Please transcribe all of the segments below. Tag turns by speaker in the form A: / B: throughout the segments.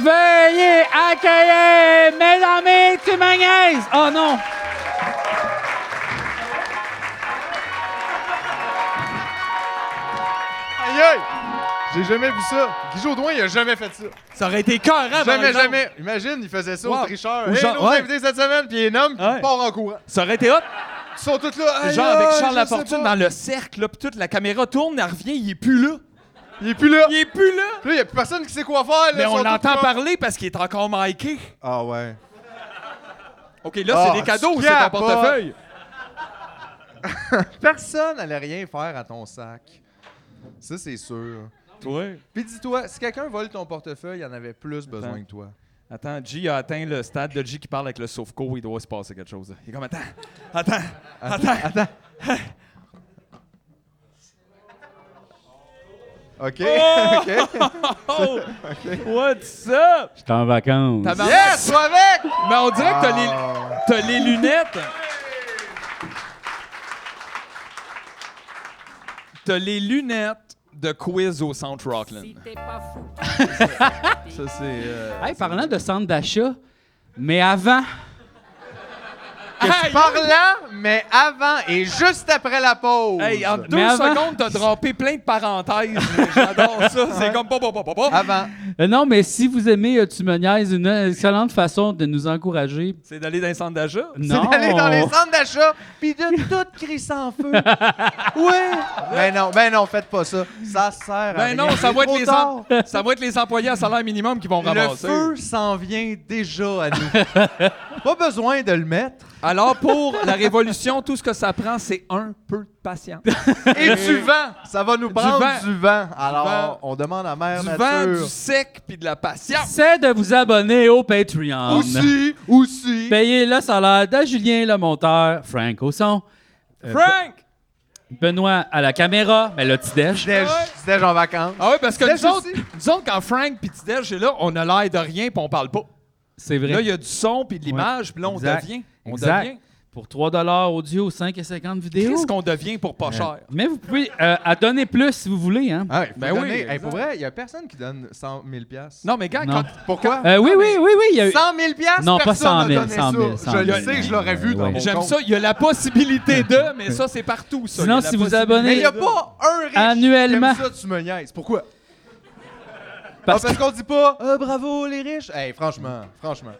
A: Veuillez accueillir Mesdames et tu m'agaises. Oh non!
B: Aïe aïe! J'ai jamais vu ça. Guy Jodoin, il a jamais fait ça.
C: Ça aurait été cœur, par
B: jamais,
C: exemple.
B: jamais. Imagine, il faisait ça
C: Ah, ben, Wow.
B: au tricheur.
C: Ou
B: Hey,
C: genre-
B: nos
C: ouais.
B: invités cette semaine, puis il est nomme, puis
C: Ouais.
B: il part en courant.
C: Ça aurait été hot.
B: Ils sont tous là. Aïe,
C: Genre avec
B: aïe,
C: Charles
B: je sais
C: Lafortune
B: pas.
C: dans le cercle, là, pis toute la caméra tourne, elle revient, il est plus là.
B: Il est plus là.
C: Il est plus là.
B: Là, il y a plus personne qui sait quoi faire. Là,
C: Mais
B: ils
C: on
B: sont tous
C: l'entend
B: là.
C: parler parce qu'il est encore miké.
B: Ah ouais.
C: OK, là,
B: Ah,
C: c'est des cadeaux ou
B: tu
C: c'est ton
B: capotes.
C: portefeuille?
B: Personne n'allait rien faire à ton sac. Ça, c'est sûr.
C: Ouais.
B: Puis dis-toi, si quelqu'un vole ton portefeuille, il en avait plus besoin
C: Attends.
B: que toi.
C: Attends, G a atteint le stade de G qui parle avec le Saufco, il doit se passer quelque chose. là. Il est comme, attends, attends, attends.
B: OK?
C: Oh!
B: OK?
C: Oh! What's up?
A: J'étais en vacances.
C: Tabarnak.
B: yes! Sois avec!
C: Mais on dirait que t'as les,
B: Ah.
C: t'as les lunettes. T'as les lunettes de quiz au Centre Rockland.
D: Si t'es pas fou.
B: Ça, c'est... euh,
A: Hey, parlant de centre d'achat, mais avant,
C: Aïe!
B: Parlant, mais avant et juste après la pause.
C: Hey, en deux
A: Mais avant-
C: secondes, t'as droppé plein de parenthèses. J'adore ça. C'est comme pop, pop, pop, pop, pop.
B: Avant.
A: Euh, non, mais si vous aimez euh, Tu me niaises, une excellente façon de nous encourager.
C: C'est d'aller dans les centres d'achat.
A: Non.
B: C'est d'aller dans les centres d'achat puis de tout crisser en feu. oui! Ben non, ben non, faites pas ça. Ça sert à
C: Ben
B: rien.
C: non, ça
B: Il
C: va,
B: est
C: être
B: trop
C: les
B: tard.
C: em- ça va être les employés à salaire minimum qui vont
B: Le
C: ramasser.
B: feu s'en vient déjà à nous. pas besoin de le mettre.
C: Alors, pour la révolution, tout ce que ça prend, c'est un peu de patience. Du
B: Et du vent. Ça va nous prendre
C: vent.
B: du vent. Alors,
C: vent.
B: on demande à Mère
C: vent,
B: Nature.
C: du sec, puis de la patience.
A: C'est de vous abonner au Patreon.
B: Aussi, aussi.
A: Payez le salaire de Julien le monteur, Frank au son, Euh,
C: Frank!
A: Benoît à la caméra, mais le petit déj.
B: C'était c'était en vacances.
C: Ah oui, parce que
B: Dej
C: nous autres,
B: aussi.
C: nous autres, quand Frank puis Tidej est là, on a l'air de rien puis on parle pas.
A: C'est vrai.
C: Là, il y a du son puis de l'image, puis là, on
A: Exact.
C: devient. On
A: Exact.
C: devient.
A: Pour 3 audio, 5,50 vidéo.
C: Qu'est-ce qu'on devient pour pas cher?
A: Mais vous pouvez euh, à donner plus si vous voulez. Hein.
B: Ah, il faut
C: Ben oui,
B: donner- hey,
C: exact.
B: pour vrai, il y a personne qui donne 100 000 piastres.
C: Non, mais gars,
A: Non.
C: quand.
B: Pourquoi?
A: Euh, oui, oui, oui, oui. il y a eu-
B: 100 000 piastres,
A: Non, pas
B: personne
A: 100 000,
B: n'a donné
A: 100 000,
B: ça.
A: 100 000.
B: Je le sais, je l'aurais vu dans
A: Ouais.
B: mon
C: J'aime
B: compte.
C: ça, il y a la possibilité de, mais ça, c'est partout. Ça.
A: Sinon,
C: Il y a la
A: si vous
C: possibilité-
A: abonnez-
B: Mais il n'y a pas un riche.
A: Annuellement.
B: Comme ça, tu me niaises. Pourquoi?
A: Parce
B: Parce, parce qu'on dit pas Ah, bravo les riches. Hey, franchement, franchement.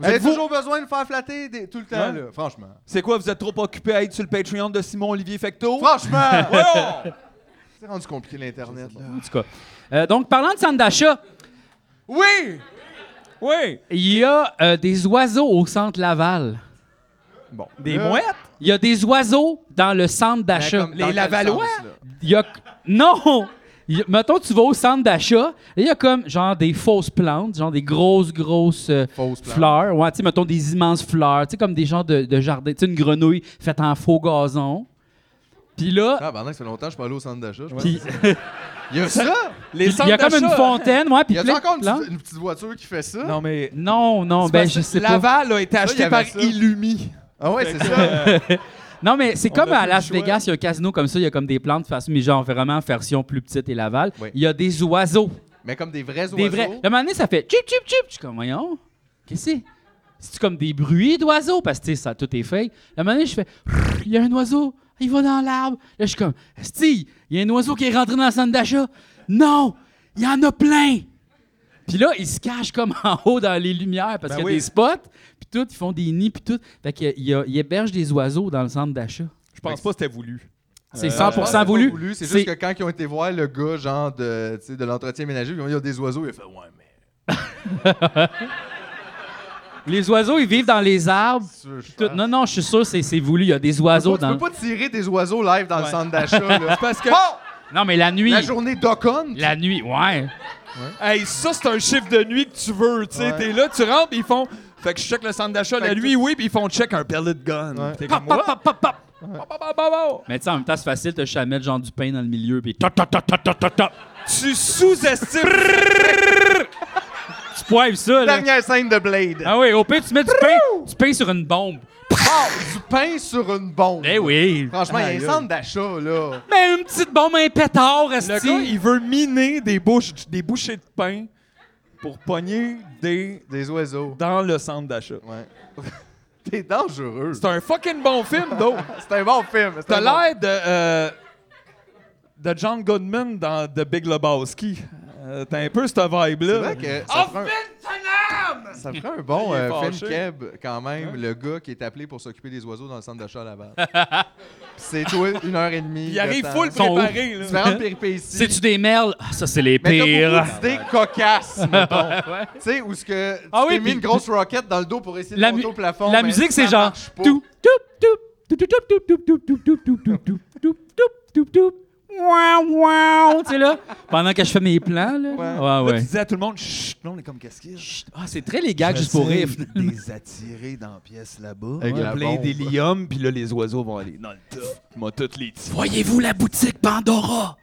B: Vous avez
C: Êtes-vous-
B: toujours besoin de faire flatter des- tout le temps,
C: Ouais.
B: là. Franchement.
C: C'est quoi, vous êtes trop occupé à être sur le Patreon de Simon-Olivier Fecteau?
B: Franchement!
C: Voyons!
B: C'est rendu compliqué l'Internet, là. Ben,
A: En tout cas. Euh, donc, parlant de centre d'achat,
C: Oui! Oui!
A: il y a euh, des oiseaux au centre Laval.
B: Bon.
C: Des
B: Là,
C: mouettes?
A: Il y a des oiseaux dans le centre
B: ben,
A: d'achat.
B: comme
C: les
B: dans quel
C: Lavallois?
B: sens, là?
A: Il y a... Non! Il y a- Mettons, tu vas au centre d'achat, et il y a comme genre des fausses plantes, genre des grosses, grosses euh,
B: Fausses plantes.
A: fleurs. Ouais, tu sais, mettons des immenses fleurs, tu sais, comme des genres de, de jardin. Tu sais, une grenouille faite en faux gazon. Puis là,
B: Ah, pendant que ça fait longtemps que je suis pas allé au centre d'achat. je pense.
A: puis-
B: Il y a ça?
C: Les
A: il y
C: centres
A: a comme une
C: d'achat.
A: fontaine, ouais, puis
B: Il y a
A: plein de
B: encore une,
A: plantes.
B: petite- une petite voiture qui fait ça?
C: Non, mais.
A: Non, non,
C: C'est
A: ben
C: parce
A: je
C: que
A: sais pas.
C: Laval a été
B: il y
C: acheté
B: avait
C: par
B: ça.
C: Illumi.
B: Ah ouais, c'est ça.
A: Non, mais c'est comme
C: a
A: à
C: plus
A: Las
C: le choix.
A: Vegas, il y a un casino comme ça, il y a comme des plantes, face- mais genre vraiment en version plus petite et Laval.
B: Oui.
A: Il y a des oiseaux.
B: Mais comme des vrais
A: Des
B: oiseaux.
A: vrais. Le moment donné, ça fait chip, chip, chip. Je suis comme, voyons, qu'est-ce que c'est? C'est-tu comme des bruits d'oiseaux? Parce que, tu sais, ça, tout est fake. Le moment donné, je fais, Rrr, il y a un oiseau, il va dans l'arbre. Là, je suis comme, Esti, il y a un oiseau qui est rentré dans la centre d'achat. Non, il y en a plein. Puis là, ils se cachent comme en haut dans les lumières
C: Ben
A: parce qu'il y a
C: oui.
A: des spots. Puis tout, ils font des nids, puis tout. Fait qu'il y a- il héberge des oiseaux dans le centre d'achat.
C: Je pense pas que c'était voulu.
A: C'est
C: Euh,
B: Je pense que c'est
A: 100%
B: pas
A: voulu.
B: C'est juste que quand ils ont été voir le gars, genre, de, tu sais, de l'entretien ménager, ils ont dit, il y a des oiseaux. Il a fait, ouais, mais.
A: Les oiseaux, ils vivent dans les arbres.
B: tu veux que je
A: Tout-
B: fasse?
A: Non, non, je suis sûr que c'est c'est voulu. Il y a des
B: Tu Ah. peux
A: oiseaux
B: pas-
A: dans.
B: tu peux pas tirer des oiseaux live dans le
C: Ouais.
B: centre d'achat, là.
C: Parce que.
B: Bon!
A: Non, mais la nuit.
B: La journée d'Ocon.
A: La nuit, ouais.
C: Hey, ça, c'est un chiffre de nuit que tu veux. Tu sais,
B: Ouais.
C: t'es là, tu rentres, puis ils font. Fait que je check le centre d'achat
B: Fait
C: la
B: que
C: nuit, oui, puis ils font check un pellet gun.
B: Ouais.
C: T'es
A: Pop,
C: comme
A: pop,
C: moi.
A: pop, pop, pop.
C: Tu
A: Mais tu sais, en même temps, c'est facile, t'as juste à mettre genre du pain dans le milieu, puis toc,
C: sous-estimes.
A: tu poivres ça, là.
B: Dernière scène de Blade.
A: Ah oui, au pire, tu mets du pain, du pain sur une bombe.
B: Ah, du pain sur une bombe.
A: Eh oui.
B: Franchement, il y a
C: Aïe,
B: un
C: aïe.
B: centre d'achat, là.
A: Mais une petite bombe, un pétard,
C: Le gars,
A: esti.
C: il veut miner des, bouches, des bouchées de pain pour pogner des
B: Des oiseaux.
C: dans le centre d'achat.
B: Ouais. T'es dangereux.
C: C'est un fucking bon film, d'eau.
B: C'est un bon film. c'est
C: T'as
B: un bon-
C: l'air de, euh, de John Goodman dans The Big Lebowski. Euh, T'as un peu cette
B: C'est
C: vibe-là.
B: vrai que ça ferait un, ça ferait un bon
C: Il est
B: euh,
C: fâché.
B: film Keb, quand même,
A: Hein?
B: le gars qui est appelé pour s'occuper des oiseaux dans le centre d'achat à Laval. c'est toi, une heure et demie.
C: Il
B: de
C: arrive
B: temps.
C: full
A: Ils sont où?
C: préparé. là.
B: Différentes péripéties.
A: C'est-tu des merles? Ah, ça, c'est les
B: Mais t'as
A: pires.
B: beaucoup d'idées cocasses, mettons.
A: Ouais.
B: Tu sais, où ce que tu
A: Ah oui,
B: t'es mis
A: puis-
B: une grosse roquette dans le dos pour essayer de
A: La,
B: monter
A: mu-
B: au plafond.
A: la
B: mais
A: musique,
B: ça
A: c'est genre.
B: marche pas.
A: Tout, tout, tout, tout, tout, tout, tout, tout, tout, tout, tout, tout, tout, tout, tout, tout, tout. Ouah, ouah. Tu sais, là, pendant que je fais mes plans, là. Ah Ouais,
C: Là,
A: ouais.
C: tu disais à tout le monde, chut, non, on est comme qu'est-ce qu'il y a?
A: Chut. Ah, c'est très les gags juste pour rire.
C: Des attirés dans la pièce là-bas.
B: Avec
C: Ouais,
B: la
C: plein
B: bombe.
C: d'hélium, puis là, les oiseaux vont aller dans le top. Moi, toutes les petits.
A: Voyez-vous la boutique Pandora?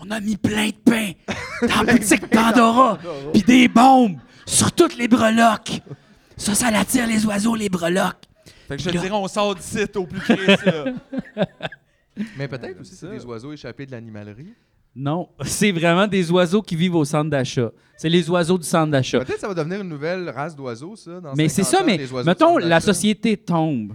A: On a mis plein de pain dans la boutique Pandora, puis des bombes sur toutes les breloques. Ça, ça l'attire les oiseaux, les breloques.
C: Fait que je te
A: Là-
C: dirais, on sort du site au plus près, ça. Ben
B: Mais peut-être aussi,
C: ça.
B: c'est des oiseaux échappés de l'animalerie.
A: Non, c'est vraiment des oiseaux qui vivent au centre d'achat. C'est les oiseaux du centre d'achat.
B: Peut-être que ça va devenir une nouvelle race d'oiseaux, ça. Dans
A: Mais c'est
B: 50
A: ça,
B: ans,
A: mais
B: les oiseaux
A: mettons,
B: sont
A: la
B: d'achat.
A: société tombe.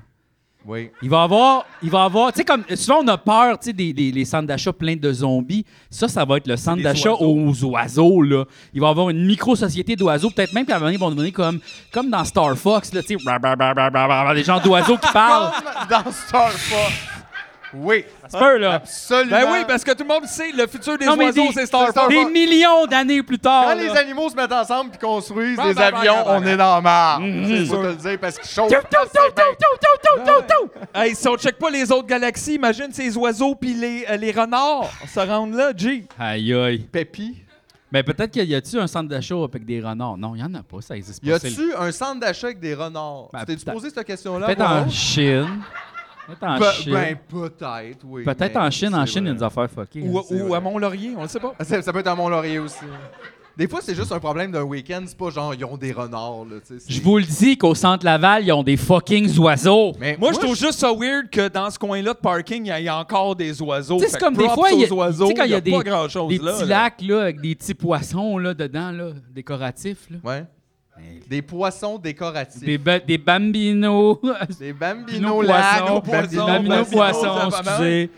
B: Oui.
A: Il va avoir, il va avoir, tu sais, comme souvent on a peur, tu sais, des, des- les centres d'achat pleins de zombies. Ça, ça va être le centre
C: des
A: d'achat aux oiseaux, là. Il va avoir une micro-société d'oiseaux, peut-être même, puis à un moment donné, ils vont devenir comme, comme dans Star Fox, là, tu sais, bra, bra, bra, bra, bra, bra, des gens d'oiseaux qui parlent.
B: Comme dans Star Fox. Oui,
A: C'est peu, là.
B: absolument.
C: ben oui, parce que tout le monde sait, le futur des
A: Non, mais
C: oiseaux,
A: des-
C: c'est Star
B: c'est Star
C: Fox.
A: Des
B: Fox.
A: millions d'années plus tard.
B: Quand
A: là.
B: les animaux se mettent ensemble et construisent
C: Bam,
A: Ben,
B: des
C: bam, bam,
B: avions,
C: bam, bam.
B: on est dans la marre.
A: Mhm.
B: C'est sûr de le dire parce qu'ils chauffent.
A: Tou, tou, tou, tou, tou, tou, tou, tou, tou.
C: Hey, si on check pas les autres galaxies, imagine ces oiseaux puis les, euh, les renards se rendent là, G.
A: Aïe, aïe.
B: Pépi.
A: Mais peut-être qu'il y a-tu un centre d'achat avec des renards? Non, il n'y en a pas, ça existe pas.
B: Y
A: C'est-
B: a-tu un centre d'achat avec des renards?
A: Ben,
B: T'es-tu
A: peut-être.
B: posé cette question-là?
A: Peut-être
B: moi,
A: en
B: non?
A: Chine. Peut-être en
B: Pe-
A: Chine.
B: Ben, peut-être, oui.
A: Peut-être
B: mais
C: ben,
A: en Chine. En
B: c'est
A: Chine, il y a
B: vrai.
A: des affaires fuckées.
C: Ou,
A: hein.
B: c'est
C: ou
B: vrai.
C: à Mont-Laurier, on le sait pas.
B: Ça, ça peut être à Mont-Laurier aussi. Des fois, c'est juste un problème d'un week-end. C'est pas genre, ils ont des renards, là, tu sais. c'est-
A: Je vous le dis qu'au centre Laval, ils ont des fucking oiseaux.
B: Mais
C: Moi, je trouve juste ça weird que dans ce coin-là de parking, il y a- il y, a encore des oiseaux.
A: Tu sais, c'est
C: Fait que
A: comme des
C: props
A: fois, il y a-
C: aux oiseaux,
A: tu sais, quand
C: il y a,
A: des-
C: pas grand-chose
A: Des
C: là.
A: petits
C: là.
A: lacs là, avec des petits poissons là, dedans, là, décoratifs. Là.
B: Ouais. Des poissons décoratifs.
A: Des, ba- des bambinos.
B: Des
A: Bambino
B: bambinos lacs.
A: poissons,
C: bambinos,
A: des bambinos
C: bambinos,
A: poissons,
C: bambinos,
A: excusez.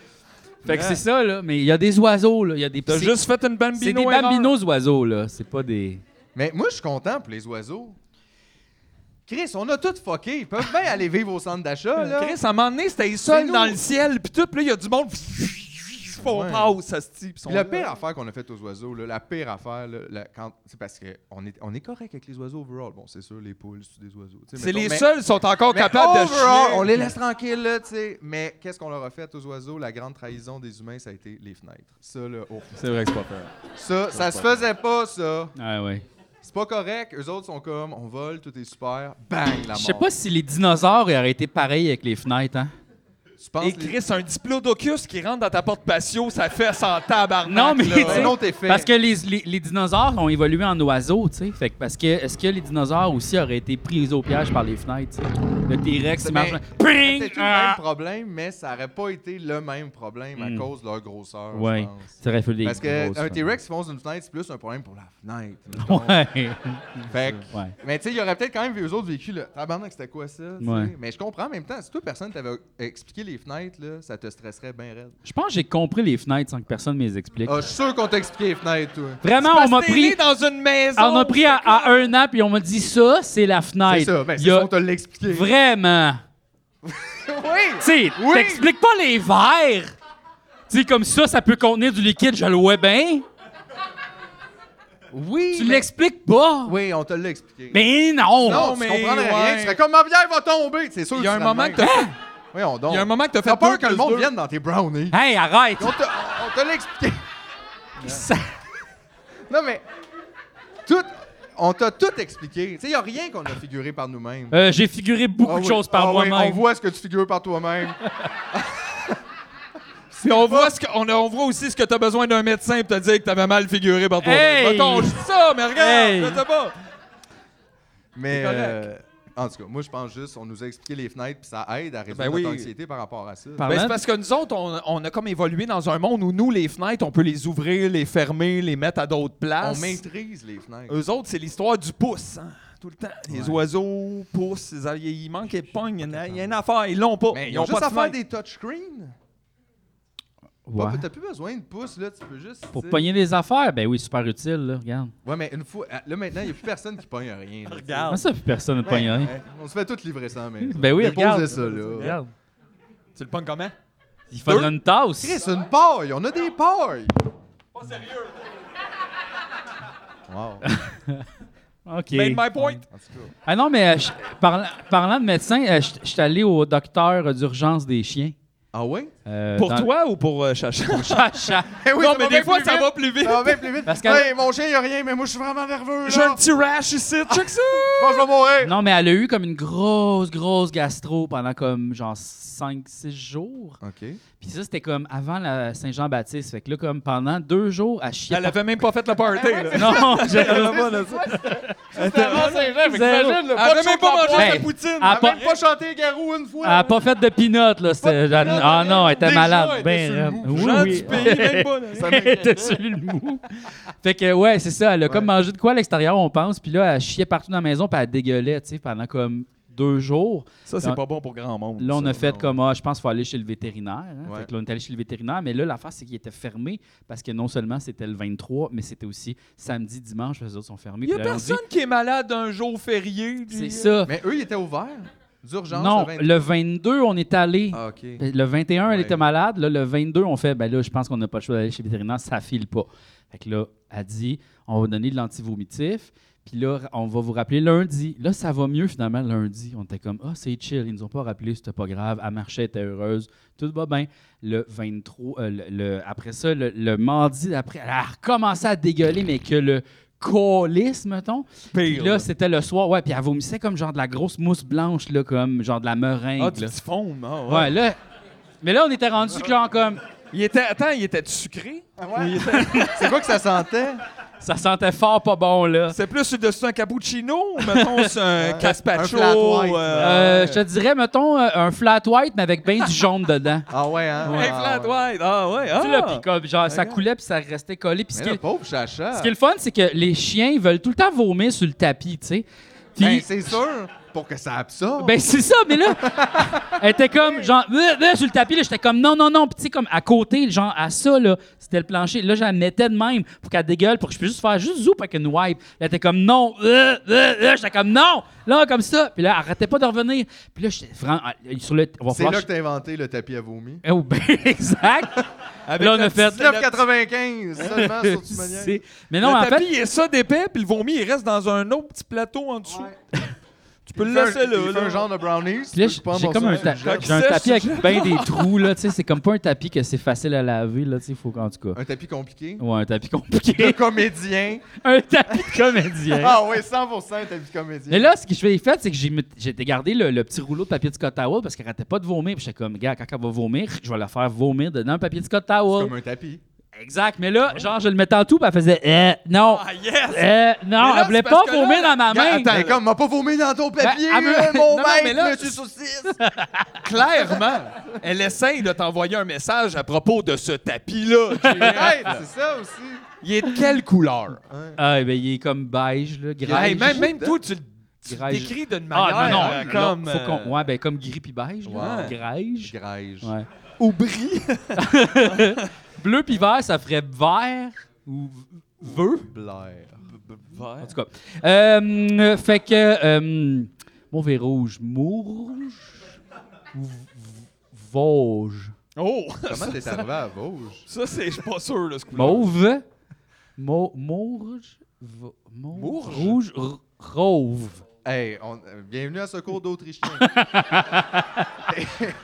A: Fait que
C: Ouais.
A: c'est ça, là. Mais il y a des oiseaux, là. Il y a des
C: T'as
A: petits-
C: juste fait une bambino
A: C'est des
C: erreur.
A: bambinos oiseaux, là. C'est pas des.
B: Mais moi, je suis content pour les oiseaux. Chris, on a tout fucké. Ils peuvent bien aller vivre au centre d'achat, là.
C: Chris, à un moment donné, c'était seul
B: nous.
C: dans le ciel, puis tout, puis là, il y a du monde. Ils se font
B: Ouais.
C: pause, ça se dit.
B: Puis la pire affaire qu'on a faite aux oiseaux, là, la pire affaire, là, la- quand- c'est parce qu'on est, on est correct avec les oiseaux overall. Bon, c'est sûr, les poules, c'est des oiseaux. tu sais,
C: C'est
B: mettons,
C: les
B: mais-
C: seuls qui sont encore
B: mais
C: capables de
B: overall,
C: chier.
B: On les laisse tranquilles, là, tu sais. Mais qu'est-ce qu'on leur a fait aux oiseaux? La grande trahison des humains, ça a été les fenêtres. Ça, là, oh.
C: C'est vrai que c'est pas fair.
B: Ça, ça se faisait pas, ça.
A: Ah ouais.
B: C'est pas correct. Eux autres sont comme, on vole, tout est super. Bang,
C: Ah
B: la mort.
A: Je sais pas si les dinosaures auraient été pareils avec les fenêtres, hein.
B: Tu penses
C: Et
B: les-
C: Chris, un diplodocus qui rentre dans ta porte patio, ça fait sans tabarnak.
A: Non, mais
C: là.
A: tu
B: un
A: sais,
B: autre effet.
A: Parce que les, les- les dinosaures ont évolué en oiseaux, tu sais. Fait que parce que est-ce que les dinosaures aussi auraient été pris au piège par les fenêtres, tu sais? Le T-Rex, il marche.
B: Mais-
A: Ping!
B: C'était le
A: Ah!
B: même problème, mais ça aurait pas été le même problème à
A: Mm.
B: cause de leur grosseur, je
A: Ouais.
B: pense.
A: Ça aurait fait des
B: Parce que
A: grosses
B: un
A: fenêtres.
B: T-Rex qui fonce une fenêtre, c'est plus un problème pour la fenêtre. mettons.
A: Ouais.
B: Fait que-
A: Ouais.
B: Mais tu sais, il y aurait peut-être quand même vu eux autres vécu, là. Tabarnak, c'était quoi ça? tu sais?
A: Ouais.
B: Mais je comprends en même temps. Si toi, personne t'avait expliqué les fenêtres, là, ça te stresserait bien raide.
A: Je pense que j'ai compris les fenêtres sans que personne me les explique.
B: Ah, je suis sûr qu'on t'a expliqué les fenêtres, toi.
A: Vraiment,
C: Parce
A: on m'a
C: que t'es
A: pris. Ah,
C: né dans une maison.
A: On a pris à, à un an, puis on m'a dit ça, c'est la fenêtre.
B: C'est ça, ben,
A: Il
B: c'est
A: y a
B: ça, on t'a l'expliqué.
A: Vraiment.
B: oui!
A: Tu sais,
B: Oui.
A: t'expliques pas les verres. Tu sais, comme ça, ça peut contenir du liquide, je le vois bien.
B: Oui!
A: Tu
B: mais-
A: l'expliques pas.
B: Oui, on te l'a expliqué.
A: Mais non.
B: non,
C: mais
B: tu comprendrais
C: ouais.
B: rien. Tu serais comme ma bière va tomber. C'est sûr
C: Il y a un
B: tu serais de
C: moment
B: même.
C: que t'as
A: Hein?
C: fait-
B: Voyons donc.
C: il y a un moment que t'as fait.
B: T'as peur
C: deux
B: que le
C: plus
B: monde
C: deux.
B: vienne dans tes brownies.
A: Hey, arrête.
B: On te, on te l'a expliqué.
A: Ça-
B: Non, mais. Tout. On t'a tout expliqué. Tu sais, il n'y a rien qu'on a figuré par nous-mêmes.
A: Euh, J'ai figuré beaucoup
B: Ah
A: de
B: oui.
A: choses par
B: Ah oui,
A: moi-même.
B: on voit ce que tu figures par toi-même.
C: Puis on voit, ce que- on, a- on voit aussi ce que t'as besoin d'un médecin pour te dire que t'avais mal figuré par toi.
A: Hey!
C: Mettons, je dis ça, mais regarde,
A: Hey!
C: je sais pas.
B: Mais.
C: correct.
B: euh, En tout cas, moi, je pense juste, on nous a expliqué les fenêtres, puis ça aide à résoudre
C: Ben oui.
B: notre anxiété par rapport à ça.
A: Par-
C: Ben,
A: Parlant
C: c'est
A: de-
C: parce que nous autres, on, on a comme évolué dans un monde où nous, les fenêtres, on peut les ouvrir, les fermer, les mettre à d'autres
B: on
C: places.
B: maîtrise les fenêtres.
C: Eux autres, c'est l'histoire du pouce, hein, tout le temps. Les
A: Ouais.
C: oiseaux poussent, ils, a- ils manquent et pognent, il y en a- il y a une affaire, ils l'ont pas.
B: Mais ils
C: Ils
B: ont
C: ont
B: juste
C: pas
B: à
C: de
B: faire
C: fenêtre.
B: des touchscreens.
A: Ouais.
B: Pas- T'as plus besoin de pouces, là, tu peux juste.
A: Pour
B: tu sais.
A: pogner des affaires, ben oui, super utile, là, regarde.
B: Ouais, mais une fois. euh, Là, maintenant, il n'y a plus personne qui pogne rien. là, tu sais.
C: Regarde.
A: Comment ça, puis personne ne
B: Ouais,
A: pogne rien?
B: ouais. On se fait tous livrer ça, mais.
A: Ben oui, regarde.
B: ça, là.
A: Regarde.
C: Tu le pognes comment?
A: Il faudrait une tasse.
B: Chris, une paille! On a des pailles!
C: Pas sérieux.
B: Wow.
A: OK.
C: Made my point.
B: En tout cas.
A: Ah non, mais euh, je- parla- parlant de médecin, euh, je je suis allé au docteur euh, d'urgence des chiens.
B: Ah ouais?
A: Euh,
C: Pour
A: dans-
C: toi ou pour euh, Chacha?
A: Chacha.
B: Eh
C: non, mais des fois, ça va plus vite.
B: Ça va bien plus vite.
A: Parce que-
B: Hey, mon chien, il a rien, mais moi, je suis vraiment nerveux, là.
C: J'ai un petit rash ici, check ça!
B: Je pense que je vais mourir.
A: Non, mais elle a eu comme une grosse, grosse gastro pendant comme genre 5-6 jours.
B: OK.
A: Puis ça, c'était comme avant la Saint-Jean-Baptiste. Fait que là, comme pendant deux jours, elle chiait.
C: Elle
A: par-
C: avait même pas fait le party, là.
A: Non, je-
B: Saint-Jean,
C: Elle
A: t'imagines,
C: avait même pas mangé
A: Ben,
C: sa poutine.
A: à-
B: Elle a même pas chanté Garou une
A: elle
B: fois.
A: n'a pas fait de peanuts, là. c'était- Ah non, elle était
B: Déjà, elle
A: malade.
B: était
A: Ben,
B: sur le
A: raide.
B: mou.
A: oui,
C: Gens
A: oui.
C: du pays, même pas, là.
B: Ça
A: Elle
B: m'inquiète.
A: était sur le mou. Fait que, ouais, c'est ça. Elle a comme mangé de quoi à l'extérieur, on pense. Puis là, elle chiait partout dans la maison, puis elle dégueulait, tu sais, pendant comme deux jours.
C: Ça,
A: Non.
C: c'est pas bon pour grand monde.
A: Là, on
C: ça.
A: a fait
B: non.
A: comme, ah, je pense qu'il faut aller chez le vétérinaire. hein.
B: Ouais.
A: Fait que là, on est allé chez le vétérinaire, mais là, l'affaire, c'est qu'il était fermé parce que non seulement c'était le 23, mais c'était aussi samedi, dimanche, les autres sont fermés.
C: Il y a
A: Puis là, on dit,
C: personne qui est malade un jour férié. puis,
A: C'est
C: euh,
A: ça.
B: Mais eux, ils étaient ouverts. D'urgence.
A: non,
B: le 20.
A: le 22, on est allé.
B: Ah, OK.
A: Ben, Le 21, elle
B: Ouais.
A: était malade. Là, le 22, on fait, ben là, je pense qu'on n'a pas le choix d'aller chez le vétérinaire, ça file pas. Fait que là, elle dit, on va donner de l'antivomitif, puis là, on va vous rappeler lundi. Là, ça va mieux finalement lundi. On était comme, ah, c'est chill, ils nous ont pas rappelé, c'était pas grave. Elle marchait, elle était heureuse, tout va bien. Le 23, euh, le, le- après ça, le, le mardi d'après, elle a recommencé à dégueuler, mais que le colis, mettons. Puis
C: Pire.
A: là, c'était le soir, ouais, puis elle vomissait comme genre de la grosse mousse blanche, là, comme genre de la meringue.
C: Ah, du
A: là.
C: petit foam. ah, ouais.
A: Ouais, là. Mais là, on était rendu que genre comme.
C: Il était, attends, il était sucré? Ou il était-
B: C'est quoi que ça sentait?
A: Ça sentait fort pas bon, là.
C: C'est plus sur dessus un cappuccino ou mettons c'est un
B: Ouais.
C: caspacho?
B: Un flat white.
A: Euh, je te dirais, mettons, euh, un flat white, mais avec ben du jaune dedans.
B: Ah ouais, hein?
C: Un
B: Ah,
C: flat
B: ouais.
C: white. Ah ouais.
A: Tu sais, là,
C: Ah.
A: puis comme, genre, ça
C: Regarde.
A: coulait, puis ça restait collé. Puis ce
B: Mais
A: qui
B: le
A: est,
B: pauvre chacha.
A: ce qui est le fun, c'est que les chiens, ils veulent tout le temps vomir sur le tapis, tu sais. Puis.
B: Ben, c'est sûr, pour que ça absorbe.
A: Ben, c'est ça, mais là, elle était comme, genre, euh, euh, sur le tapis, là, j'étais comme, non, non, non. Puis, tu sais, comme à côté, genre, à ça, là, c'était le plancher. Là, j'en mettais de même pour qu'elle dégueule, pour que je puisse juste faire juste zoop avec une wipe. Là, elle était comme, non, euh, euh, euh. j'étais comme, non, là, comme ça. Puis là, elle arrêtait pas de revenir. Puis là, j'étais vraiment, euh, sur le. on va
B: c'est
A: falloir-
B: là que t'as inventé le tapis à vomi.
A: Eh, oh, ben, exact.
C: Avec
A: là, on
C: la
A: a fait.
C: petite-
B: 9,95 seulement sur tu
A: C'est- Mais
C: Le
A: non, en
C: tapis,
A: fait,
C: il est ça d'épais, puis le vomi, il reste dans un autre petit plateau en dessous. Tu peux le laisser là.
B: C'est
C: là.
B: un genre de brownies.
A: puis là,
B: tu peux
A: j'ai
B: prendre
A: comme
B: ça,
A: un,
B: tu
A: ta-
B: le jettes.
A: j'ai un
C: sèche,
A: tapis
C: tu
A: avec ben des trous, là, tu sais, c'est comme pas un tapis que c'est facile à laver, là, tu sais, il faut qu'en tout cas.
B: Un tapis compliqué.
A: Ouais, un tapis
B: De
A: compliqué.
B: comédien.
A: un tapis de comédien.
B: Ah oui, 100% un tapis comédien.
A: Mais là, ce que je fais, fait, c'est que j'ai mis- j'ai gardé le, le petit rouleau de papier de Scott Towel parce qu'elle ratait pas de vomir. Puis j'étais comme, gars, quand elle va vomir, je vais la faire vomir dedans le papier de Scott
B: c'est
A: Towel.
B: comme un tapis.
A: Exact. Mais là, genre, je le mettais en tout, puis elle faisait, eh, non,
C: Ah yes!
A: eh, non,
C: là,
A: elle voulait
C: c'est
A: pas
C: parce que là,
A: vomir dans ma
B: Gars,
A: main.
B: attends, elle est comme, m'a pas vomi dans ton papier,
A: elle me-
B: euh, mon
C: Non, non, mais
B: maître,
C: là,
B: monsieur saucisse.
C: Clairement, elle essaye de t'envoyer un message à propos de ce tapis-là.
B: Hey, c'est ça aussi.
C: Il est de quelle couleur?
A: Ah, ben, il est comme beige, là, gris.
C: Hey, même, même toi, tu le tu le
A: Grège.
C: décris d'une manière
A: ah, non, non,
C: euh,
A: non,
C: comme...
A: faut qu'on-
C: euh,
A: ouais, ben, comme gris puis beige, là.
C: Ouais.
A: Grège.
B: Grège.
A: Ouais.
C: Ou bris.
A: Bleu puis vert, ça ferait vert ou veu.
B: Blair.
A: En tout cas. Euh, euh, fait que. Euh, mauvais rouge, mourge. ou v- v- Vosge.
C: Oh!
B: Comment t'es arrivé à Vosges?
C: Ça, c'est... Je suis pas sûr, là, ce coup-là.
A: Mauve. Mo- Mourge. vo- mauve,
C: Mourge?
A: Rouge. r- Rauve.
B: Hey, on- euh, bienvenue à ce cours d'Autrichien.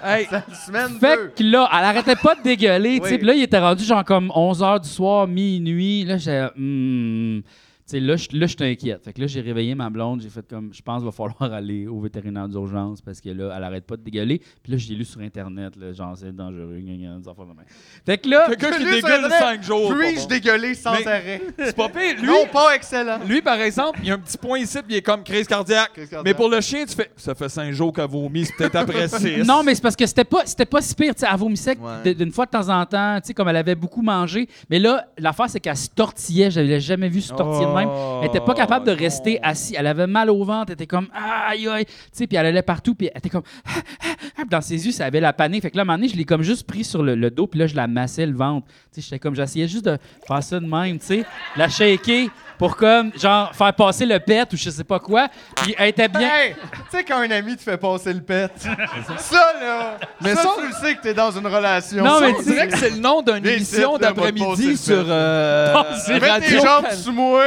C: Hey,
B: Semaine
A: Fait
B: 2.
A: que là, elle arrêtait pas de dégueuler, tu sais.
B: Oui.
A: Puis là, il était rendu genre comme 11h du soir, minuit. Là, j'ai. hmm. sais, là, je là, je t'inquiète. Fait que là, j'ai réveillé ma blonde, j'ai fait comme, je pense qu'il va falloir aller au vétérinaire d'urgence parce que là, elle arrête pas de dégueuler. Puis là, j'ai lu sur Internet, là, genre, c'est dangereux, gna, gna, des affaires de même. Fait que là,
C: Quelqu'un qui
B: Lui, sur
C: dégueule
B: Internet,
C: cinq
A: Oh,
C: jours. pas
B: Puis-je
C: bon.
B: dégueuler sans
C: Mais-
B: arrêt?
C: C'est pas pire. Lui,
B: Non, pas excellent.
C: lui, par exemple, il y a un petit point ici, puis il est comme crise cardiaque.
B: Crise cardiaque.
C: Mais pour le chien, tu fais ça fait cinq jours qu'elle vomit, c'est peut-être après six.
A: Non, mais c'est parce que c'était pas, c'était pas si pire. tu sais, Elle vomissait
B: Ouais.
A: d- d'une fois de temps en temps, tu sais, comme elle avait beaucoup mangé. Mais là, l'affaire, c'est qu'elle se tortillait. Je l'avais jamais vu se tortiller de même. Elle était pas capable de
C: Oh,
A: rester
C: non.
A: assise. Elle avait mal au ventre. Elle était comme aïe aïe. Tu sais, puis elle allait partout. Puis elle était comme Ah, ah, ah. Puis dans ses yeux, ça avait la panique. Fait que là, à un moment donné, je l'ai comme juste pris sur le, le dos. Puis là, je la massais le ventre. Tu sais, j'étais comme j'essayais juste de faire ça de même. Tu sais, la shaker pour comme genre faire passer le pet ou je sais pas quoi. Puis elle était bien.
B: Hey, tu sais quand un ami te fait passer le pet, ça là,
C: Mais
B: mais ça,
C: ça-
B: tu le sais que t'es dans une relation.
A: Non,
B: Ça,
A: mais
C: On
B: on
A: tu-
B: dirait
C: dirait que c'est le nom d'une
B: Les
C: émission
B: titres, là, moi, de passer le
C: d'après-midi
B: fait.
C: sur euh,
A: Passer-
B: que mets tes
C: Radio
B: jambes
C: Can- Ah.
B: sous moi.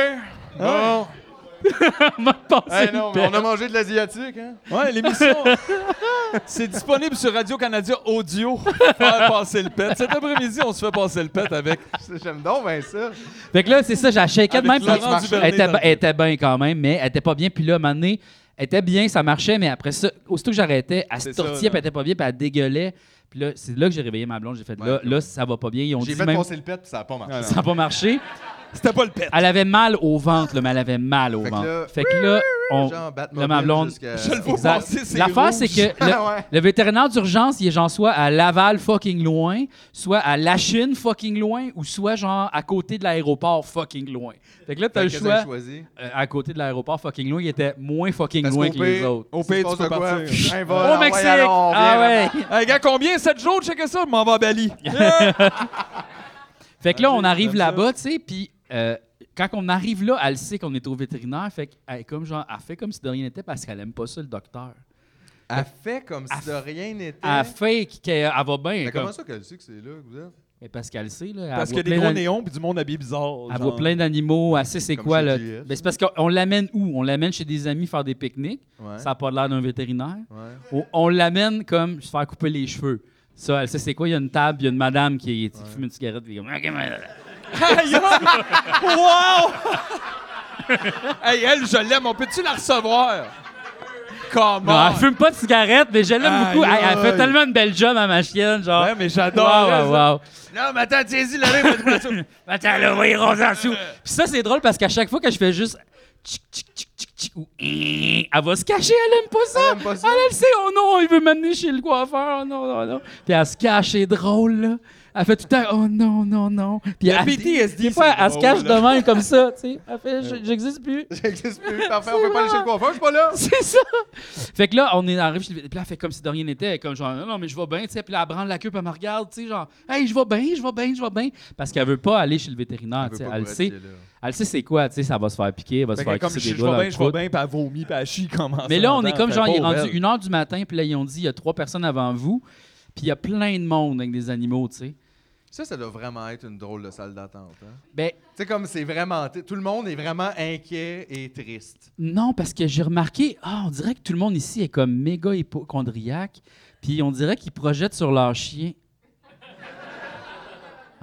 B: Bon.
A: m'a passé
B: Hey, non,
A: le
B: mais
A: pet.
B: on a mangé de l'asiatique, hein?
C: Ouais, l'émission. c'est disponible sur Radio-Canada Audio. Faire passer le pet. Cet après-midi, on se fait passer le pet avec.
B: J'aime donc bien ça.
A: Fait que là, c'est ça, j'achèquais de
C: Avec
A: même. puis
C: Laurent
A: Elle
C: Duvernay
A: était,
C: dans le
A: elle était bien quand même, mais elle était pas bien. Puis là, à un moment donné, elle était bien, ça marchait, mais après ça, aussitôt que j'arrêtais, elle se
C: C'est ça,
A: tortillait,
C: là.
A: puis elle était pas bien, puis elle dégueulait. Puis là, c'est là que j'ai réveillé ma blonde. J'ai fait,
B: Ouais,
A: là,
B: cool.
A: là, ça va pas bien. Ils ont
B: J'ai
A: dit
B: fait
A: même,
B: passer le pet, puis ça n'a pas marché.
C: Ah, non.
A: ça n'a pas marché.
C: C'était pas le pet.
A: Elle avait mal au ventre, là, mais elle avait mal au
B: Fait que
A: ventre.
B: là,
A: fait que là, on...
B: Genre Batman.
A: là, ma blonde,
B: jusqu'à-
C: Je le vois
A: Exact.
C: passer, c'est
A: L'affaire,
C: rouge.
A: c'est que le,
B: Ah, ouais.
A: le vétérinaire d'urgence, il est genre soit à Laval fucking loin, soit à La Chine fucking loin, ou soit genre à côté de l'aéroport fucking loin. Fait que là, t'as
B: Fait
A: le
B: que qu'est-ce que j'ai
A: choix.
B: choisi?
A: Euh, à côté de l'aéroport fucking loin, il était moins fucking
B: Parce
A: loin
B: qu'au
A: que les
B: pire-
A: autres.
C: Au
B: s'il
C: pays,
B: passe
C: tu
B: de
C: peux
B: quoi,
C: partir.
B: un vol,
A: Au
B: on va y
A: Mexique!
B: aller, on
A: ah
B: revient.
A: ouais!
C: Hey, gars, combien? 7 jours, checker ça, je m'en vais à Bali. Yeah!
A: Fait que là, on
C: Ok,
A: arrive
C: j'aime ça.
A: là-bas, tu sais, puis euh, quand on arrive là, elle sait qu'on est au vétérinaire, fait qu'elle est comme genre, elle fait comme si de rien n'était parce qu'elle aime pas ça, le docteur.
B: Elle fait comme si de rien n'était.
A: Elle fake qu'elle elle va bien.
B: Eh. Mais
A: comme-
B: comment ça qu'elle sait que c'est là que vous êtes?
A: Mais parce qu'elle sait, là. elle
C: Parce qu'il y
A: voit
C: a des
A: plein
C: gros
A: d'an-
C: néons puis du monde habillé bizarre.
A: Elle
C: genre.
A: voit plein d'animaux, elle sait c'est
B: Comme
A: quoi.
B: chez
A: Là.
B: JS.
A: Mais c'est parce qu'on l'amène où? On l'amène chez des amis faire des pique-niques.
B: Ouais.
A: Ça n'a pas l'air d'un vétérinaire.
B: Ouais.
A: On, on l'amène comme se faire couper les cheveux. Ça, elle sait c'est quoi. Il y a une table, il y a une madame qui qui fume une cigarette. puis elle est comme, Ok,
C: Aïe, aïe. wow! hey, elle, je l'aime. On peut-tu la recevoir? Comment?
A: Non, elle fume pas de cigarette, mais je l'aime
C: Aïe,
A: beaucoup. Elle, elle fait
C: aïe.
A: tellement une belle job à ma chienne, genre.
C: Ouais, mais
A: Wow,
C: j'adore.
A: wow, wow.
C: Non, mais attends, tiens-y, le rire, va te-
A: Attends, là, oui, rose en dessous. Euh. Puis ça, c'est drôle parce qu'à chaque fois que je fais juste tchic, tchic, tchic, tchic, tchic, ou Hein elle va se cacher, elle aime pas ça.
B: Elle aime pas ça.
A: elle le sait, oh non, il veut m'amener chez le coiffeur, oh non, non, non. Puis elle se cache, c'est drôle, là. Elle fait tout le temps, oh non, non, non. Puis
C: Le
A: elle,
C: PTSD,
A: des fois,
C: c'est
A: elle se
C: drôle,
A: cache
C: là.
A: de même comme ça, tu sais. Elle fait, Je- j'existe plus.
B: J'existe plus. Parfait, on peut pas aller chez le coiffeur, je suis pas là.
A: C'est ça. Fait que là, on est arrivé, puis là, elle fait comme si de rien n'était. Elle est Comme genre, non, non, mais je vais bien, tu sais. Puis là, elle branle la queue, puis elle me regarde, tu sais, genre, hey, je vais bien, je vais bien, je vais bien. Parce qu'elle veut pas aller chez le
C: Ah,
A: vétérinaire, tu sais. Elle le sait. Elle sait c'est quoi, tu sais, ça va se faire piquer, elle va
C: Fait
A: se
C: que
A: faire
C: comme je
A: pisser
C: je
A: des
C: vais
A: doigts dans
C: bien,
A: le
C: je vais
A: croûte.
C: bien, puis elle vomit, puis elle chie, comment ça?
A: Mais là, on est comme genre, il est rendu
C: une
A: 1h du matin, puis là, ils ont dit, il y a trois personnes avant vous, puis il y a plein de monde avec des animaux, tu sais.
B: Ça, ça doit vraiment être une drôle de salle d'attente. Hein?
A: Ben,
B: Tu sais, comme c'est vraiment. t- Tout le monde est vraiment inquiet et triste.
A: non, parce que j'ai remarqué, ah, on dirait que tout le monde ici est comme méga hypochondriaque, puis on dirait qu'ils projettent sur leur chien.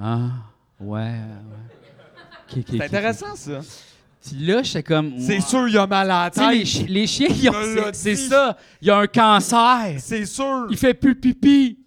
A: Ah, ouais, ouais. Ok, ok, ok.
C: C'est intéressant, ça.
A: Puis là, j'étais comme.
C: C'est
A: wow.
C: sûr, il a mal à la
A: Tu sais, les,
C: tête.
A: chi- les chiens, ils ont.
C: Je l'ai
A: c'est- C'est
C: dit.
A: ça, il y a un cancer.
C: C'est sûr.
A: Il fait plus pipi.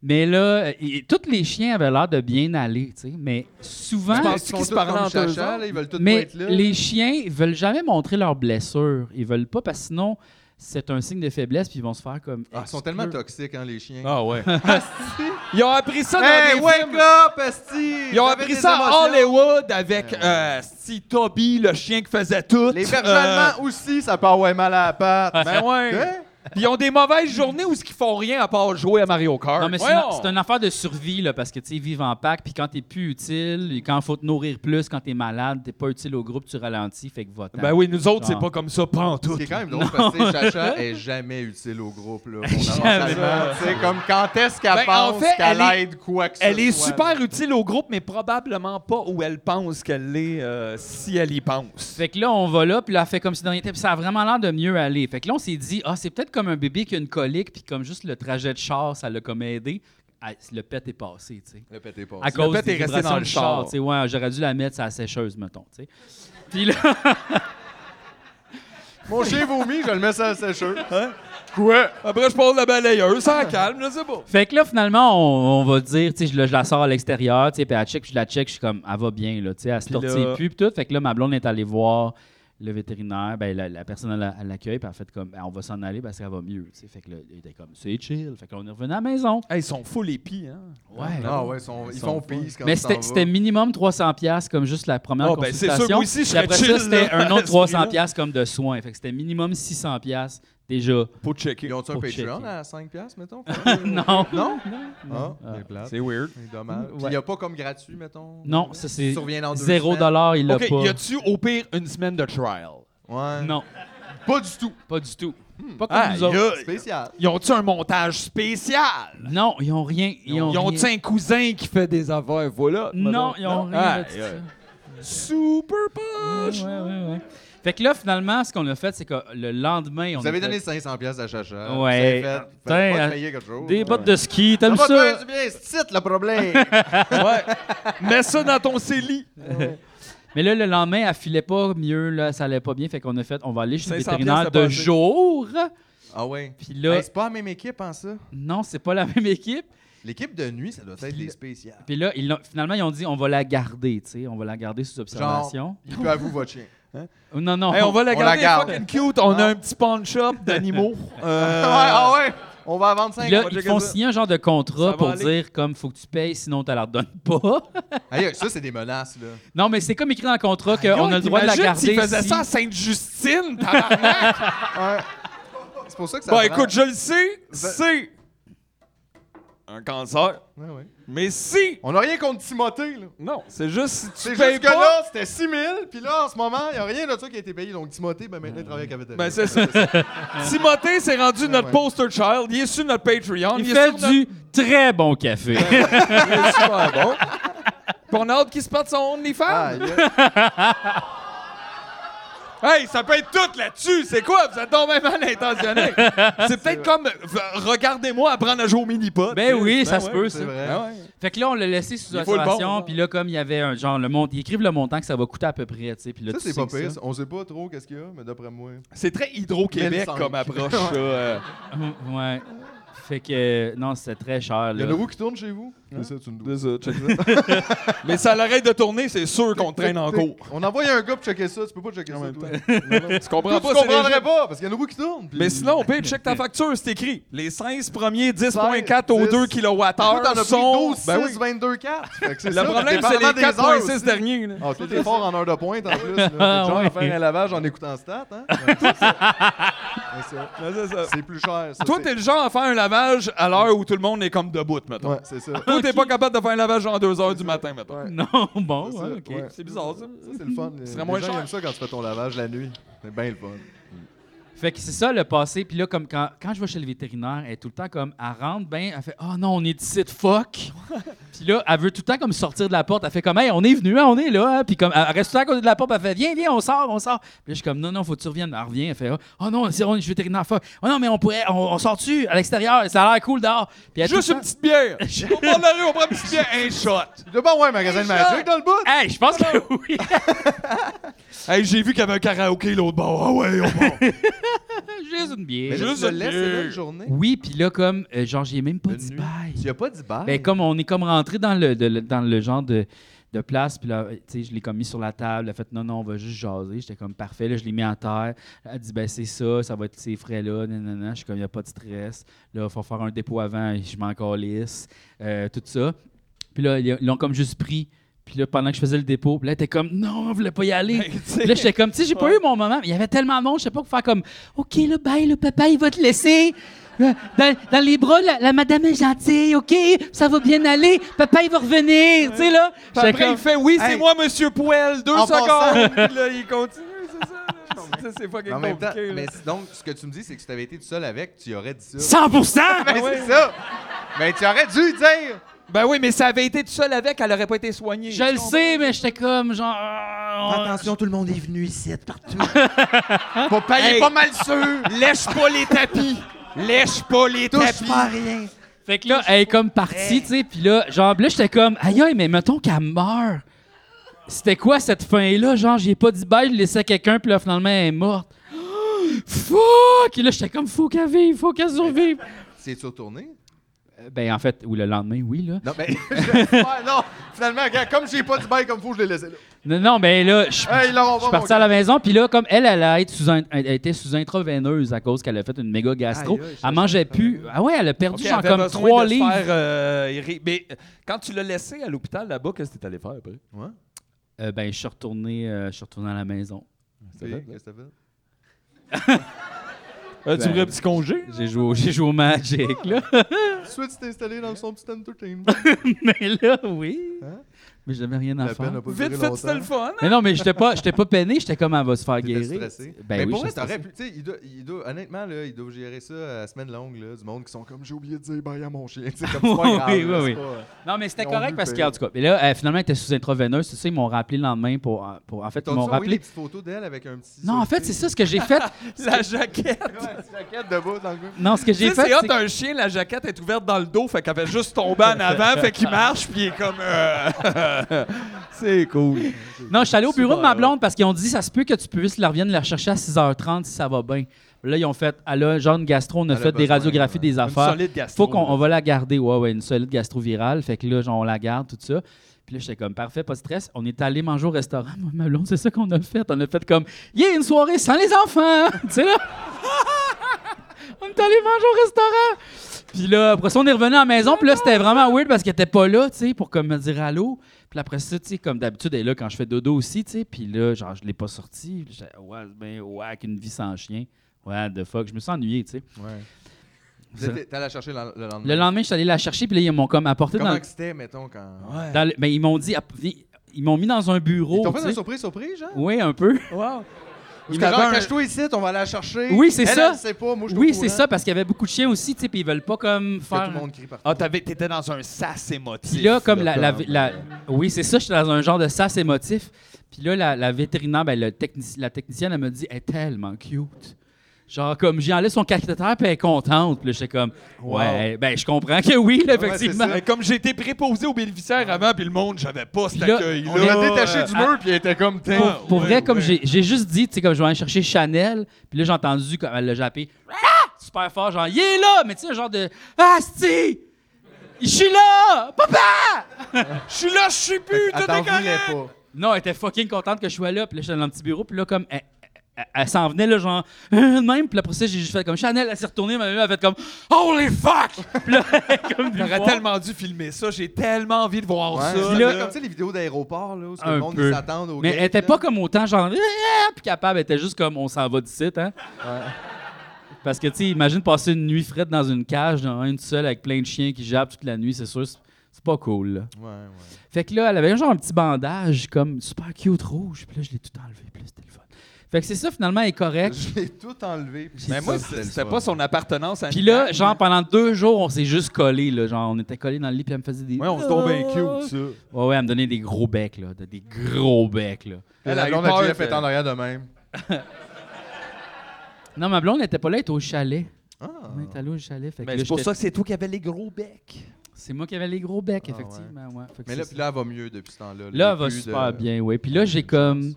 A: Mais là, euh, et- tous les chiens avaient l'air de bien aller, tu sais. Mais souvent,
C: Je pense-
B: Ils
C: Penses-tu
B: sont
C: qu'ils se
B: tous
C: parlent
B: comme
C: entre eux
B: chacha,
C: autres?
B: là, Ils veulent tous pas
A: mais
B: être là.
A: les chiens ils veulent jamais montrer leurs blessures. Ils veulent pas parce que sinon, c'est un signe de faiblesse puis ils vont se faire comme.
B: Ah, ils sont tellement toxiques, hein, les chiens.
C: Ah ouais. Ils ont appris ça dans
B: hey,
C: des
B: wake
C: films.
B: up, Asti!
C: Ils ont
B: Vous avez
C: appris
B: des
C: ça à
B: émotions.
C: Hollywood avec euh, Steve Toby, le chien qui faisait tout.
B: Les bergers
C: Euh,
B: allemands aussi, ça peut avoir mal à la patte.
C: Ben ouais.
B: Hein?
C: Puis ils ont des mauvaises journées où ils font rien à part jouer à Mario Kart.
A: Non, mais c'est
C: Voyons.
A: une- c'est une affaire de survie, là, parce que, tu sais, ils vivent en pack, puis quand t'es plus utile, et quand faut te nourrir plus, quand t'es malade, t'es pas utile au groupe, tu ralentis, fait que va
C: Ben oui, nous autres, c'est
A: Genre.
C: pas comme ça, pas en
B: Ce
C: tout.
B: qui est quand même drôle, parce que Chacha est jamais utile au groupe. Là,
A: Jamais.
B: C'est comme quand est-ce
C: Ben,
B: qu'elle
C: en
B: pense
C: fait,
B: qu'elle
C: elle est-
B: aide quoi que ce
C: Elle est
B: soit,
C: super utile au groupe, mais probablement pas où elle pense qu'elle l'est euh, si elle y pense.
A: Fait que là, on va là, puis là, elle fait comme si de rien n'était, puis ça a vraiment l'air de mieux aller. Fait que là, on s'est dit, ah, c'est peut-être comme un bébé qui a une colique, puis comme juste le trajet de char, ça l'a comme aidé. elle- le pet est passé, tu sais.
B: Le pet est passé.
A: À cause
B: le pet
A: des
B: est resté
A: vibrations
B: dans le
A: du
B: char.
A: tu sais, ouais, j'aurais dû la mettre sur la sécheuse, mettons, tu sais. Puis là,
B: Mon chien vomit, je le mets sur la sécheuse.
C: Quoi? Après, je passe la balayeuse, ça calme, là, c'est bon.
A: fait que là, finalement, on, on va dire, tu sais, je, la- je la sors à l'extérieur, tu sais, puis elle check, puis je la check, je suis comme, elle va bien, là, tu sais, elle se
C: Puis là-
A: tortille plus, puis tout. Fait que là, ma blonde est allée voir le vétérinaire, ben, la, la personne à la- à l'accueil, puis elle a fait comme, Ben, on va s'en aller parce qu'elle va mieux, tu sais. Fait que là, il était comme, c'est chill. Fait qu'on est revenu à la maison.
C: Hey, ils sont full épis, hein?
A: Ouais.
B: Ah ouais, ils, sont- ils
C: sont
B: font
C: fous.
B: pisse quand
A: Mais
B: tu t'en
A: c'était
B: vas.
A: c'était minimum 300 pièces comme juste la première
C: Oh, ben, c'est sûr,
A: consultation.
C: moi aussi, je
A: Puis
C: serais
A: après
C: chill,
A: ça, c'était
C: là,
A: un
C: à
A: autre
C: ce
A: 300
C: prix-là.
A: pièces comme de soins. Fait que c'était minimum 600 pièces déjà.
C: Pour checker.
B: Ils ont-tu un
A: Pour
B: Patreon
A: checker.
B: à 5$, piastres, mettons?
A: Non.
B: Non?
A: Non.
B: Ah, c'est plate.
C: C'est weird.
B: C'est dommage. Puis
A: Ouais.
B: Il n'y a pas comme gratuit, mettons?
A: Non, ça c'est
B: Tu reviens dans deux
A: 0
B: semaines.
A: dollar, il l'a
C: OK,
A: pas.
C: y a-tu au pire une semaine de trial?
B: Ouais.
A: Non,
B: Pas du tout.
A: pas du tout. Pas comme
C: Ah,
A: nous autres.
C: y a-
B: Spécial.
C: Ils ont-tu un montage spécial?
A: Non, ils ont rien, ils ont
C: Ils ont-tu
A: rien.
C: un cousin qui fait des affaires, voilà?
A: Non, ils ont rien. de tout ça.
C: Super poche!
A: Ouais, ouais, ouais. Fait que là finalement, ce qu'on a fait, c'est que le lendemain, on
B: Vous avez
A: était-
B: donné 500$ piastres à Chacha.
A: Ouais.
B: Vous avez fait, vous
A: Putain,
B: faites pas
A: hein.
B: de payer quelque chose.
A: des bottes de ski,
B: Ça
A: t'aimes
B: va
A: ça?
B: te faire du bien, c'est titre le problème.
C: ouais. Mets ça dans ton CELI.
A: Mais là, le lendemain, elle filait pas mieux, là, ça allait pas bien. Fait qu'on a fait, on va aller chez le
C: 500
A: vétérinaire
C: piastres, c'est
A: de
C: pas assez.
A: jour.
B: ah ouais.
A: Puis là,
B: Hey, c'est pas la même équipe, hein, ça?
A: non, c'est pas la même équipe.
B: L'équipe de nuit, ça doit être des spéciales.
A: Puis là, ils l'ont- finalement, ils ont dit, on va la garder, tu sais, on va la garder sous observation.
B: Il peut avouer votre chien.
A: Oh, Non, non.
C: Hey, on va la
B: On la
C: garder
B: garde.
C: fucking cute. On a
B: Ah.
C: un petit pawn shop d'animaux. Euh,
B: Ah ouais, ah ouais. On va à 25.
A: Puis là,
B: on va
A: ils
B: checker
A: font
B: ça.
A: signer un genre de
C: Ça
A: contrat
C: va
A: pour
C: aller.
A: dire, comme, faut que tu payes, sinon tu la redonnes pas.
B: Aïe, ça, c'est des menaces, là.
A: non, mais c'est comme écrit dans le contrat
C: Aïe,
A: qu'on a le droit de la
C: t'imagines
A: garder.
C: S'ils faisaient
A: si-
C: ça à Sainte-Justine, tabarnak!
B: Ouais. C'est pour ça que ça.
C: bon,
B: prend-
C: écoute, je le sais,
B: Ça-
C: c'est un cancer.
B: Ouais, ouais.
C: Mais si!
B: On n'a rien contre Timothée, là.
C: Non, c'est juste si tu
B: C'est
C: payes
B: juste que
C: pas...
B: là, c'était 6 000, puis là, en ce moment, il n'y a rien de ça qui a été payé. Donc, Timothée, ben, maintenant, il travaille avec la
C: Ben,
B: vétérinaire.
C: c'est ça. Timothée s'est rendu notre
B: ouais.
C: poster child. Il est sur notre Patreon.
A: Il
C: est
A: fait
C: sur notre-
A: du très bon café.
B: Ben,
C: Il est super bon. Puis on a hâte qu'il se parte son
B: Ah,
C: OnlyFans.
B: yeah.
C: Hey, ça peut être tout là-dessus. C'est quoi? Vous êtes donc même mal intentionné. C'est peut-être comme euh, regardez-moi apprendre à jouer au mini-pot.
A: ben oui, ça se
C: ouais,
A: peut,
B: c'est
A: ça.
B: vrai.
C: Ah ouais.
A: Fait que là, on l'a laissé sous
C: Il faut le
A: observation,
C: bon.
A: puis là, comme il y avait un genre, le montant, ils écrivent le montant que ça va coûter à peu près, tu sais, puis là,
B: Ça,
A: tu
B: c'est
A: sais
B: pas
A: que ça-
B: pire. ça. On sait pas trop qu'est-ce qu'il y a, mais d'après moi.
C: C'est très Hydro-Québec
B: 1005.
C: comme approche. ça, euh.
A: Ouais. Fait que, euh, non, c'était très cher,
B: Il y
A: là.
B: a une roue qui tourne chez vous? Hein? C'est ça, tu me doutes.
C: Mais ça l'arrête de tourner, c'est sûr qu'on te traîne en cours.
B: On envoyait un gars pour checker ça, tu peux pas checker ça, toi.
C: Tu comprends
B: Toi,
C: pas,
B: tu
C: c'est
B: comprendrais
C: les-
B: pas, parce qu'il y a une roue qui tourne. puis-
C: Mais sinon, paye, check ta facture, c'est écrit. Les 16 premiers 10.4 au
B: 10.
C: 2
B: Toi, t'en
C: kWh
B: as pris
C: sont...
B: 12,
C: Ben
B: 6,
C: oui.
B: 22, 4. Fait que c'est ça,
C: Le problème, c'est les
B: dépendamment des heures
C: 4.6
B: aussi.
C: derniers. là.
B: Ah, toi, t'es fort en heure de pointe, en plus. Là. T'es
A: Ah,
B: genre
A: ouais.
B: à faire un lavage en écoutant stat, hein? Ouais, c'est ça. Ouais, ça.
C: Ben, c'est ça.
B: C'est plus cher, ça.
C: Toi,
B: c'est-
C: t'es le genre à faire un lavage à l'heure où tout le monde est comme debout, mettons.
B: Ouais, c'est ça.
C: Toi, t'es pas capable de faire un lavage en 2 heures du matin, mettons.
B: Ouais.
A: Non, bon,
B: C'est ça,
A: ouais, OK.
B: ouais.
C: C'est bizarre, ça.
B: Ça, c'est le fun. Les,
C: serait moins
B: les gens
C: cher.
B: aiment ça quand tu fais ton lavage la nuit. C'est bien le fun.
A: Fait que c'est ça, le passé. Puis là, comme quand, quand je vais chez le vétérinaire, elle est tout le temps comme, elle rentre, ben, elle fait « Oh non, on est ici de fuck! » Puis là, elle veut tout le temps comme sortir de la porte. Elle fait comme « Hey, on est venu, hein, on est là! hein. Puis comme, elle reste tout le temps à côté de la porte, elle fait « Viens, viens, on sort, on sort! » Puis là, je suis comme « Non, non, faut que tu reviennes. » Elle revient, elle fait « Oh non, c'est- on est chez le vétérinaire, fuck! Oh non, mais on pourrait, on, on sort-tu à l'extérieur? Ça a l'air cool dehors! » Puis elle est
C: Juste
A: tout le
C: une petite bière.
A: temps-
C: On prend de la rue, on prend une petite bière, un shot.
B: De bon, ouais, magasin de Magic dans le bout.
A: Hey, je pense
B: Ah
A: que oui!
C: Hey, j'ai vu qu'il y avait un karaoké l'autre bord. Ah ouais, on part.
A: Juste une bière.
B: Mais là,
C: Juste
B: tu le
C: le
B: laisses
C: lieu.
B: là, une journée.
A: Oui, puis là, comme, euh, genre, j'ai même pas
B: De
A: dit
B: nuit.
A: bye.
B: Tu n'as pas dit bye.
A: Ben, comme on est comme rentré dans le, de- le- dans le genre de, de place, puis là, tu sais, je l'ai comme mis sur la table. Elle a fait non, non, on va juste jaser. J'étais comme parfait. Là, je l'ai mis à terre. Elle a dit, ben, c'est ça, ça va être ces frais-là. nan, nan, nan. Je suis comme, il n'y a pas de stress. Là, il faut faire un dépôt avant. Je m'en calisse. Euh, tout ça. Puis là, ils l'ont comme juste pris. Puis là, pendant que je faisais le dépôt, puis là, elle était comme, non, on voulait pas y aller.
C: Hey, tu sais.
A: Puis là, j'étais comme, tu sais, j'ai pas eu mon moment. mais Il y avait tellement de monde, je sais pas quoi faire comme, OK, là, bye, le papa, il va te laisser. Euh, Dans, dans les bras, la, la madame est gentille, OK, ça va bien aller. Papa, il va revenir, tu sais, là.
C: Puis
A: J'étais
C: après,
A: comme-
C: il fait Oui, c'est
B: Hey.
C: moi, monsieur Poel, deux
B: En
C: secondes. Puis là, il continue, c'est ça. là. Ça, c'est fucking
B: en même temps,
C: compliqué, là.
B: mais c'est- donc, ce que tu me dis, c'est que si tu avais été tout seul avec, tu y aurais dit ça.
A: 100
B: Ben,
C: Ah ouais.
B: c'est ça. Mais tu aurais dû dire.
C: Ben oui, mais ça avait été tout seul avec, elle aurait pas été soignée.
A: Je le sais, mais j'étais comme, genre. ah,
B: tout le monde est venu ici, partout. Papa, il
C: Hey.
B: est pas mal sûr.
C: Lèche pas les tapis. Lèche pas les
B: Touche
C: tapis.
B: pas à rien.
A: Fait que là, elle est comme partie, tu sais. Puis là, genre, là, j'étais comme, aïe, aïe, mais mettons qu'elle meurt. C'était quoi cette fin-là? Genre, j'ai pas dit bye, je laissais quelqu'un, puis là, finalement, elle est morte. Fuck! Et là, j'étais comme, faut qu'elle vive, faut qu'elle survive.
B: C'est retourné?
A: Euh, Ben, en fait, ou le lendemain, oui, là.
B: Non, mais. Ouais, non, finalement, regarde, comme j'ai pas du bail comme faut, je l'ai laissé là.
A: Non, non, mais là, je suis
B: Hey, là, on va. mon
A: parti à
B: gars.
A: la maison, puis là, comme elle, elle a, été sous un- elle a été sous intraveineuse à cause qu'elle a fait une méga gastro,
B: Aïe, aïe, ça,
A: elle mangeait
B: ça,
A: plus. Ah ouais, elle a perdu
C: Ok,
A: genre
C: avait
A: comme
C: besoin
A: trois
C: de se
A: livres.
C: faire, euh, irri- mais euh, quand tu l'as laissé à l'hôpital là-bas, qu'est-ce que t'es allé faire après?
B: Ouais,
A: Euh, ben, je suis retourné, euh, je suis retourné à la maison.
B: c'est
C: fait,
B: qu'est-ce que t'as fait?
C: Euh, tu
A: Ben,
C: voulais un petit congé?
A: J'ai joué, au- j'ai joué au Magic, là.
B: Tout de suite, tu t'es installé dans son petit entertainment.
A: Mais là, oui.
B: Hein?
A: Mais j'avais rien à
B: La peine
A: faire.
B: a pas duré
C: Vite fait, c'était le
B: longtemps.
C: fun.
A: Mais non, mais j'étais pas, j'étais pas peiné, j'étais comme, elle va se faire
B: T'étais
A: guérir.
B: stressé.
A: Ben
B: mais
A: oui,
B: pour
A: j'étais
B: vrai, t'aurais
A: stressé.
B: pu. Tu sais, il doit- il doit- honnêtement, là, ils doivent gérer ça à semaine longue, là, du monde qui sont comme j'ai oublié de dire bye à mon chien. Tu sais, comme c'est
A: Oui,
B: pas grave.
A: oui,
B: là,
A: oui.
B: c'est pas-
A: Non, mais c'était
B: Ils ont
A: correct
B: vu
A: parce que,
B: payer.
A: en tout cas. Mais là, euh, finalement, elle était sous intraveineuse. C'est ça, ils m'ont rappelé le lendemain pour. euh, pour en fait, ils
B: T'as-tu
A: m'ont
B: envoyé
A: rappelé.
B: des petites photos d'elle avec un petit.
A: Non, en fait, c'est ça ce que j'ai fait.
C: La jaquette.
B: Ouais, une petite jaquette de bas dans le coin.
A: Non, ce que
C: Tu
A: j'ai
C: sais,
A: fait.
C: c'est hot,
A: c'est-
C: un chien, la jaquette est ouverte dans le dos, fait qu'elle fait juste tomber en avant, fait qu'il marche, puis il est comme... euh, c'est cool.
A: Non, je suis allé au bureau
C: Super,
A: de ma
C: ouais.
A: blonde parce qu'ils ont dit ça se peut que tu puisses la revienne la rechercher à 6h30 si ça va bien. Là, ils ont fait elle a genre une gastro, on
B: Elle
A: a
B: a
A: fait des
B: besoin,
A: radiographies
B: ouais.
A: des
C: Une
A: affaires.
C: solide gastro.
A: Faut qu'on on va la garder. Ouais, ouais, une solide gastrovirale. Fait que là, genre, on la garde, tout ça. Puis là, j'étais comme, parfait, pas de stress. On est allé manger au restaurant, moi, ma blonde, C'est ça qu'on a fait. On a fait comme, yeah, une soirée sans les enfants. tu sais, là. on est allé manger au restaurant. Puis là, après ça, on est revenu à la maison. Puis là, c'était vraiment weird parce qu'elle était pas là, tu sais, pour comme me dire allô. Puis après ça, tu sais, comme d'habitude, elle est là quand je fais dodo aussi, tu sais. Puis là, genre, je l'ai pas sortie. Puis j'étais, ouais, ben, ouais, qu'une vie sans chien. Ouais, the fuck. Je me suis ennuyé, tu sais.
B: Ouais.
A: Ça-
B: T'es- T'es allé la chercher le le lendemain.
A: Le lendemain, je suis allé la chercher, puis là, ils m'ont comme apporté dans
B: Mm-hmm. Comment
A: le
B: que c'était, mettons, quand.
C: Ouais.
A: Dans le- ben, ils m'ont dit, ah, vi- ils m'ont mis dans un
B: Ils
A: bureau.
B: t'ont fait
A: Oh, tu
B: une
A: sais.
B: surprise, surprise, genre?
A: Oui, un peu.
B: Oh,
C: Wow.
B: Parce
C: Il
B: que
C: m'avait
B: genre,
C: un-
B: Ah, cache-toi ici, on va la chercher.
A: Oui, c'est
B: Elle,
A: ça.
B: Elle, sait pas, moi, je suis au
A: Oui, c'est
B: courant.
A: ça, parce qu'il y avait beaucoup de chiens aussi, tu sais, puis ils veulent pas comme
B: Que
A: faire.
B: tout le monde crie partout.
C: Ah, t'avais- t'étais dans un sas émotif.
A: Puis là, comme la, la-
C: comme-
A: la- oui, c'est ça, j'étais dans un genre de sas émotif. Puis là, la, la vétérinaire, ben, le technici- la technicienne, elle me dit, elle est tellement cute. Genre, comme, j'ai enlevé son cathéter, puis elle est contente. Puis là, j'étais comme, ouais, ben, je comprends que oui, là,
B: Ouais,
A: effectivement.
B: c'est
C: Mais comme j'étais préposé aux bénéficiaires avant, puis le monde, j'avais pas cet
A: Puis là,
C: accueil-là.
B: On l'a
A: est-
B: détaché du
A: euh, Oh,
B: mur, puis elle était comme. Tiens.
C: Ah, Ouais.
A: pour vrai, comme j'ai- j'ai juste dit, tu sais, comme je vais aller chercher Chanel, puis là, j'ai entendu comme elle l'a jappé. Ah! Super fort, genre, il est là! Mais tu sais, un genre de. Ah, si! Je suis là! Papa!
C: Je suis là, je suis plus,
B: Elle
C: tout
B: t'en
C: est
B: voulait
C: correct.
B: pas.
A: Non, elle était fucking contente que je sois là, puis là, j'étais dans le petit bureau, puis là, comme. Elle, elle- elle s'en venait, là, genre, euh, de même, puis après ça, j'ai juste fait comme Chanel, elle s'est retournée, ma mère, elle a fait comme Holy fuck! Puis là, elle est comme venue
C: J'aurais
A: voir.
C: tellement dû filmer ça, j'ai tellement envie de voir
B: Ouais,
C: ça.
B: c'est
A: là-
B: comme tu sais, les vidéos d'aéroport, là, où ce que
A: Un
B: le monde
A: peu.
B: ils s'attendent au
A: Mais
B: gate,
A: elle était
B: là.
A: pas comme autant, genre, Ah! puis capable, elle était juste comme, on s'en va d'ici, hein? Parce que, tu sais, imagine passer une nuit frette dans une cage, dans une seule, avec plein de chiens qui jappent toute la nuit, c'est sûr, c'est c'est pas cool, là.
B: Ouais, ouais.
A: Fait que là, elle avait genre un petit bandage, comme super cute rouge, puis là, je l'ai tout enlevé, puis là, c'était le fun. Fait que c'est ça, finalement, elle est correct.
B: Je l'ai tout enlevé. puis
C: Mais
B: ça,
C: moi,
B: le
C: c'était
B: fun.
C: pas son appartenance à
A: Puis là, genre, pendant deux jours, on s'est juste collés, là. Genre, on était collés dans le lit, puis elle me faisait des.
C: Ouais, on se tombe bien
A: Ah.
C: cute, ça.
A: Ouais, ouais, elle me donnait des gros becs, là. de- Des gros becs, là.
B: Puis
C: Elle a
B: La
C: eu
B: blonde a
C: peur
B: dit, elle fait
C: de-
B: en arrière de même.
A: Non, ma blonde n'était pas là, elle était au chalet.
B: Ah.
A: On est allé au chalet. Fait que
C: Mais
A: là,
C: c'est pour
A: j'étais-
C: ça que c'est toi qui avais les gros becs.
A: C'est moi qui avais les gros becs,
B: Ah,
A: effectivement. ouais. Fait que
B: Mais
A: c'est
B: là,
A: ça.
B: puis là, elle va mieux depuis ce temps-là.
A: Là,
B: Il y a
A: elle va
B: plus de-
A: super bien, oui. Puis là, j'ai comme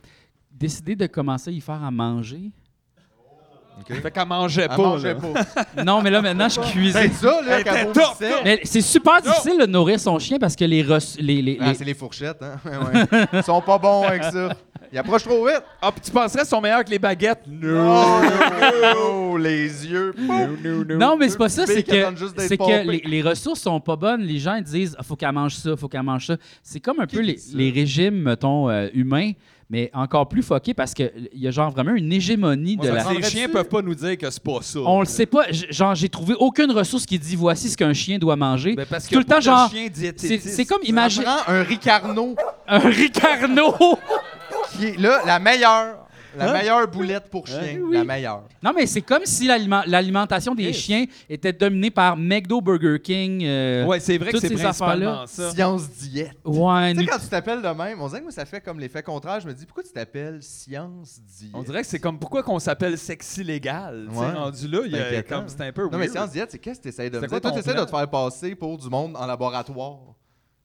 A: décidé de commencer à y faire à manger.
B: OK.
C: Fait qu'elle mangeait pas.
B: Elle mangeait
C: là.
B: pas.
A: Non, mais là, maintenant, je
B: C'est
A: cuisine.
B: ça, là,
C: Elle
B: quand
C: était
B: on
C: top,
B: vissait.
C: top.
A: Mais c'est super difficile de nourrir son chien parce que les... reçu- les, les-
B: Ah,
A: les-
B: c'est les fourchettes, hein? Ouais, ouais. Ils sont pas bons avec ça. Ils approchent trop vite.
C: Ah, puis tu penserais qu'ils sont meilleurs que les baguettes?
B: Oh, no, no, les yeux. pouf.
A: Non, mais c'est pas ça,
B: Deux
A: c'est
B: pics
A: que,
B: attendent juste d'être
A: c'est que
B: pompés.
A: les, les ressources sont pas bonnes. Les gens ils disent Ah, faut qu'elle mange ça, faut qu'elle mange ça. C'est comme un
B: Qui
A: peu
B: dit
A: les,
B: ça?
A: les régimes, mettons, euh, humains, mais encore plus fuckés parce qu'il y a genre vraiment une hégémonie
B: Moi,
A: de
B: ça
A: la.
B: prend-
C: Les chiens peuvent pas nous dire que c'est pas ça.
A: On le sait pas. J- Genre, j'ai trouvé aucune ressource qui dit voici ce qu'un chien doit manger.
C: Ben, parce que
A: Tout le temps,
C: beaucoup de
A: genre.
C: chiens
A: C'est
C: diététistes-
A: c'est comme,
B: Ça
A: imagine,
B: prend un Ricardo
A: un Ricardo.
B: qui est là la meilleure. La
C: Hein?
B: meilleure boulette pour chien.
A: Euh, oui.
B: La meilleure.
A: Non, mais c'est comme si l'aliment- l'alimentation des
C: Yes.
A: chiens était dominée par McDo, Burger King. euh,
C: Ouais, c'est vrai que
A: toutes
C: c'est
A: ces
C: principalement ça.
B: Science diète.
A: ouais,
B: Tu sais,
A: nu-
B: quand tu t'appelles de même, on dirait que moi, ça fait comme l'effet contraire. Je me dis, pourquoi tu t'appelles science diète?
C: On dirait que c'est comme pourquoi qu'on s'appelle sexy légal. tu sais,
B: Ouais.
C: rendu là, il y
B: C'est
C: a
B: inquiétant.
C: comme c'est un peu
B: Non, mais
C: weird.
B: science diète, c'est qu'est-ce que tu essaies de
C: C'est
B: me
C: quoi
B: dire? Toi,
C: ton
B: tu essaies
C: plan?
B: de te faire passer pour du monde en laboratoire.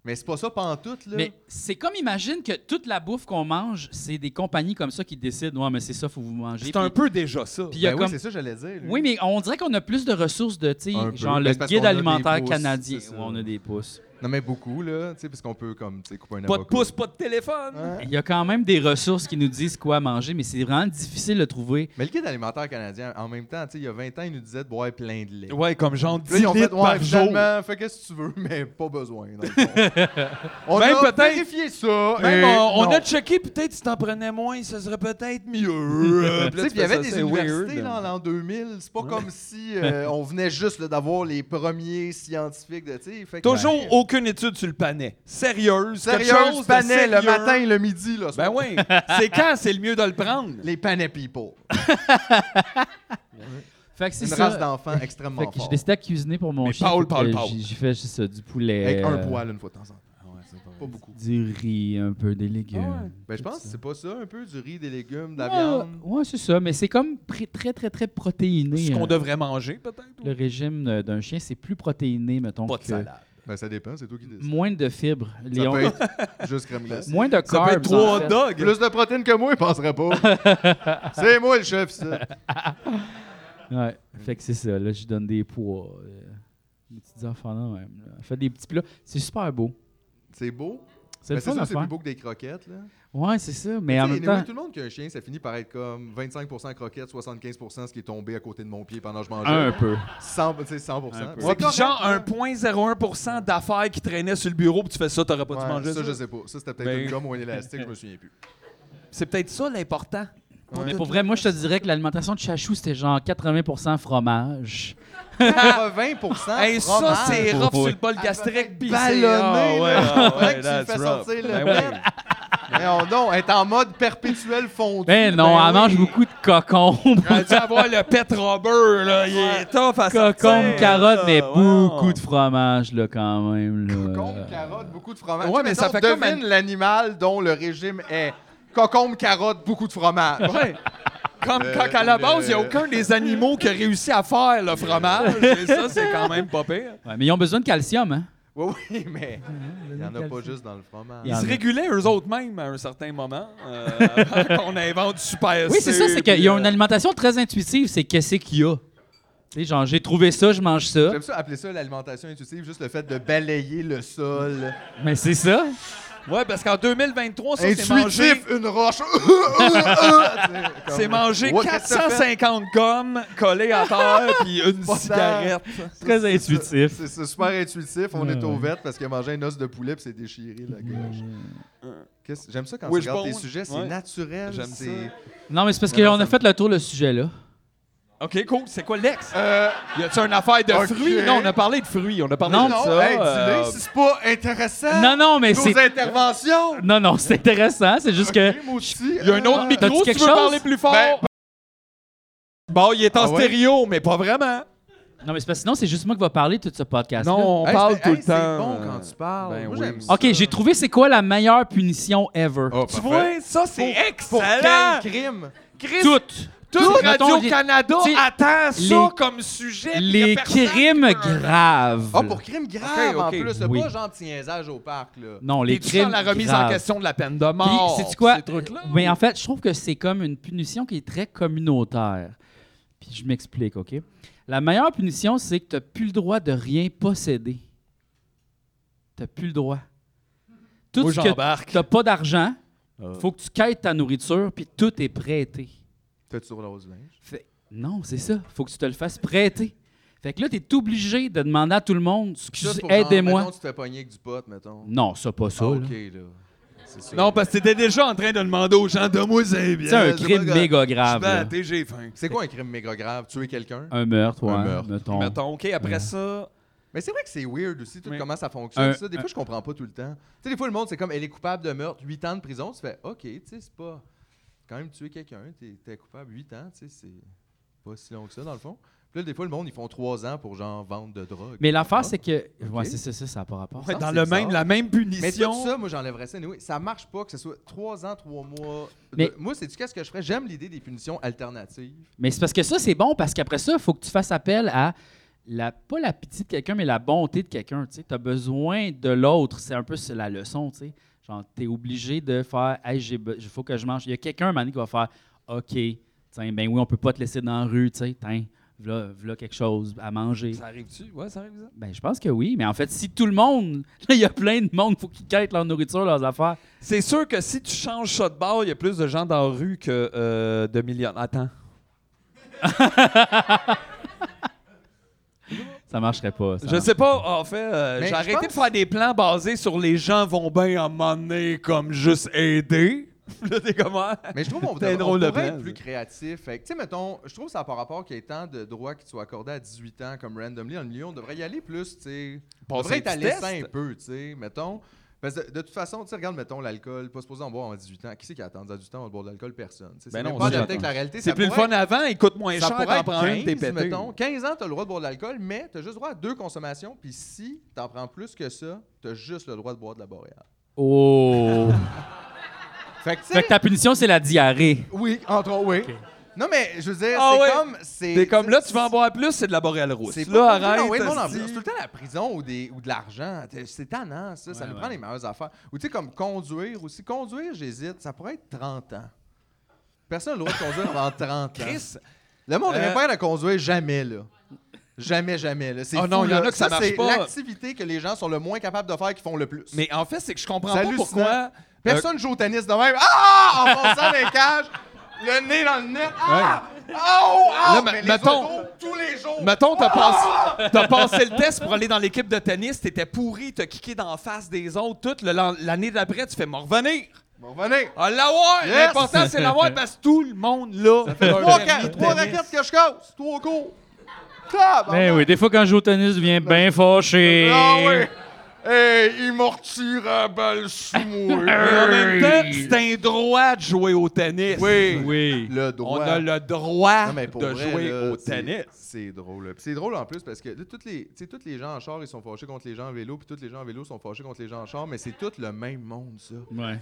B: Mais c'est pas ça pantoute, là.
A: Mais c'est comme, imagine que toute la bouffe qu'on mange, c'est des compagnies comme ça qui décident, ouais, mais c'est ça, faut vous manger.
C: C'est
A: Puis-
C: un peu déjà ça.
A: Puis il y a
B: Ben oui,
A: comme-
B: c'est ça que j'allais dire. lui.
A: Oui, mais on dirait qu'on a plus de ressources de, tu sais,
B: Un peu.
A: genre
B: Mais
A: le
B: c'est parce
A: guide
B: qu'on a des
A: alimentaire
B: pouces,
A: canadien.
B: c'est ça.
A: Ouais, on a des pouces.
B: Non, mais beaucoup, là. Tu sais, parce qu'on peut, comme, tu sais, couper un
C: Pas de
B: avocat.
C: pouce, pas de téléphone.
B: Hein?
A: Il y a quand même des ressources qui nous disent quoi manger, mais c'est vraiment difficile de trouver.
B: Mais le guide alimentaire canadien, en même temps, tu sais, il y a 20 ans, il nous disait de boire plein de lait.
C: Ouais, comme genre
B: Puis là,
C: 10
B: ils ont fait,
C: litres
B: ouais,
C: par jour.
B: finalement, fais qu'est-ce que tu veux, mais pas besoin. dans le fond. on
C: Même
B: a
C: peut-être-
B: vérifié ça.
C: Même,
B: et
C: on, on
B: Euh, non.
C: a checké, peut-être si t'en prenais moins, ce serait peut-être mieux. Puis là,
B: Tu sais,
C: tu
B: puis il y
C: fais
B: avait
C: ça,
B: des
C: c'est
B: universités
C: weird.
B: là, en l'an 2000. C'est pas comme si euh, on venait juste là, d'avoir les premiers scientifiques de. tu sais, fait que-
C: Toujours
B: Ouais.
C: aucune étude sur le panais. Sérieuse, quelque chose
B: Sérieuse,
C: de
B: panais le
C: sérieux.
B: matin et le midi. Là,
C: Ben
B: soir.
C: oui, c'est quand c'est le mieux de le prendre.
B: Les panais people.
C: Ah,
A: Fait que c'est
B: Une
A: ça.
B: race d'enfants extrêmement
A: Fait que j'ai
B: forte.
A: décidé à cuisiner pour mon
C: Mais
A: chien.
C: Paul,
A: fait que
C: Paul, Paul.
A: j'ai- J'ai fait juste ça, du poulet.
B: Avec un
A: euh,
B: poil une fois de temps en temps. Pas beaucoup.
A: Du riz, un peu des légumes.
B: Ben, je pense que c'est pas ça, un peu du riz, des légumes, de la
A: Ouais,
B: viande.
A: Ouais, c'est ça, mais c'est comme pré- très, très, très protéiné.
C: Ce qu'on
A: hein.
C: devrait manger, peut-être.
A: Le
C: ou
A: régime de- d'un chien, c'est plus protéiné, mettons.
C: Pas de
A: que-
C: salade.
B: Ben, ça dépend, c'est toi qui décides.
A: Moins de fibres.
B: Ça
A: Léon.
B: peut être juste crème glacée.
A: Moins de
C: Ça
A: carbs.
C: peut être trois
A: en fait.
C: dogs.
B: Plus de protéines que moi, il penserait pas. c'est moi le chef, ça.
A: Ouais, fait que c'est ça. Là, je lui donne des poids. euh, des petites enfants là même. là. Elle fait des petits plats. C'est super beau.
B: C'est beau.
A: C'est
B: Ben,
A: le
B: c'est
A: fun
B: sûr
A: à
B: que c'est plus
A: faire.
B: beau que des croquettes, là.
A: Ouais, c'est ça. Mais en
B: Tu sais,
A: même
B: anyway,
A: temps,
B: tout le monde qui a un chien, ça finit par être comme 25% croquettes, 75% ce qui est tombé à côté de mon pied pendant que je mangeais.
A: un peu.
B: 100, tu sais, 100%.
A: Un peu.
B: C'est
C: Ouais, puis
B: correct,
C: genre
B: hein.
C: 1,01% d'affaires qui traînaient sur le bureau, puis tu fais ça, t'aurais pas
B: Ouais,
C: dû manger
B: ça,
C: ça.
B: je sais pas. Ça, c'était peut-être
C: Ben-
B: une gomme ou un élastique, je me souviens plus.
C: C'est peut-être ça l'important.
A: Mais pour vrai, moi, je te dirais que l'alimentation de Chachou, c'était genre 80 fromage.
B: 80%
C: Hey, ça,
B: fromage.
C: c'est rough
A: Ouais.
C: sur le bol gastrique, puis c'est-
B: Hein? ballonné,
C: ah, ouais,
B: là.
C: ah, ouais,
B: Fait que tu
C: that's
B: le fais
C: rough.
B: sortir le
C: Ben
B: pet.
C: oui.
B: Mais on, non, elle est en mode perpétuel fondu.
A: Ben non, elle mange beaucoup de cocon.
C: Rendu à voir le pet robber, là, il est tough
B: Ah,
C: à
A: cocon,
C: sortir,
A: carotte,
C: là.
A: mais
C: Wow.
A: beaucoup de fromage, là, quand même. là.
B: Concombre, carotte, beaucoup de fromage.
C: Ouais,
B: Tu sais,
C: mais ça
B: mettons,
C: fait comme
B: devine l'animal dont le régime est concombre, carotte, beaucoup de fromage.
C: Ouais. Comme
B: Euh,
C: quand à la
B: le-
C: base, il n'y a aucun des animaux qui a réussi à faire le fromage. Et ça, c'est quand même pas pire.
A: Ouais, mais ils ont besoin de calcium, hein?
B: Oui, oui, mais il n'y en a pas juste dans le fromage.
A: Il y
C: Ils
A: en
C: se
A: a.
C: régulaient eux autres même à un certain moment. Euh, avant qu'on invente du super euh.
A: Oui, c'est ça, c'est qu'il y
B: euh,
A: a une
C: un
A: alimentation très intuitive, c'est qu'est-ce qu'il y a. Tu sais, genre, j'ai trouvé ça, je mange ça.
B: J'aime ça appeler ça l'alimentation intuitive, juste le fait de balayer le sol.
A: Mais c'est ça.
C: Ouais, parce qu'en 2023, ça, c'est mangé.
B: Intuitif, une roche.
C: C'est manger
B: Ouais, qu'est-ce que t'as fait?
C: 450 gommes collées à terre puis une
B: Pas tant.
C: cigarette.
A: Très intuitif.
B: C'est c'est super intuitif. On
A: Ouais,
B: est au
A: ouais.
B: vet parce qu'il a mangé un os de poulet puis c'est déchiré la gorge. Qu'est-ce- J'aime ça quand
C: Oui,
B: tu
C: je
B: regardes tes
C: pense.
B: sujets, c'est
C: Ouais.
B: naturel.
C: J'aime
B: c'est- Euh,
A: Non, mais c'est parce
B: Mais non,
A: qu'on
B: ça
A: a
B: me-
A: fait le tour le sujet, là.
C: OK, cool. C'est quoi l'ex?
B: Euh,
C: Y a-tu une affaire de
B: Ok.
C: fruits? Non, on a parlé de fruits. On a parlé
A: Non,
C: de
B: non,
C: ça.
B: hey,
C: euh,
B: dis-le, si c'est pas intéressant.
A: Non, non, mais c'est.
B: nos interventions.
A: Non, non, c'est intéressant. C'est juste que.
B: Ok, moi aussi,
C: Il y a un
B: euh,
C: autre micro, si
A: Ah. T'as-tu
C: tu veux
A: quelque chose?
C: parler plus fort.
B: Ben,
C: bon, il est en
B: Ah ouais?
C: stéréo, mais pas vraiment.
A: Non, mais c'est parce que sinon, c'est juste moi qui va parler tout ce podcast.
C: Non, on
B: hey,
C: parle
B: c'est-
C: tout
B: hey,
C: le temps.
B: C'est bon quand tu parles.
C: Ben
B: Moi,
C: oui.
B: j'aime ça.
A: OK, j'ai trouvé c'est quoi la meilleure punition ever.
B: Ah,
C: Tu
B: parfait.
C: vois, ça, c'est
B: Pour
C: excellent.
B: quel crime?
C: Chris,
A: Toutes.
C: tout
A: Mettons,
C: Radio-Canada
A: les- tu sais,
C: attend ça
A: les-
C: comme sujet. puis y a
A: Les
C: personne qui
A: crimes
C: peut-
A: graves.
B: Ah, pour crime
C: Ok,
B: grave
C: ok.
B: en plus. là,
A: Oui.
B: Pas genre tiensage au parc. là.
A: Non, les
C: T'es-tu dans
A: crimes.
C: la remise en
A: graves.
C: question de la peine de
A: Puis,
C: mort.
A: sais-tu quoi?
C: Ces trucs-là.
A: Mais en fait, je trouve que c'est comme une punition qui est très communautaire. Puis je m'explique, OK? La meilleure punition, c'est que tu n'as plus le droit de rien posséder. Tu n'as plus le droit. Tout
C: Moi,
A: ce que
C: j'embarque.
A: tu n'as pas d'argent,
C: Ah.
A: faut que tu quêtes ta nourriture, puis tout est prêté.
B: Fais-tu sur le du linge?
A: Fait- non, c'est ça. faut que tu te le fasses prêter. Fait que là, tu es obligé de demander à tout le monde,
B: Juste
A: excusez,
B: pour genre, mettons,
A: aidez-moi.
B: tu te fais pogner avec du pot, mettons.
A: Non, ça, pas ça.
B: Ah,
A: là.
B: ok, là. C'est ça.
C: Non, parce que t'étais déjà en train de demander aux gens de moi, c'est bien.
A: Euh. C'est un
B: Euh, c'est
A: crime
B: pas grave.
A: méga
C: Je suis
A: grave. là.
C: batté, j'ai faim.
B: C'est quoi un crime méga grave? Tuer quelqu'un?
A: Un meurtre, ouais.
B: Un meurtre.
A: mettons.
C: Mettons, OK, après ça...
B: Mais c'est vrai que c'est weird aussi, tout
C: Oui.
B: comment ça fonctionne.
A: Un-
B: ça. Des
A: un-
B: fois, je comprends pas tout le temps. Tu sais, des fois, le monde, c'est comme elle est coupable de meurtre, 8 ans de prison. Tu fais OK, tu sais, c'est pas. quand même tuer quelqu'un, t'es t'es coupable 8 ans, tu sais, c'est pas si long que ça, dans le fond. Puis là, des fois, le monde, ils font 3 ans pour, genre, vente de drogue.
A: Mais l'affaire,
B: Ah.
A: c'est que. Ouais,
B: Ok.
A: c'est ça, ça, ça n'a pas rapport.
B: Ouais,
C: dans
B: c'est
C: le
B: bizarre.
C: même, la même
B: Mais
C: punition.
B: tout ça, moi, j'enlèverais ça. anyway. Ça marche pas que ce soit 3 ans, 3 mois. de-
A: Mais-
B: Moi, c'est du cas ce que je ferais. J'aime l'idée des punitions alternatives.
A: Mais c'est parce que ça, c'est bon, parce qu'après ça, il faut que tu fasses appel à. La, pas la pitié de quelqu'un, mais la bonté de quelqu'un. Tu as besoin de l'autre. C'est un peu c'est la leçon. tu sais. Genre, tu es obligé de faire Hey, il faut que je mange. Il y a quelqu'un, Mané, qui va faire OK, tiens, ben oui, on peut pas te laisser dans la rue. tu sais. Tiens, voilà, quelque chose à manger.
C: Ça arrive-tu? Ouais, ça arrive ça.
A: Ben, je pense que oui, mais en fait, si tout le monde, là, il y a plein de monde, faut qu'ils quittent leur nourriture, leurs affaires.
C: C'est sûr que si tu changes ça de bord, il y a plus de gens dans la rue que euh, de millionnaires. Attends.
A: Ça marcherait pas. ça
C: Je sais pas, en fait, euh,
B: Mais
C: j'ai
B: je
C: arrêté de
B: pense-
C: faire des plans basés sur les gens vont bien à un moment donné, comme juste aider. là, t'es ah, comment?
B: Mais je trouve qu'on
C: T'as
B: devrait
C: une drôle de hein.
B: on pourrait
C: plan,
B: être plus
C: ça.
B: créatif. Fait que, Tu sais, mettons, je trouve que ça n'a pas rapport qu'il y ait tant de droits qui soient accordés à 18 ans comme randomly en milieu. On devrait y aller plus, tu sais.
C: Passer
B: On devrait être
C: un
B: à
C: petit
B: l'essai un
C: test.
B: peu, tu sais. Mettons. Parce que de, de toute façon, tu sais, regarde, mettons, l'alcool, pas supposé en boire à 18 ans. Qui c'est qui a attendu à 18 ans on va boire de l'alcool? Personne. Tu sais,
C: Ben
B: c'est
C: non,
B: même pas
A: c'est
B: adapté avec
A: certain.
B: la réalité.
C: C'est
B: Ça
C: plus le
B: pourrait
C: fun avant, il coûte moins
B: ça
C: cher,
B: pourrait
C: t'en
B: être
C: prends un, t'es
B: 15,
C: pété.
B: mettons. 15 ans, tu as le droit de boire de l'alcool, mais tu as juste droit à deux consommations. Puis si tu en prends plus que ça, tu as juste le droit de boire de la boréale.
A: Oh!
B: Fait que, tu sais,
A: fait que ta punition, c'est la diarrhée.
B: oui, entre autres, oui. Non, mais je veux dire,
C: Ah
B: c'est
C: ouais.
B: comme. c'est-
C: T'es comme là,
B: c'est-
C: tu vas en boire plus, c'est de la boréale rousse.
B: C'est
C: Là,
B: pas- non,
C: arrête.
B: ouais, non, non,
C: esti.
B: C'est tout le temps la prison ou, des, ou de l'argent. T'es- C'est tannant, ça. ça
A: Ouais,
B: nous
A: ouais.
B: prend les meilleures affaires. Ou tu sais, comme conduire aussi. Conduire, j'hésite. Ça pourrait être 30 ans. Personne n'a le droit de conduire avant 30 ans.
C: Chris,
B: Le monde
C: Euh,
B: n'aurait pas à conduire jamais, là. Jamais, jamais. Là. C'est
C: Ah
B: fou,
C: non, il y en
B: là.
C: a que ça marche
B: c'est
C: pas.
B: l'activité que les gens sont le moins capables de faire qui font le plus.
C: mais en fait, c'est que je comprends
B: C'est
C: pas pourquoi.
B: hallucinant. Euh, Personne joue au tennis de même. Ah! En fonçant les cages, le nez dans le net. Ah! Oh! Ah!
C: Là,
B: mais
C: me-
B: les
C: mettons-
B: autos, tous les jours.
C: euh, Mettons, t'as
B: Ah!
C: passé, t'as passé le test pour aller dans l'équipe de tennis, t'étais pourri, t'as kické dans la face des autres, toute le- l'an- l'année d'après, tu fais m'en revenir.
B: Bon, venez.
C: Ah, l'avoir!
B: Yes!
C: L'important, c'est l'avoir parce que tout le monde là. Ça fait
B: Trois, ca- trois raquettes que je casse. Trois cours. Club!
A: Ben oui, des fois, quand je joue au tennis, je viens bien fâché.
B: Ah oui. Hey, il m'a retiré la balle sous moi.
C: en même temps, c'est un droit de jouer au tennis.
B: Oui.
A: Oui.
B: Le
C: On
B: droit.
C: a le droit
B: Non, mais pour
C: de
B: vrai,
C: jouer
B: là,
C: au
B: c'est-
C: tennis.
B: C'est drôle. là. Puis C'est drôle en plus parce que là, toutes les, tu sais, toutes les gens en char, ils sont fâchés contre les gens en vélo, puis tous les gens en vélo sont fâchés contre les gens en char, mais c'est tout le même monde, ça.
A: Ouais.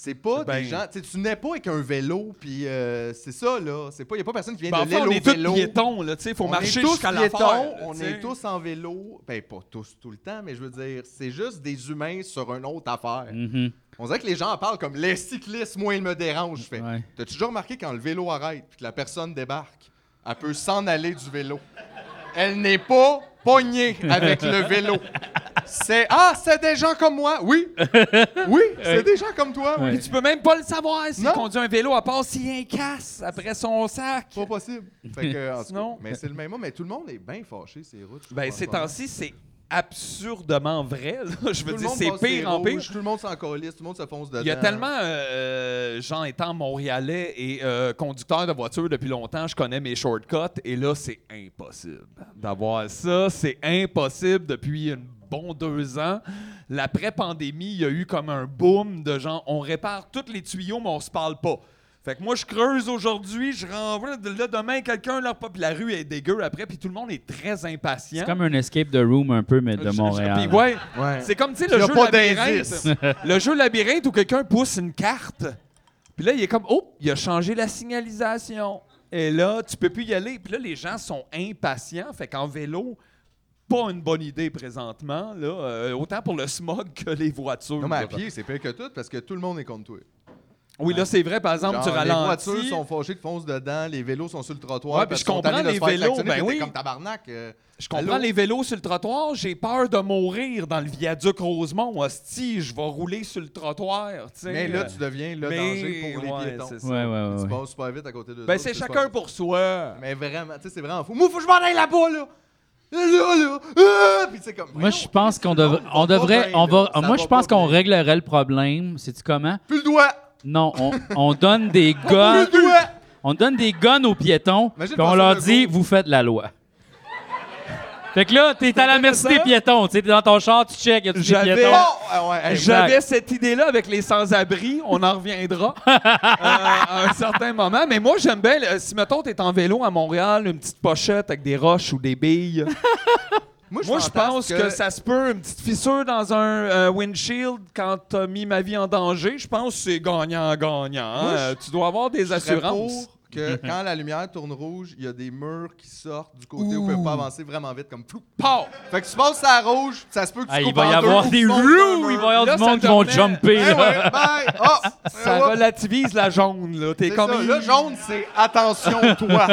B: C'est pas
C: Ben-
B: des gens. tu sais, Tu n'es pas avec un vélo, puis euh, c'est ça, là. Il n'y a pas personne qui vient
C: Ben,
B: de
C: enfin,
B: l'aile
C: on
B: au
C: est tous
B: vélo.
C: piétons, là, tu sais, faut
B: On
C: marcher
B: est tous
C: jusqu'à la
B: piétons,
C: fin.
B: on est tous en vélo. Ben, pas tous tout le temps, mais je veux dire, c'est juste des humains sur une autre affaire.
C: Mm.
A: Mhm.
B: On dirait que les gens en parlent comme les cyclistes, moi, ils me dérangent. Je fais.
A: Ouais.
B: T'as-tu déjà remarqué quand le vélo arrête puis que la personne débarque, elle peut s'en aller du vélo. Elle n'est pas pognée avec le vélo. C'est Ah, c'est des gens comme moi. Oui. Oui, c'est des gens comme toi. Oui.
A: Ouais.
C: Tu peux même pas le savoir s'il
B: Non.
C: conduit un vélo à part s'il y a un casse après son sac.
B: Pas possible. Fait que, en tout cas,
C: Sinon-
B: mais c'est le même mot, mais tout le monde est bien fâché, ces routes. je
C: Ben,
B: trouve, en
C: ces
B: ce moment.
C: temps-ci, c'est absurdement vrai. là. Je veux
B: Tout le
C: dire,
B: monde
C: c'est
B: passe les
C: pire en pire.
B: rouges, Tout le monde s'en calisse, tout le monde se fonce dedans.
C: Il y a tellement, euh, gens étant montréalais et euh, conducteur de voiture depuis longtemps, je connais mes shortcuts et là, c'est impossible d'avoir ça. C'est impossible depuis une bon deux ans. L'après-pandémie, il y a eu comme un boom de gens. On répare tous les tuyaux, mais on se parle pas. Fait que moi, je creuse aujourd'hui, je renvoie. Là, demain, quelqu'un, là, puis la rue est dégueu après, puis tout le monde est très impatient.
A: C'est comme un escape the room un peu, mais de
C: Je- je-
A: Montréal.
C: puis ouais,
B: Ouais.
C: c'est comme, tu sais,
B: Il
C: le
B: y a
C: jeu
B: pas
C: labyrinthe. le jeu labyrinthe où quelqu'un pousse une carte. Puis là, il est comme, oh, il a changé la signalisation. Et là, tu peux plus y aller. Puis là, les gens sont impatients. Fait qu'en vélo, pas une bonne idée présentement. Là, euh, autant pour le smog que les voitures.
B: Non, mais à
C: là.
B: pied, c'est pire que tout parce que tout le monde est contre toi.
C: Oui, là, c'est vrai. Par exemple, tu
B: Genre, les
C: ralentis.
B: voitures sont fâchées, de foncent dedans, les vélos sont sur le trottoir.
C: Ouais,
B: parce
C: puis je
B: qu'ils sont
C: comprends
B: tannés de se
C: les
B: faire
C: vélos,
B: klaxonner,
C: ben
B: puis t'es
C: oui.
B: comme tabarnak. euh,
C: Je comprends
B: Allô?
C: les vélos sur le trottoir. J'ai peur de mourir dans le viaduc Rosemont. Hostie, je vais rouler sur le trottoir. tu sais.
B: Mais là, tu deviens le
C: mais-
B: danger pour les
C: ouais,
B: piétons.
C: c'est ça.
A: Ouais, ouais, ouais,
B: Tu
A: ouais.
B: passes super vite à côté de
C: Ben, c'est chacun pour soi. Euh,
B: Mais vraiment, tu sais, c'est vraiment fou. Moi, faut que je m'en aille là-bas, là! Là, là, là! Ah! Puis c'est comme...
A: Moi,
B: voyons,
A: je pense qu'on devrait,
B: monde va
A: on
B: pas
A: devrait,
B: bien,
A: on
B: là.
A: va,
B: Ça
A: moi,
B: va
A: je pense
B: pas
A: qu'on
B: bien.
A: réglerait le problème. Sais-tu comment?
B: Plus le doigt!
A: Non, on, on donne des guns,
B: Plus le doigt!
A: on donne des guns aux piétons,
B: Imagine
A: puis on
B: passer
A: leur
B: le
A: dit,
B: go.
A: vous faites la loi. Fait que là, t'es à la merci des piétons. Tu sais, t'es dans ton char, tu check, y a-tu des
C: J'avais-
A: piétons?
B: Oh! Ah ouais, hey,
A: Je- Exact.
C: J'avais cette idée-là avec les sans-abri, on en reviendra euh, à un certain moment. Mais moi, j'aime bien, le- si mettons, t'es en vélo à Montréal, une petite pochette avec des roches ou des billes. Moi, je pense que... ça se peut, une petite fissure dans un euh, windshield quand t'as mis ma vie en danger. Je pense que c'est gagnant-gagnant. hein.
B: Moi, je-
C: Euh, tu dois avoir des
B: je serais
C: assurances.
B: pour que quand la lumière tourne rouge, il y a des murs qui sortent du côté où on peut pas avancer vraiment vite, comme flou.
C: Pow!
B: Fait que tu passes à rouge, ça se hein. peut que tu
A: Ah, il
B: coupes
A: va y
B: en deux
A: avoir
B: ou
A: des
B: tu fonces dans
A: roues,
B: un mur.
A: il va y avoir
C: Là,
A: du
C: ça
A: monde qui vont
C: permet-
A: jumper.
B: Eh
A: là.
B: ouais, bye! Ah!
C: Ça
B: Eh ouais.
C: relativise la jaune, là. T'es
B: C'est
C: comme...
B: ça, Le jaune, c'est attention, toi.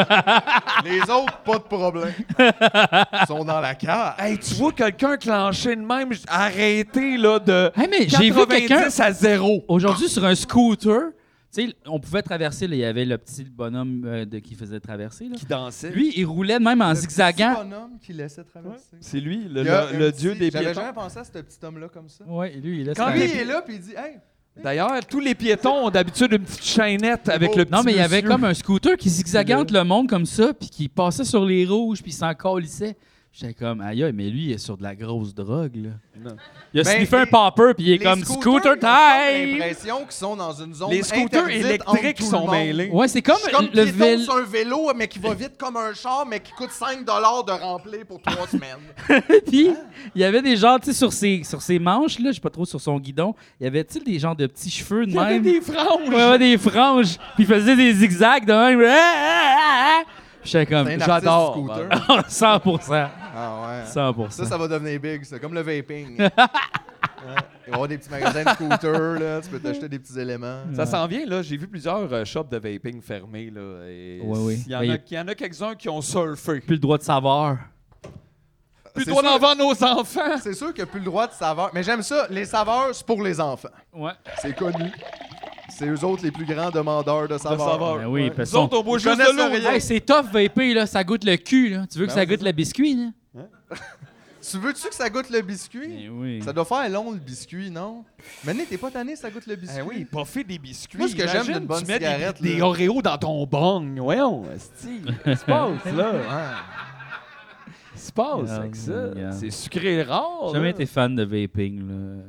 B: Les autres, pas de problème. Ils sont dans la carte.
C: Hey, tu vois quelqu'un clencher de même, j- arrêtez, là, de
A: Hey, mais j'ai vu quelqu'un
C: 90 à 0.
A: aujourd'hui sur un scooter. Tu sais, on pouvait traverser. là, Il y avait le petit bonhomme euh, de, qui faisait traverser. Là.
C: Qui dansait.
A: Lui, il roulait de même en
B: Le
A: zigzagant.
B: petit bonhomme qui laissait traverser.
C: C'est lui, le,
B: Il y a
C: le-
B: un
C: le
B: petit-
C: dieu des
B: J'avais
C: piétons.
B: jamais pensé à ce petit homme-là comme ça.
A: Ouais, lui, il laisse
C: Quand
B: Lui,
A: traverser.
B: il est là, puis il dit Hey,
C: D'ailleurs, tous les piétons ont d'habitude une petite chaînette avec
B: beau.
C: le petit
A: Non, mais il y avait
C: monsieur.
A: comme un scooter qui zigzagait entre le monde comme ça, puis qui passait sur les rouges, puis il s'en colissait. J'étais comme, aïe, aïe, mais lui, il est sur de la grosse drogue, là.
C: Non.
A: Il a
B: Ben,
A: sniffé un
B: les-
A: popper, puis il est
B: Les
A: comme
B: scooters,
A: scooter
B: ils ont comme
A: time!
B: l'impression qu'ils sont dans une zone
C: Les scooters
B: interdite entre
C: électriques
B: tout le
C: sont
B: monde.
C: mêlés.
A: Ouais, c'est comme,
B: Je suis comme
A: le
B: le
A: vélo.
B: sur un vélo, mais qui va vite comme un char, mais qui coûte 5 de remplir pour 3 semaines.
A: Puis, il y avait des gens, tu sais, sur ses, sur ses manches, là, je sais pas trop, sur son guidon, il y avait-tu des genres de petits cheveux de
C: Il y avait
A: même?
C: des franges.
A: Ouais, ouais, des franges, puis il faisait des zigzags de même. Ah, ah, ah, ah. J'étais comme,
B: C'est un
A: genre,
C: j'adore,
B: artiste scooter.
A: 100%.
B: Ah ouais.
A: 100%.
B: Ça, ça va devenir big, c'est comme le vaping. Ouais. Il va y avoir des petits magasins de scooters, là, tu peux t'acheter des petits éléments.
C: Ça s'en vient, là. J'ai vu plusieurs euh, shops de vaping fermés, là. et
A: Ouais, ouais.
C: Il y en
A: Ben,
C: a,
A: il-
C: il y en a quelques-uns qui ont surfé.
A: Plus le droit de savoir.
C: Plus
B: C'est
C: doit d'en
B: sûr-
C: vendre aux enfants.
B: C'est sûr qu'il n'y a plus le droit de saveur. Mais j'aime ça, les saveurs, c'est pour les enfants.
A: Ouais.
B: C'est connu. C'est eux autres les plus grands demandeurs de saveurs.
C: saveurs.
A: Ben oui,
C: Ouais.
A: parce
C: Nous autres, on boit
B: Ils
C: juste
B: connaissent
C: de l'eau.
B: rien.
A: Hey, c'est tough vaper, là. Ça goûte le cul, là. Tu veux que
B: Ben
A: ça
B: oui,
A: goûte
B: c'est
A: le biscuit, là?
B: Tu veux-tu que ça goûte le biscuit?
A: Ben oui.
B: Ça doit faire long le biscuit, non? Maintenant, t'es pas tanné, ça goûte le biscuit.
C: Eh oui, il fait des biscuits.
B: Moi, ce que j'aime
C: Imagine,
B: d'une bonne
C: tu mets des-
B: cigarette,
C: Des,
B: là.
C: Oreos dans ton bong. Voyons, esti, qu'est-ce qui se passe, là?
B: Ah.
C: Qu'est-ce qui se passe
A: Yeah,
C: avec ça?
A: yeah.
C: C'est sucré rare.
A: jamais
C: là.
A: été fan de vaping, là.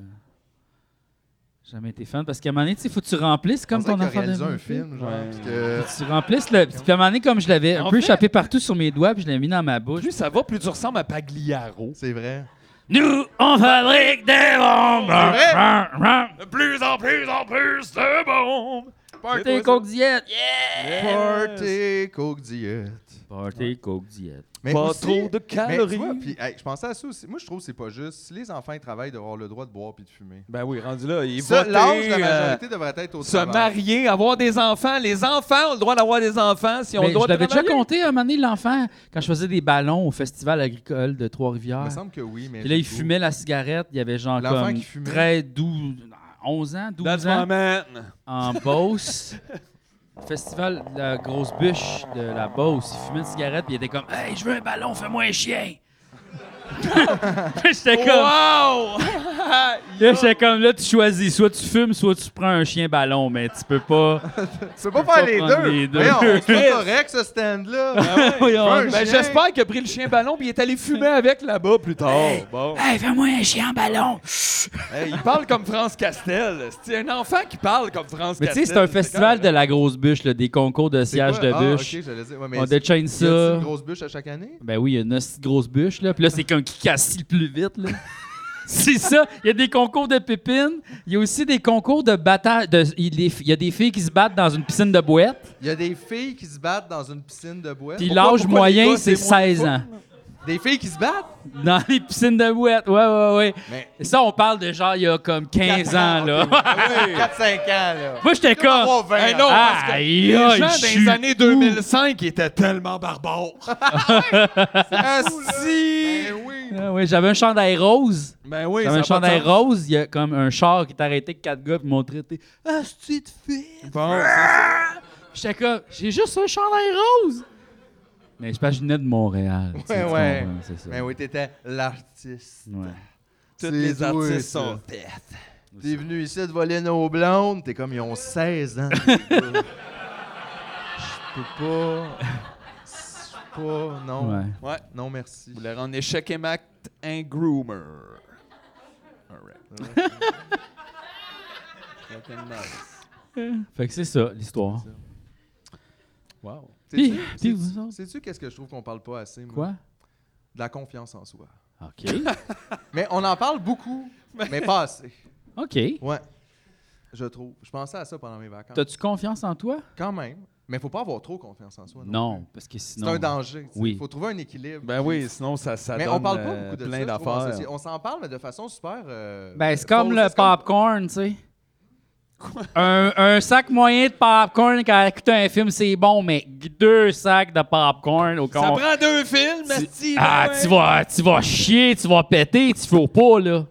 A: Jamais été fan. Parce qu'à un moment donné, tu sais, faut que tu remplisses comme
B: On dirait
A: ton
B: qu'il a réalisé
A: enfant de
B: un
A: vaping.
B: film, genre,
C: Ouais.
B: parce que...
A: Tu remplisses le. Puis à un moment donné, comme je l'avais un
C: En
A: peu
C: fait-
A: échappé partout sur mes doigts, puis je l'ai mis dans ma bouche.
C: Plus ça va, plus tu ressembles à Pagliaro.
B: C'est vrai.
A: Nous, on fabrique des bombes!
B: vrai?
A: Ram, ram.
C: De plus en plus en plus de bombes.
A: Party Coke Diet! Yeah!
B: Party Coke Diet.
A: Party Coke Diet.
B: Mais
C: Pas
B: aussi-
C: trop de
B: mais
C: calories.
B: tu vois, puis, hey, je pensais à ça aussi. Moi, je trouve que c'est pas juste. Si les enfants ils travaillent, ils doivent avoir le droit de boire puis de fumer.
C: Ben oui, rendu là, il
B: Ça,
C: va euh,
B: l'âge de la
A: euh,
B: majorité devrait être au
C: se
B: travail.
C: marier, avoir des enfants. Les enfants ont le droit d'avoir des enfants si on
A: Mais
C: doit
A: je l'avais déjà
C: travailler.
A: compté à un moment donné, l'enfant, quand je faisais des ballons au festival agricole de
B: Il
A: Trois-Rivières.
B: me semble que oui, mais...
A: Puis là,
B: j'ai
A: il
B: le goût.
A: fumait la cigarette. Il y avait genre
B: L'enfant
A: comme
B: qui fumait.
A: 13, 12, 11 ans, 12
C: That's my
A: ans
C: man.
A: en Beauce. Festival de la grosse bûche de la Beauce. Il fumait une cigarette puis il était comme « Hey, je veux un ballon, fais-moi un chien! » Puis J'étais comme...
C: Wow!
A: Là, j'étais comme là, tu choisis. Soit tu fumes, soit tu prends un chien ballon, mais tu peux pas.
B: Tu peux pas faire les
A: prendre
B: deux.
A: les deux.
B: Voyons, c'est pas
C: Chris.
B: correct, ce stand-là.
A: Voyons.
B: un
C: Ben,
B: chien.
C: j'espère qu'il a pris le chien ballon puis il est allé fumer avec là-bas plus tard. Bon.
A: Hey, fais-moi un chien ballon!
C: Hey, il parle comme France Castel. C'est un enfant qui parle comme France
A: Mais tu
C: Castel.
A: sais, c'est un festival de la grosse bûche, là, des concours de
B: C'est quoi?
A: sièges de
B: Ah,
A: bûche.
B: ok, j'allais dire. Ouais, mais
A: On
B: c'est-
A: déchaîne
B: y a-t-il
A: ça.
B: une grosse bûche à chaque année?
A: Ben oui, il y a une hostie de grosse bûche, là. Puis là, c'est comme qui casse le plus vite, là. c'est ça. Il y a des concours de pépines. Il y a aussi des concours de bataille. de- il y a des- il y a des filles qui se battent dans une piscine de boîte.
B: Il y a des filles qui se battent dans une piscine de boîte.
A: Puis
C: Pourquoi-
A: l'âge
C: pourquoi les
A: moyen,
C: gars,
A: c'est
C: c'est moins
A: 16
C: fun?
A: ans.
B: Des filles qui se battent?
A: Dans les piscines de boîte. Ouais, ouais, ouais.
B: Mais...
A: Et ça, on parle de genre, il y a comme 15 ans, là.
C: Ah
B: Oui, 4-5 ans, là.
A: Moi, j'étais
B: Comme
A: comme.
B: avoir 20
C: Hey,
B: ans.
C: non, parce que
A: Aïe,
C: les gens
A: aïe, je
C: dans
A: suis
C: les années
A: fou.
C: 2005 étaient tellement barbares.
B: Asti! Ben oui!
A: Ah ouais, j'avais un chandail rose.
C: Ben oui,
A: J'avais
C: ça
A: un
C: a pas de
A: chandail
C: sens.
A: rose. Il y a comme un char qui t'a arrêté avec quatre gars puis ils m'ont traité. Ah, c'est de fille.
C: Bon, ça,
A: J'étais comme, j'ai juste un chandail rose. Mais je pense que je venais de Montréal. tu
B: Ouais,
A: sais, tu
B: ouais.
A: comprends, c'est ça.
B: Ben oui, t'étais l'artiste.
A: Ouais.
C: tous
B: C'est
C: les
B: doué,
C: artistes
B: ça.
C: sont têtes.
B: T'es venu ici de voler nos blondes, t'es comme ils ont 16 ans. les gars. Je peux pas. Je pas. Non.
A: Ouais.
C: Ouais.
B: Non, merci.
C: Vous voulez rendre échec et mact un groomer. Alright.
A: Fait que c'est ça, l'histoire.
C: Wow.
A: hein. Puis-
B: Sais-tu-
A: puis
B: sais-tu-
A: vous autres?
B: Sais-tu qu'est-ce que je trouve qu'on parle pas assez, moi?
A: Quoi?
B: De la confiance en soi.
A: OK.
B: Mais on en parle beaucoup, mais pas assez.
A: OK.
B: Ouais. Je trouve. Je pensais à ça pendant mes vacances.
A: T'as-tu confiance en toi?
B: Quand même. Mais faut pas avoir trop confiance en soi.
A: Non,
B: Non. plus.
A: parce que
B: C'est
A: sinon...
B: un danger. Il
A: Oui.
B: faut trouver un équilibre.
C: Ben oui, sinon ça, ça
B: Mais
C: donne
B: on parle pas
C: euh,
B: beaucoup de
C: plein
B: ça, je trouve, en
C: d'affaires.
B: société. On s'en parle, mais de façon super. euh,
A: Ben, c'est
B: fausse.
A: comme le popcorn, tu sais. Un, un sac moyen de popcorn quand écoute un film, c'est bon, mais deux sacs de popcorn au
C: Ça
A: con-
C: prend deux films, esti,
A: Ah,
C: là,
A: tu
C: ouais.
A: vas, tu vas chier, tu vas péter, tu fais pas, là.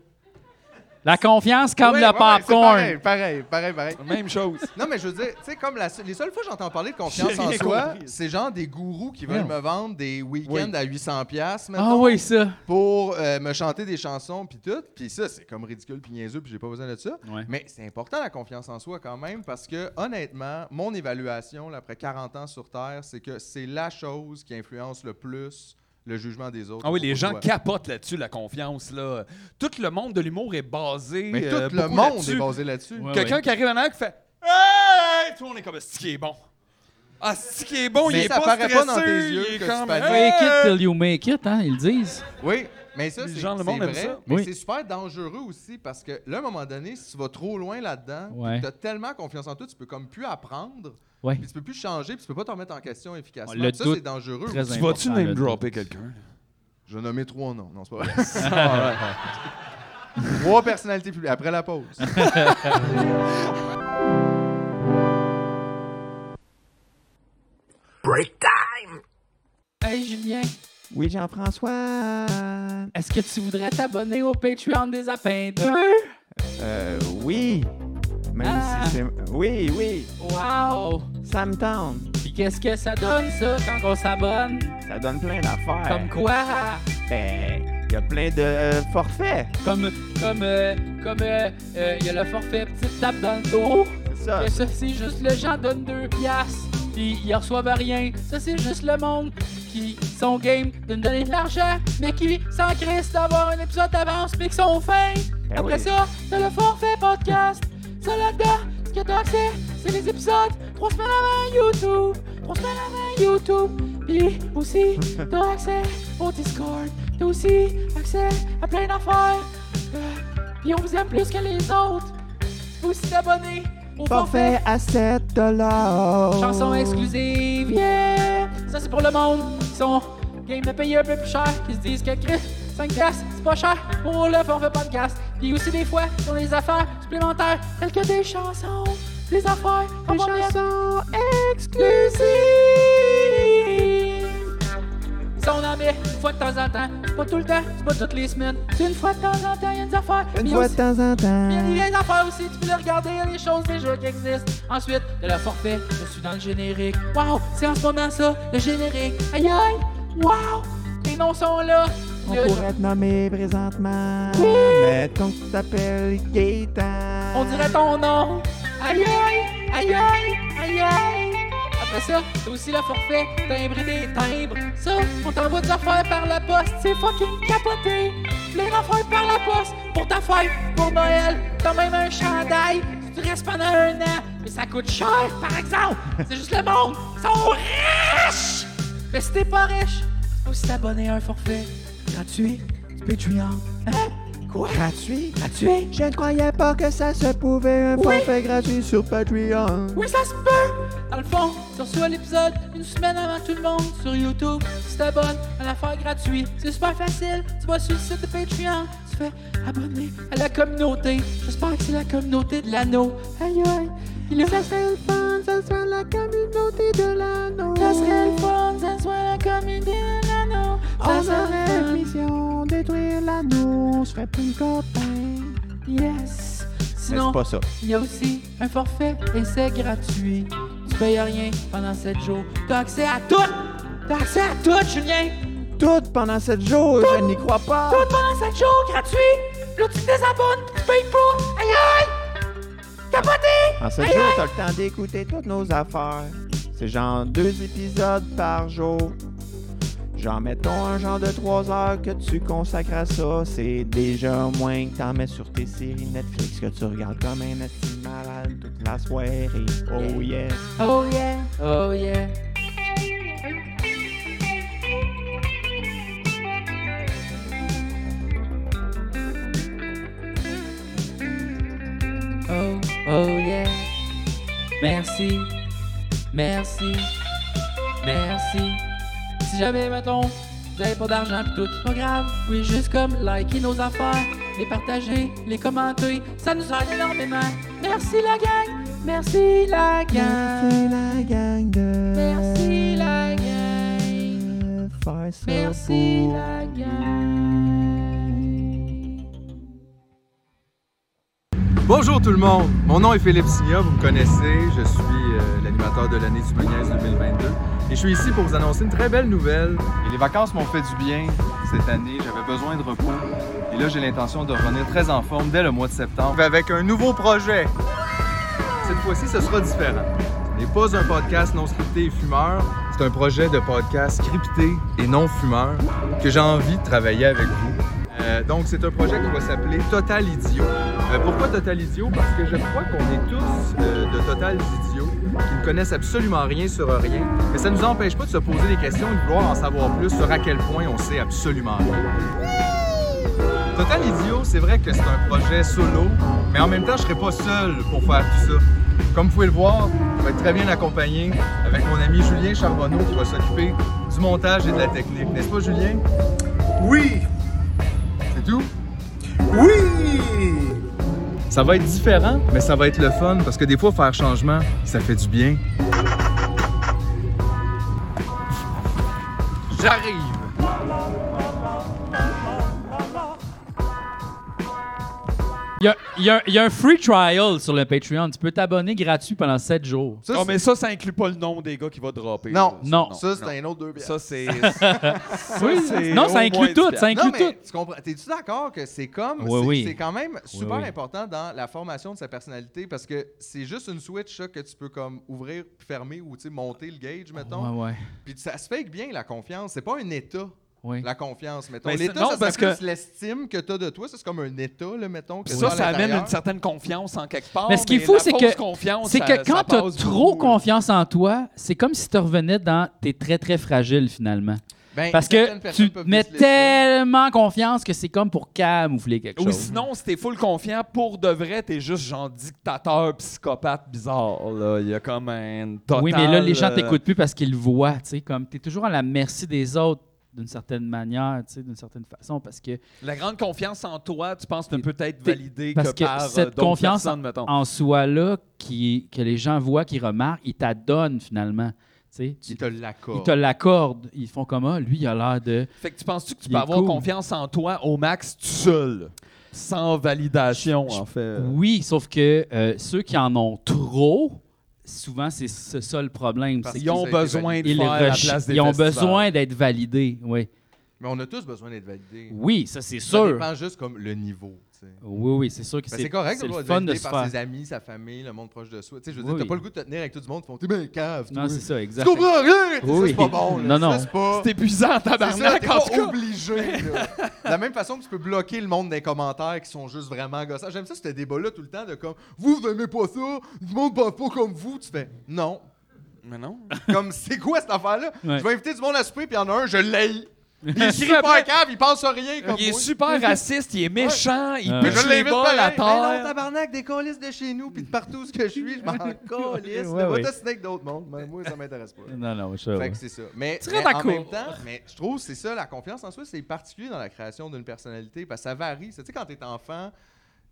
A: La confiance comme
B: Ouais,
A: le
B: ouais, ouais, c'est
A: popcorn.
B: pareil, pareil, pareil, pareil.
C: Même chose.
B: Non, mais je veux dire, tu sais, comme la se- les seules fois que j'entends parler de confiance
C: J'ai
B: en
C: rien
B: soi,
C: compris.
B: c'est genre des gourous qui veulent
A: Non.
B: me vendre des week-ends
C: Oui.
B: à 800$ piastres, mettons,
A: ah oui, ça.
B: pour euh, me chanter des chansons, puis tout. Puis ça, c'est comme ridicule, puis niaiseux, puis j'ai pas besoin de ça.
A: Ouais.
B: Mais c'est important la confiance en soi quand même, parce que honnêtement, mon évaluation, là, après 40 ans sur Terre, c'est que c'est la chose qui influence le plus le jugement des autres.
C: Ah oui,
B: à propos
C: les
B: de
C: gens
B: toi.
C: capotent là-dessus, la confiance. là. Tout le monde de l'humour est basé.
B: Mais
C: euh,
B: tout le
C: beaucoup
B: monde
C: là-dessus.
B: est basé là-dessus.
A: Ouais.
C: Quelqu'un qui arrive en arrière qui fait Hey! Tout le monde est comme ce qui est bon. Ah, ce qui est bon,
B: Mais
C: il est
B: ça
C: pas
B: paraît
C: stressé.
B: pas dans tes yeux
C: il est
B: que tu
C: comme
B: fais-
C: Hey!
A: Fake it
B: Euh.
A: till you make it, hein, ils disent.
B: Oui, mais ça,
C: Les
B: c'est
C: gens, le
B: c'est
C: monde aime
B: vrai.
C: ça.
B: Mais
A: Oui.
B: c'est super dangereux aussi parce que là, à un moment donné, si tu vas trop loin là-dedans,
A: Ouais.
B: tu as tellement confiance en toi, tu peux comme plus apprendre,
A: Ouais.
B: puis tu peux plus changer, puis tu peux pas te remettre en question efficacement.
A: Le
B: ça,
A: doute
B: c'est dangereux.
A: Très
C: Tu
A: important,
C: vas-tu
A: le
C: name
A: doute.
C: dropper quelqu'un?
B: Je nommais trois noms. Non, c'est pas vrai. trois personnalités publiques après la pause.
A: Hey Julien,
D: Oui, Jean-François.
A: est-ce que tu voudrais t'abonner au Patreon des Apins 2?
D: Euh, oui. Même
A: Ah.
D: si c'est. Oui, oui.
A: Wow!
D: Ça me tente.
A: Puis qu'est-ce que ça donne, ça, quand on s'abonne?
D: Ça donne plein d'affaires.
A: Comme quoi?
D: Ben, il y a plein de euh, forfaits.
A: Comme, comme, euh, comme, euh, euh, il y a le forfait petite tape dans le dos.
D: C'est ça.
A: Que ça, c'est juste le gens donnent deux piastres, puis ils reçoivent rien. Ça, c'est juste le monde qui sont game de nous donner de l'argent, mais qui s'en crissent d'avoir un épisode d'avance, mais qui sont fins.
D: Ben
A: Après
D: oui.
A: ça, t'as le forfait podcast. Ça, là-dedans, ce que t'as accès, c'est les épisodes trois semaines avant YouTube. Trois semaines avant YouTube. Puis aussi, t'as accès au Discord. T'as aussi accès à plein d'affaires. Euh, Puis on vous aime plus que les autres. Tu peux aussi t'abonner au forfait
D: Forfait à 7 dollars.
A: Chanson exclusive, yeah! Ça, c'est pour le monde qui sont game de payer un peu plus cher, qui se disent que Chris, 5 piastres, c'est pas cher pour le forfait podcast. Puis aussi, des fois, ils ont des affaires supplémentaires, telles que des chansons, des affaires,
D: Des
A: comme on met-
D: chansons exclusives.
A: Ça, on en met une fois de temps en temps. C'est pas tout le temps, c'est pas toutes les semaines. C'est une fois de temps en temps, il y a des affaires.
D: Une
A: Puis
D: fois
A: aussi-
D: de temps en
A: Il y a des
D: temps.
A: vieilles affaires aussi, tu peux les regarder, il y a des choses, des jeux qui existent. Ensuite, de la forfait, je suis dans le générique. Waouh, c'est en ce moment ça, le générique. Aïe aïe, waouh, tes noms sont là.
D: On
A: Le-
D: pourrait te nommer présentement.
A: Oui.
D: Mettons que tu t'appelles Gaëtan.
A: on dirait ton nom. Aïe aïe, aïe aïe, aïe aïe. Après ça, t'as aussi le forfait, timbrer des timbres. Ça, on t'envoie des affaires par la poste, c'est fucking capoté. Plein d'affaires par la poste, pour ta fête, pour Noël, t'as même un chandail. Tu restes pendant un an, mais ça coûte cher, par exemple. C'est juste le monde, ils sont riches! Mais si t'es pas riche, tu peux aussi t'abonner à un forfait gratuit, du Patreon. Hein? Quoi?
D: Gratuit.
A: Gratuit?
D: Je ne croyais pas que ça se pouvait un forfait gratuit sur Patreon.
A: Oui, ça se peut! Dans le fond, tu reçois l'épisode une semaine avant tout le monde sur YouTube. Tu t'abonnes à l'affaire gratuite. C'est super facile. Tu vas sur le site de Patreon. Tu fais abonner à la communauté. J'espère que c'est la communauté de l'anneau. Aïe aïe! Il le... Ça serait le fun, ça serait la communauté de l'anneau. Ça serait le fun, ça serait la communauté de l'anneau. Ça
D: On
A: serait
D: aurait
A: le fun.
D: mission détruire l'anneau, on serait plus copains.
A: Yes!
D: Mais
A: Sinon,
D: c'est pas ça.
A: Il y a aussi un forfait essai gratuit. Tu payes rien pendant 7 jours. T'as accès à tout! T'as accès à tout, Julien!
D: Tout pendant 7 jours, je n'y crois pas.
A: Tout pendant 7 jours, gratuit! Là, tu te désabonnes, tu payes pas! Aïe aïe!
D: En
A: Capoté!
D: 7 jours, t'as le temps d'écouter toutes nos affaires. C'est genre deux épisodes par jour. Genre, mettons un genre de 3 heures que tu consacres à ça. C'est déjà moins que t'en mets sur tes séries Netflix que tu regardes comme un esti malade toute la soirée. Oh yes.
A: Oh yeah, oh yeah. Oh, oh yeah. Merci, merci, merci. Si jamais, mettons, vous avez pas d'argent pis tout, c'est pas grave. Oui, juste comme liker nos affaires, les partager, les commenter, ça nous aide énormément. Merci la gang, merci la gang,
D: Merci la gang de
A: merci la gang,
D: faire ça
A: merci
D: pour-
A: la gang.
E: Bonjour tout le monde, mon nom est Philippe Signa, vous me connaissez, je suis euh, l'animateur de l'année du Meuniaise 2022 et je suis ici pour vous annoncer une très belle nouvelle. Et les vacances m'ont fait du bien cette année, j'avais besoin de repos et là j'ai l'intention de revenir très en forme dès le mois de septembre avec un nouveau projet. Cette fois-ci, ce sera différent. Ce n'est pas un podcast non scripté et fumeur, c'est un projet de podcast scripté et non fumeur que j'ai envie de travailler avec vous. Euh, donc, c'est un projet qui va s'appeler Total Idiot. Euh, pourquoi Total Idiot? Parce que je crois qu'on est tous euh, de Total Idiots qui ne connaissent absolument rien sur rien, mais ça ne nous empêche pas de se poser des questions et de vouloir en savoir plus sur à quel point on sait absolument rien. Total Idiot, c'est vrai que c'est un projet solo, mais en même temps, je serai pas seul pour faire tout ça. Comme vous pouvez le voir, je vais être très bien accompagné avec mon ami Julien Charbonneau qui va s'occuper du montage et de la technique. N'est-ce pas, Julien?
F: Oui!
E: C'est tout?
F: Oui!
E: Ça va être différent, mais ça va être le fun parce que des fois, faire changement, ça fait du bien. J'arrive!
A: Il y a, il y a- il y a un free trial sur le Patreon. Tu peux t'abonner gratuit pendant 7 jours.
B: Ça,
C: non,
B: c'est-
C: Ah, mais ça, ça inclut pas le nom des gars qui va dropper.
B: Non,
C: là.
A: non.
B: ça, c'est un autre deux bières.
C: Ça, c'est.
A: Oui,
C: c'est
A: non, ça
C: au moins
A: inclut tout.
C: du
A: Ça
B: non,
A: inclut
B: mais
A: tout.
B: tu comprends. T'es-tu d'accord que c'est comme.
A: Oui,
B: c'est,
A: oui.
B: c'est quand même super
A: oui.
B: important dans la formation de sa personnalité parce que c'est juste une switch ça, que tu peux comme ouvrir, puis fermer ou tu sais, monter le gauge, mettons.
A: Ouais, ouais.
B: Puis ça se fait que bien la confiance. C'est pas un état.
A: Oui.
B: La confiance, mettons.
C: Mais c'est-
B: L'état,
C: non,
B: ça,
C: parce
B: c'est plus
C: que-
B: l'estime que tu as de toi. Ça, c'est comme un état, là, mettons. que
C: ça,
B: t'as à
C: ça amène
B: l'intérieur.
C: une certaine confiance en quelque part.
A: Mais ce qui est fou,
C: la
A: c'est
C: fausse
A: que-
C: confiance,
A: C'est
C: ça-
A: que
C: ça
A: quand t'as
C: passe
A: trop
C: beaucoup, là.
A: confiance en toi, c'est comme si tu revenais dans t'es très très fragile finalement.
B: Ben,
A: Parce
B: certaines
A: que
B: personnes
A: tu
B: peuvent
A: mets
B: plus se laisser.
A: tellement confiance que c'est comme pour camoufler quelque
C: Ou
A: chose.
C: sinon, si t'es full confiant, pour de vrai, t'es juste genre dictateur, psychopathe bizarre. Là. Il y a comme un total...
A: oui, mais là les gens
C: euh,
A: t'écoutent plus parce qu'ils le voient, tu sais, comme t'es toujours à la merci des autres d'une certaine manière, tu sais, d'une certaine façon parce que
C: La grande confiance en toi, tu penses ne peut être
A: T'es-
C: validée
A: parce
C: que
A: que
C: par euh,
A: cette
C: d'autres
A: confiance
C: personnes, mettons.
A: en soi là qui que les gens voient, qui remarquent, ils t'adonnent finalement, tu sais, tu-
B: Ils te l'accordent.
A: ils te l'accordent, ils font comme ah, lui il a l'air de
C: Fait que tu penses-tu que tu
A: Il
C: peux
A: est
C: avoir
A: cool.
C: confiance en toi au max tout seul, sans validation,
A: Je-
C: en fait?
A: Oui, sauf que euh, ceux qui en ont trop, souvent, c'est c'est ça le problème.
B: Parce
A: c'est
C: Ils ont
B: Ça a été
C: besoin de
A: qu'ils
C: faire la
A: reche-
C: place des
A: ils ont
C: festivals.
A: besoin d'être validés. Oui,
B: Mais on a tous besoin d'être validés.
A: oui ça, c'est
B: Ça
A: sûr.
B: dépend juste comme le niveau. tu sais.
A: Oui, oui, c'est sûr que
B: Ben,
A: c'est
B: c'est correct
A: c'est
B: de
A: le
B: vouloir
A: fun
B: être
A: de
B: validé
A: se
B: par
A: faire.
B: ses amis, sa famille, le monde proche de soi. Tu sais, je veux
A: Oui,
B: dire,
A: oui.
B: t'as pas le goût de te tenir avec tout du monde qui font T'es bien cave,
A: Non,
B: toi.
A: c'est ça,
B: Tu
A: exact.
B: comprends rien!
A: Oui, oui.
B: Ça, c'est pas bon. là.
A: Non, non.
B: Ça, c'est pas.
C: C'est épuisant,
B: C'est ça,
C: tabarnak,
B: t'es
C: en
B: pas
C: tout cas.
B: obligé. là. de la même façon que tu peux bloquer le monde des commentaires qui sont juste vraiment gossants. J'aime ça, ce débat-là tout le temps de comme Vous, vous aimez pas ça, le monde pense pas comme vous. Tu fais Non.
C: Mais non.
B: Comme, c'est quoi cette affaire-là?
A: Ouais.
B: Je vais inviter du monde à souper, puis il y en a un, je l'ai. Il est
C: Après-
B: super cave, il pense à rien. Comme
C: Il est
B: moi.
C: super raciste, il est méchant, il
A: Ouais.
B: Mais
C: pitche
B: je
C: les
B: l'invite
C: balles
B: pas
C: à
B: la
C: terre.
B: non, tabarnak, des colisses de chez nous, puis de partout où ce que je suis, je m'en colisse.
A: Ouais,
B: Ouais,
A: ouais.
B: Va t'assiner avec d'autres mondes. Mais Moi, ça m'intéresse pas.
A: Non, non, ça,
B: Fait
A: ouais.
B: que c'est ça. Mais,
A: Tu
B: mais
A: rentres à
B: en
A: court.
B: même temps, mais je trouve que c'est ça, la confiance en soi, c'est particulier dans la création d'une personnalité, parce que ça varie. Tu sais, quand t'es enfant,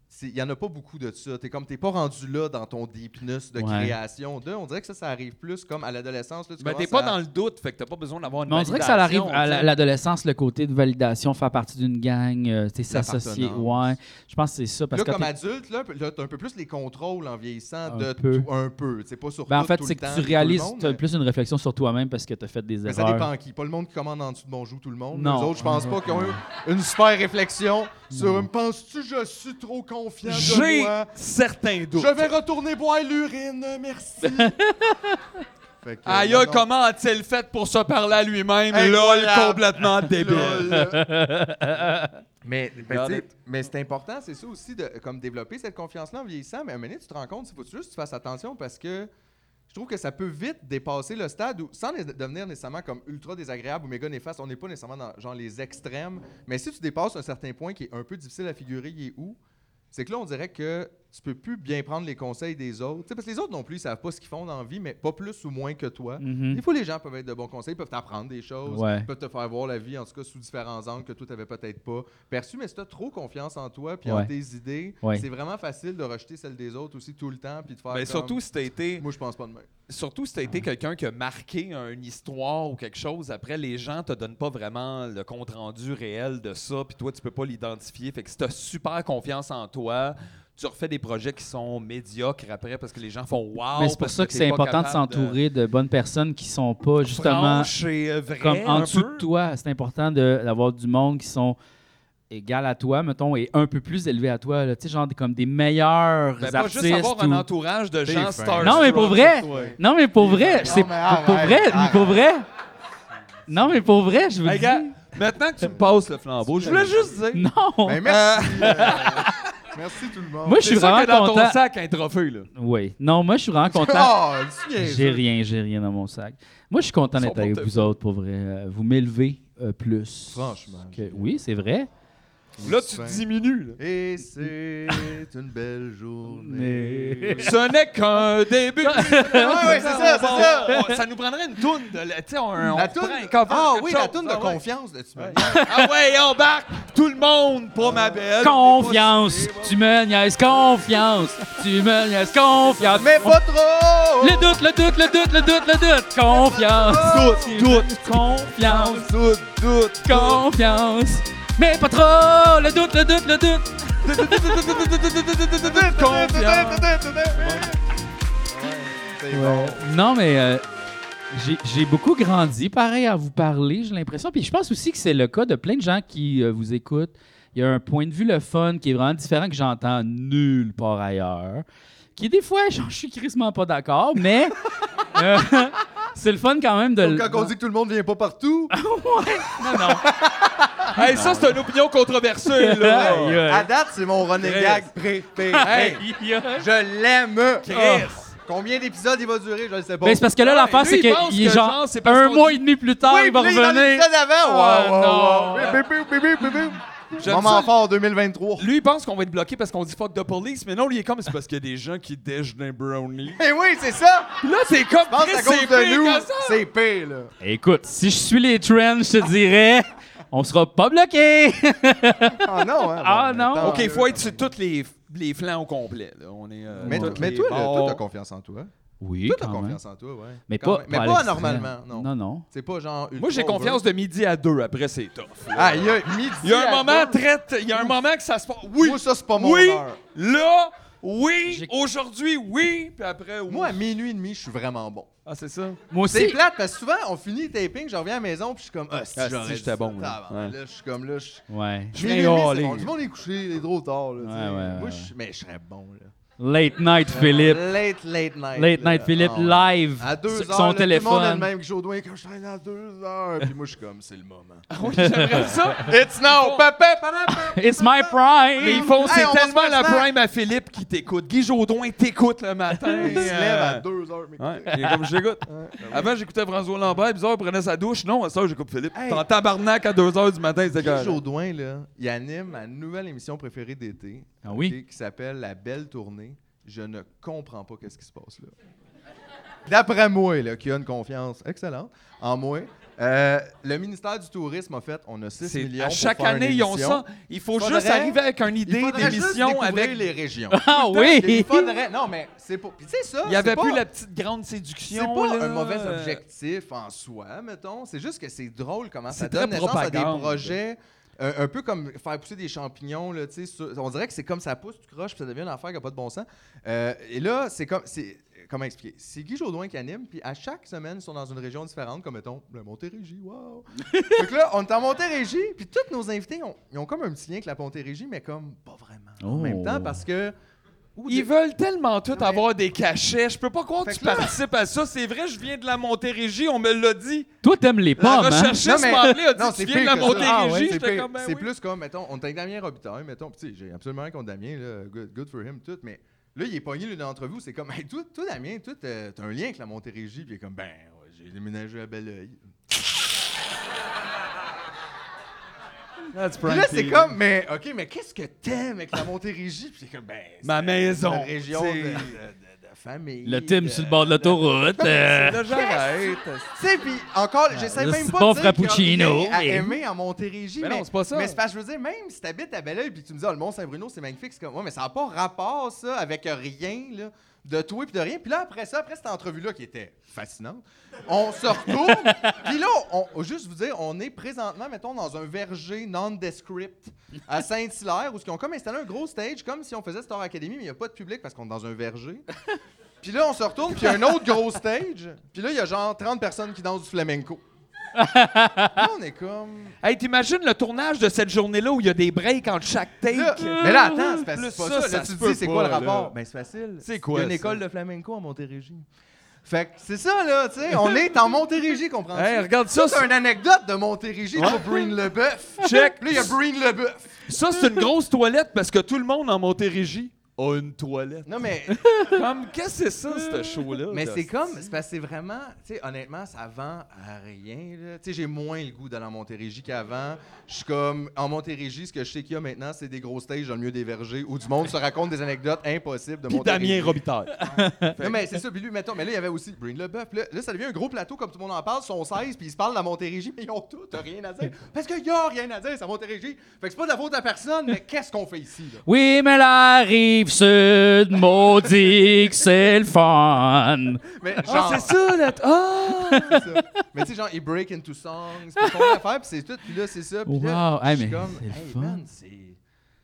B: c'est- il y en a pas beaucoup de ça. T'es comme, t'es pas rendu là dans ton deepness de
A: Ouais.
B: création. Deux, on dirait que ça, ça arrive plus comme à l'adolescence.
A: Ben,
B: là, tu
C: Mais t'es
B: commences
C: pas
B: à-
C: dans le doute, fait que t'as pas besoin d'avoir une
A: Mais on dirait que ça arrive
C: validation,
A: à la-
C: tu sais.
A: l'adolescence, le côté de validation, faire partie d'une gang, euh, tu sais, s'associer. Ouais,
B: L'appartenance.
A: je pense que c'est ça. Parce
B: là,
A: que
B: comme adulte, là, là, t'as un peu plus les contrôles en vieillissant
A: Un
B: de
A: peu.
B: tout- un peu. C'est pas sur
A: ben, en
B: tout,
A: fait,
B: tout
A: c'est
B: le
A: que
B: temps,
A: tu
B: tout le
A: réalises,
B: monde,
A: tu as
B: mais-
A: plus une réflexion sur toi-même parce que tu as fait des
B: Mais ça
A: erreurs.
B: dépend qui. Pas le monde qui commande en dessous de bonjour tout le monde.
A: Non.
B: Les autres, je pense pas qu'ils ont eu une super réflexion sur me penses-tu je suis trop confiant de
C: J'ai
B: moi?
C: certains doutes.
B: Je vais retourner boire l'urine, merci. Fait que, euh,
C: Aïe, aïe,
B: non,
C: comment a-t-il fait pour se parler à lui-même?
B: Incroyable.
C: LOL, complètement débile.
B: mais mais
C: Got
B: tu sais,
C: it.
B: mais c'est important, c'est ça aussi, de comme développer cette confiance-là en vieillissant. Mais à un moment donné, tu te rends compte, il faut juste que tu fasses attention parce que je trouve que ça peut vite dépasser le stade où, sans né- devenir nécessairement comme ultra désagréable ou méga néfaste, on n'est pas nécessairement dans genre les extrêmes. Mais si tu dépasses un certain point qui est un peu difficile à figurer, il est où? C'est que là, on dirait que tu peux plus bien prendre les conseils des autres. Tu sais, parce que les autres non plus, ils savent pas ce qu'ils font dans la vie, mais pas plus ou moins que toi.
A: Mhm.
B: Des fois, les gens peuvent être de bons conseils, peuvent t'apprendre des choses,
A: Ouais.
B: peuvent te faire voir la vie, en tout cas, sous différents angles que toi, tu peut-être pas perçu. Mais si tu as trop confiance en toi puis en
A: Ouais.
B: tes idées,
A: Ouais.
B: c'est vraiment facile de rejeter celles des autres aussi tout le temps puis de faire.
C: Mais
B: comme,
C: Ben, surtout si t'as été.
B: Moi, je pense pas de même.
C: Surtout si t'as été quelqu'un qui a marqué une histoire ou quelque chose, après les gens te donnent pas vraiment le compte rendu réel de ça, puis toi tu peux pas l'identifier. Fait que si t'as super confiance en toi, tu refais des projets qui sont médiocres après parce que les gens font wow.
A: Mais c'est pour
C: parce
A: ça que
C: t'es
A: c'est
C: pas
A: important de
C: capable
A: s'entourer de bonnes personnes qui sont pas justement
C: franche et, euh, vraie,
A: comme en
C: un
A: dessous
C: peu.
A: de toi. C'est important de- d'avoir du monde qui sont égal à toi, mettons, et un peu plus élevé à toi. là. Tu sais, genre des- comme des meilleurs
C: Ben, pas
A: artistes.
C: juste avoir un
A: ou-
C: entourage de gens
B: fin.
C: stars.
A: Non, mais pour vrai. Non, mais pour vrai, c'est pour,
B: arrête,
A: pour vrai, pour vrai. Non, mais pour vrai, je vous
C: Hey,
A: dis.
C: gars, maintenant que tu me passes le flambeau, je voulais juste dire.
A: Non.
B: Ben, merci. euh, merci tout le monde.
A: moi, je suis
C: C'est sûr
A: vraiment
C: que dans
A: content.
C: ton sac un trophée là.
A: Oui. Non, moi, je suis vraiment content.
B: Ah, tu niaises.
A: J'ai rien, j'ai rien dans mon sac. Moi, je suis content
C: Ils sont
A: d'être avec
C: pour te-
A: vous autres, pour vrai. Euh, Vous m'élevez euh, plus.
B: Franchement.
A: Que- oui, c'est vrai.
C: Là tu te diminues. là.
B: Et c'est une belle journée.
A: Mais...
C: Ce n'est qu'un début.
B: ouais, ouais, c'est ça, c'est ça.
C: On- ça nous prendrait une toune de. Tu sais, on, on
B: La
C: prend
B: toune-
C: un cover,
B: Ah
C: quelque
B: oui, la
C: chose.
B: toune de
C: Ah ouais.
B: confiance de tu
C: Ah ouais, on embarque tout le monde, pas ma belle.
A: Confiance, tu me niaises, confiance, tu me niaises, confiance.
B: Mais pas trop!
A: Le doute, le doute, le doute, le doute, le doute, confiance. Doute, doute, confiance,
B: Doute, doute.
A: confiance. Mais pas trop, le doute, le doute, le doute. Confiance.
B: C'est bon.
A: Non, mais euh, j'ai- j'ai beaucoup grandi, pareil, à vous parler, j'ai l'impression. Puis je pense aussi que c'est le cas de plein de gens qui euh, vous écoutent. Il y a un point de vue, le fun, qui est vraiment différent que j'entends nulle part ailleurs. Qui, des fois, genre, je suis crissement pas d'accord, mais euh, c'est le fun quand même de
B: Comme
A: le-
B: Quand on dit que tout le monde vient pas partout,
A: Non, non.
C: Hey, ça, c'est une opinion controversée, là.
A: Aïe, aïe.
B: à date, c'est mon running
C: Chris.
B: gag préféré.
C: Hey,
A: Aïe, aïe.
B: Je l'aime!
C: Chris.
B: Combien d'épisodes il va durer, je ne sais pas.
A: Ben, c'est parce que là, l'affaire,
C: Lui,
A: c'est
C: il
A: qu'il
C: pense
A: est
C: que
A: genre,
C: genre, c'est parce
A: un
C: qu'on
A: mois
C: dit-
A: et demi plus tard,
B: oui,
A: il va
B: puis là, dans
A: revenir.
B: l'épisode avant.
A: Ah,
B: Wow, wow, wow. Bip, bip, bip, bip, bip, bip.
C: J'aime
B: Moment
C: ça.
B: fort 2023.
C: Lui, il pense qu'on va être bloqué parce qu'on dit fuck the police, mais non, lui, il est comme c'est parce qu'il y a des gens qui déjeunent un brownie.
B: Mais oui, c'est ça!
C: Puis là, c'est comme
B: Je pense
C: Chris,
B: à
C: c'est
B: cause de
C: pire
B: nous,
C: que ça.
B: c'est pire, là.
A: Écoute, si je suis les trends, je te dirais, on sera pas bloqué.
B: Ah non, hein,
A: Ah
B: bon,
A: non.
B: mais tant
C: Ok,
B: mieux.
C: faut être sur tous les, les flancs au complet. Là. On est, euh,
B: Mais,
C: tous
B: mais
C: les
B: toi, là,
C: bords.
B: toi, t'as confiance en toi.
A: Oui,
B: Toi, t'as
A: quand même.
B: confiance en toi, ouais.
A: Mais
B: Quand
A: pas, hein.
B: même. mais
A: à
B: pas
A: l'extrême.
B: anormalement, non.
A: Non, non.
B: C'est pas genre.
C: Moi, j'ai confiance de midi à deux. Après, c'est tough.
B: Ah, il y a midi.
C: Il y a un
B: à
C: moment
B: deux.
C: très. t- Il y a un moment que ça se passe. Oui,
B: Moi, ça, c'est pas mon
C: oui,
B: heure.
C: là, oui,
A: J'ai-
C: aujourd'hui, oui, puis après, oui.
B: Moi, à minuit et demi, je suis vraiment bon.
C: ah, c'est ça.
A: Moi
B: C'est
A: aussi.
B: plate parce que souvent, on finit le taping, je reviens à la maison, puis je suis comme, ah, si
C: Ah, si,
B: j'aurais dû
C: j'étais
B: ça,
C: bon, là.
B: tabarnak.
C: Ouais.
B: Là, je suis comme, là, je suis.
A: Ouais.
C: Je viens
B: Minuit et demi, c'est
C: râler.
B: bon. Tout le monde est couché, il est trop tard. Là, tu sais.
A: Ouais, ouais,
B: Moi,
A: ouais,
B: je- mais je serais bon. Là.
A: Late night, Philippe.
B: Euh, Late, late night.
A: Late
B: là.
A: night, Philippe,
B: Ah, ouais.
A: live.
B: À deux
A: sur
B: heures, là, tout
A: son
B: le monde est le
A: téléphone.
B: même que Jodoin, comme je suis dans deux heures. Puis moi, je suis comme, c'est le moment.
C: J'aimerais ça.
B: It's now, papa, papa, papa.
A: It's
C: Mais
A: my
C: ils
A: prime.
C: font, c'est
B: Hey, on va se
C: tellement
B: faire
C: la
B: ça.
C: prime à Philippe qui t'écoute. Guy Jodoin t'écoute le matin.
B: Il se
C: euh,
B: lève à deux heures, mais
C: Ouais, il est comme j'écoute.
B: Ben
C: Avant, j'écoutais François Lambert, bizarre, il prenait sa douche. Non, à ça, j'écoute Philippe.
B: Hey.
C: T'es en tabarnak à 2 h du matin, c'est
B: Guy
C: que.
B: Jodoin, là, il anime ma nouvelle émission préférée d'été.
A: Ah oui?
B: ok, qui s'appelle La Belle Tournée. Je ne comprends pas qu'est-ce qui se passe là. D'après moi, là, qui a une confiance excellente en moi, euh, le ministère du Tourisme a fait, on a 6
C: C'est-
B: millions
C: À
B: pour
C: chaque
B: faire une
C: année, ils ont
B: édition.
C: ça. Il faut
B: Faudrait-
C: juste arriver avec une
B: Il
C: idée
B: faudrait juste
C: d'émission
B: découvrir
C: avec.
B: les régions.
A: Ah
B: Il
A: oui.
B: faudrait... Non, mais c'est pour... Puis tu sais ça,
C: Il n'y
B: c'est
C: avait
B: pas-
C: plus la petite grande
B: C'est
C: séduction.
B: pas
C: là.
B: un mauvais objectif en soi, mettons. C'est juste que c'est drôle comment ça
C: C'est très
B: donne naissance à des
C: propagande.
B: projets. euh, un peu comme faire pousser des champignons, là, tu sais, sur- on dirait que c'est comme ça pousse, tu croches, puis ça devient une affaire qui n'a pas de bon sens. Euh, et là, c'est comme, c'est comment expliquer C'est Guy Jodoin qui anime, puis à chaque semaine, ils sont dans une région différente, comme mettons la Montérégie, wow. Donc là, on est en Montérégie, puis tous nos invités, ont, ils ont comme un petit lien avec la Montérégie, mais comme pas vraiment. En
A: Oh.
B: même temps, parce que
E: Ou
C: Ils
E: des-
C: veulent tellement tout
E: mais-
C: avoir des cachets. Je peux pas croire que
E: Fait
C: tu
E: que là-
C: participes à ça. C'est vrai, je viens de la Montérégie, on me l'a dit.
A: Toi, t'aimes les pommes,
C: La
A: hein?
C: recherchiste
B: Non, mais-
C: m'a appelé, a dit
B: non,
C: tu
B: c'est
C: viens de
B: pire
C: la
B: que ça.
A: Ah ouais,
C: Montérégie.
B: C'est
C: J'étais
B: pire.
C: comme, ben
B: C'est
C: oui.
B: plus comme, mettons, on est avec Damien Robitaille, mettons, pis tu sais, j'ai absolument rien contre Damien, là, good, good for him, tout, mais là, il est pogné l'une d'entre vous, c'est comme, hey, toi, toi, Damien, toi, t'as t'as un lien avec la Montérégie, puis il est comme, ben, ouais, j'ai déménagé à Belleuil. Puis là, c'est comme, mais, ok, mais qu'est-ce que t'aimes avec la Montérégie? Puis c'est comme, ben, c'est
C: Ma maison.
B: une région de,
C: t'sais.
B: de- de- de famille.
A: Le Tim
B: de-
A: sur le bord de l'autoroute. euh,
C: Là, j'arrête.
B: Tu sais, puis encore, j'essaie
A: le
B: même pas
A: Ah, bon
B: de dire qu'il y a
A: frappuccino,
B: rien à
A: et-
B: aimer en Montérégie,
C: Mais
B: mais,
C: non, c'est pas ça.
B: mais c'est parce que je veux dire, même si t'habites à Belleuil puis que tu me dis, oh, le Mont-Saint-Bruno, c'est magnifique, c'est comme, ouais, mais ça n'a pas rapport, ça, avec rien, là, de toi puis de rien. Puis là, après ça, après cette entrevue-là qui était fascinante, on se retourne, puis là, on, on- juste vous dire, on est présentement, mettons, dans un verger nondescript à Saint-Hilaire où ils ont comme installé un gros stage, comme si on faisait Star Academy, mais il n'y a pas de public parce qu'on est dans un verger. Puis là, on se retourne, puis il y a un autre gros stage. Puis là, il y a genre 30 personnes qui dansent du flamenco. là, on est comme...
C: Hey, t'imagines le tournage de cette journée-là où il y a des breaks entre chaque take?
B: Là- mais là, attends, c'est parce que
C: Plus
B: c'est pas
C: euh, ça,
B: ça.
C: ça
B: Là, tu
C: se
B: te
C: peut
B: dis, c'est quoi
C: pas,
B: le rapport?
C: là.
B: Ben, c'est facile.
C: C'est quoi,
B: Il y a une
C: ça?
B: école de flamenco en Montérégie. Fait que c'est ça, là, tu sais. On est en Montérégie, comprends-tu?
C: Hey, regarde ça,
B: ça, c'est une anecdote de Montérégie pour Breen Leboeuf.
C: Check.
B: Là, il y a Breen Leboeuf.
C: Ça, c'est une grosse toilette parce que tout le monde en Montérégie a une toilette.
B: Non, mais,
C: Comme, qu'est-ce que c'est ça, ce show-là?
B: mais
C: là?
B: c'est comme, c'est parce que c'est vraiment, tu sais, honnêtement, ça vend à rien, là. Tu sais, j'ai moins le goût d'aller en Montérégie qu'avant. Je suis comme, en Montérégie, ce que je sais qu'il y a maintenant, c'est des gros stages dans le milieu des vergers où du monde se raconte des anecdotes impossibles de
C: Puis
B: Montérégie.
C: Damien Robitaille.
B: Non, mais c'est ça. Puis lui, mettons, mais là, il y avait aussi Brain Leboeuf. Là, là, ça devient un gros plateau, comme tout le monde en parle. Ils sont 16, puis ils se parlent de la Montérégie, mais ils ont tout, t'as rien à dire. Parce qu'il y a rien à dire, c'est la Montérégie. Fait que c'est pas de la faute à personne, mais qu'est-ce qu'on fait ici, là?
A: Oui, mais la rive sud, maudit que c'est le fun.
B: Mais
C: Ah,
B: genre,
C: c'est ça, là! Ah!
B: c'est ça. Mais tu sais, genre, ils break into songs, puis ils font rien à faire, puis c'est tout, puis là, c'est ça. Puis là,
A: Wow, hey,
B: je suis
A: mais
B: comme,
A: c'est le
B: hey,
A: fun.
B: man, c'est.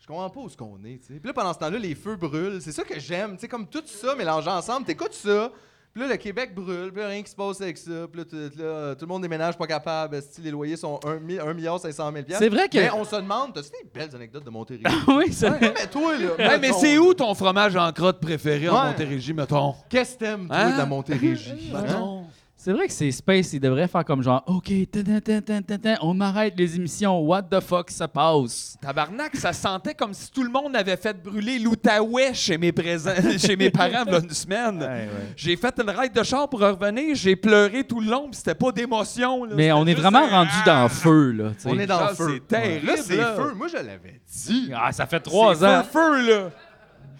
B: Je comprends pas où ce qu'on est, tu sais. Puis là, pendant ce temps-là, les feux brûlent. C'est ça que j'aime, tu sais, comme tout ça mélangé ensemble. T'écoutes ça. Puis là, le Québec brûle, puis là, rien qui se passe avec ça. Puis là, tu- là, tout le monde déménage pas capable. esti, les loyers sont 1 500 000
A: C'est vrai que-
B: Mais on se demande, t'as-tu des belles anecdotes de Montérégie?
A: oui, c'est
B: Ouais, mais toi, là.
C: Hey, mais
B: mettons,
C: c'est où ton fromage en crotte préféré en
B: Ouais.
C: Montérégie, mettons?
B: Qu'est-ce que t'aimes, toi,
C: Hein?
B: de la Montérégie? hein?
C: Mettons.
A: C'est vrai que c'est Space, il devrait faire comme genre, OK, tin, tin, tin, tin, tin, tin, on arrête les émissions, what the fuck se passe?
C: Tabarnak, ça sentait comme si tout le monde avait fait brûler l'Outaouais chez mes, présents, chez mes parents v'là une semaine. J'ai fait une ride de char pour revenir, j'ai pleuré tout le long, pis c'était pas d'émotion. là.
A: Mais
C: C'était
A: on est
C: juste
A: vraiment
C: un-
A: rendu dans le feu, là. tu sais.
B: On est dans
C: Ah,
B: le feu.
C: c'est terrible,
B: Là, c'est
C: là.
B: feu. Moi, je l'avais dit.
A: Ah, ça fait
C: C'est
A: trois ans.
C: feu, feu, là.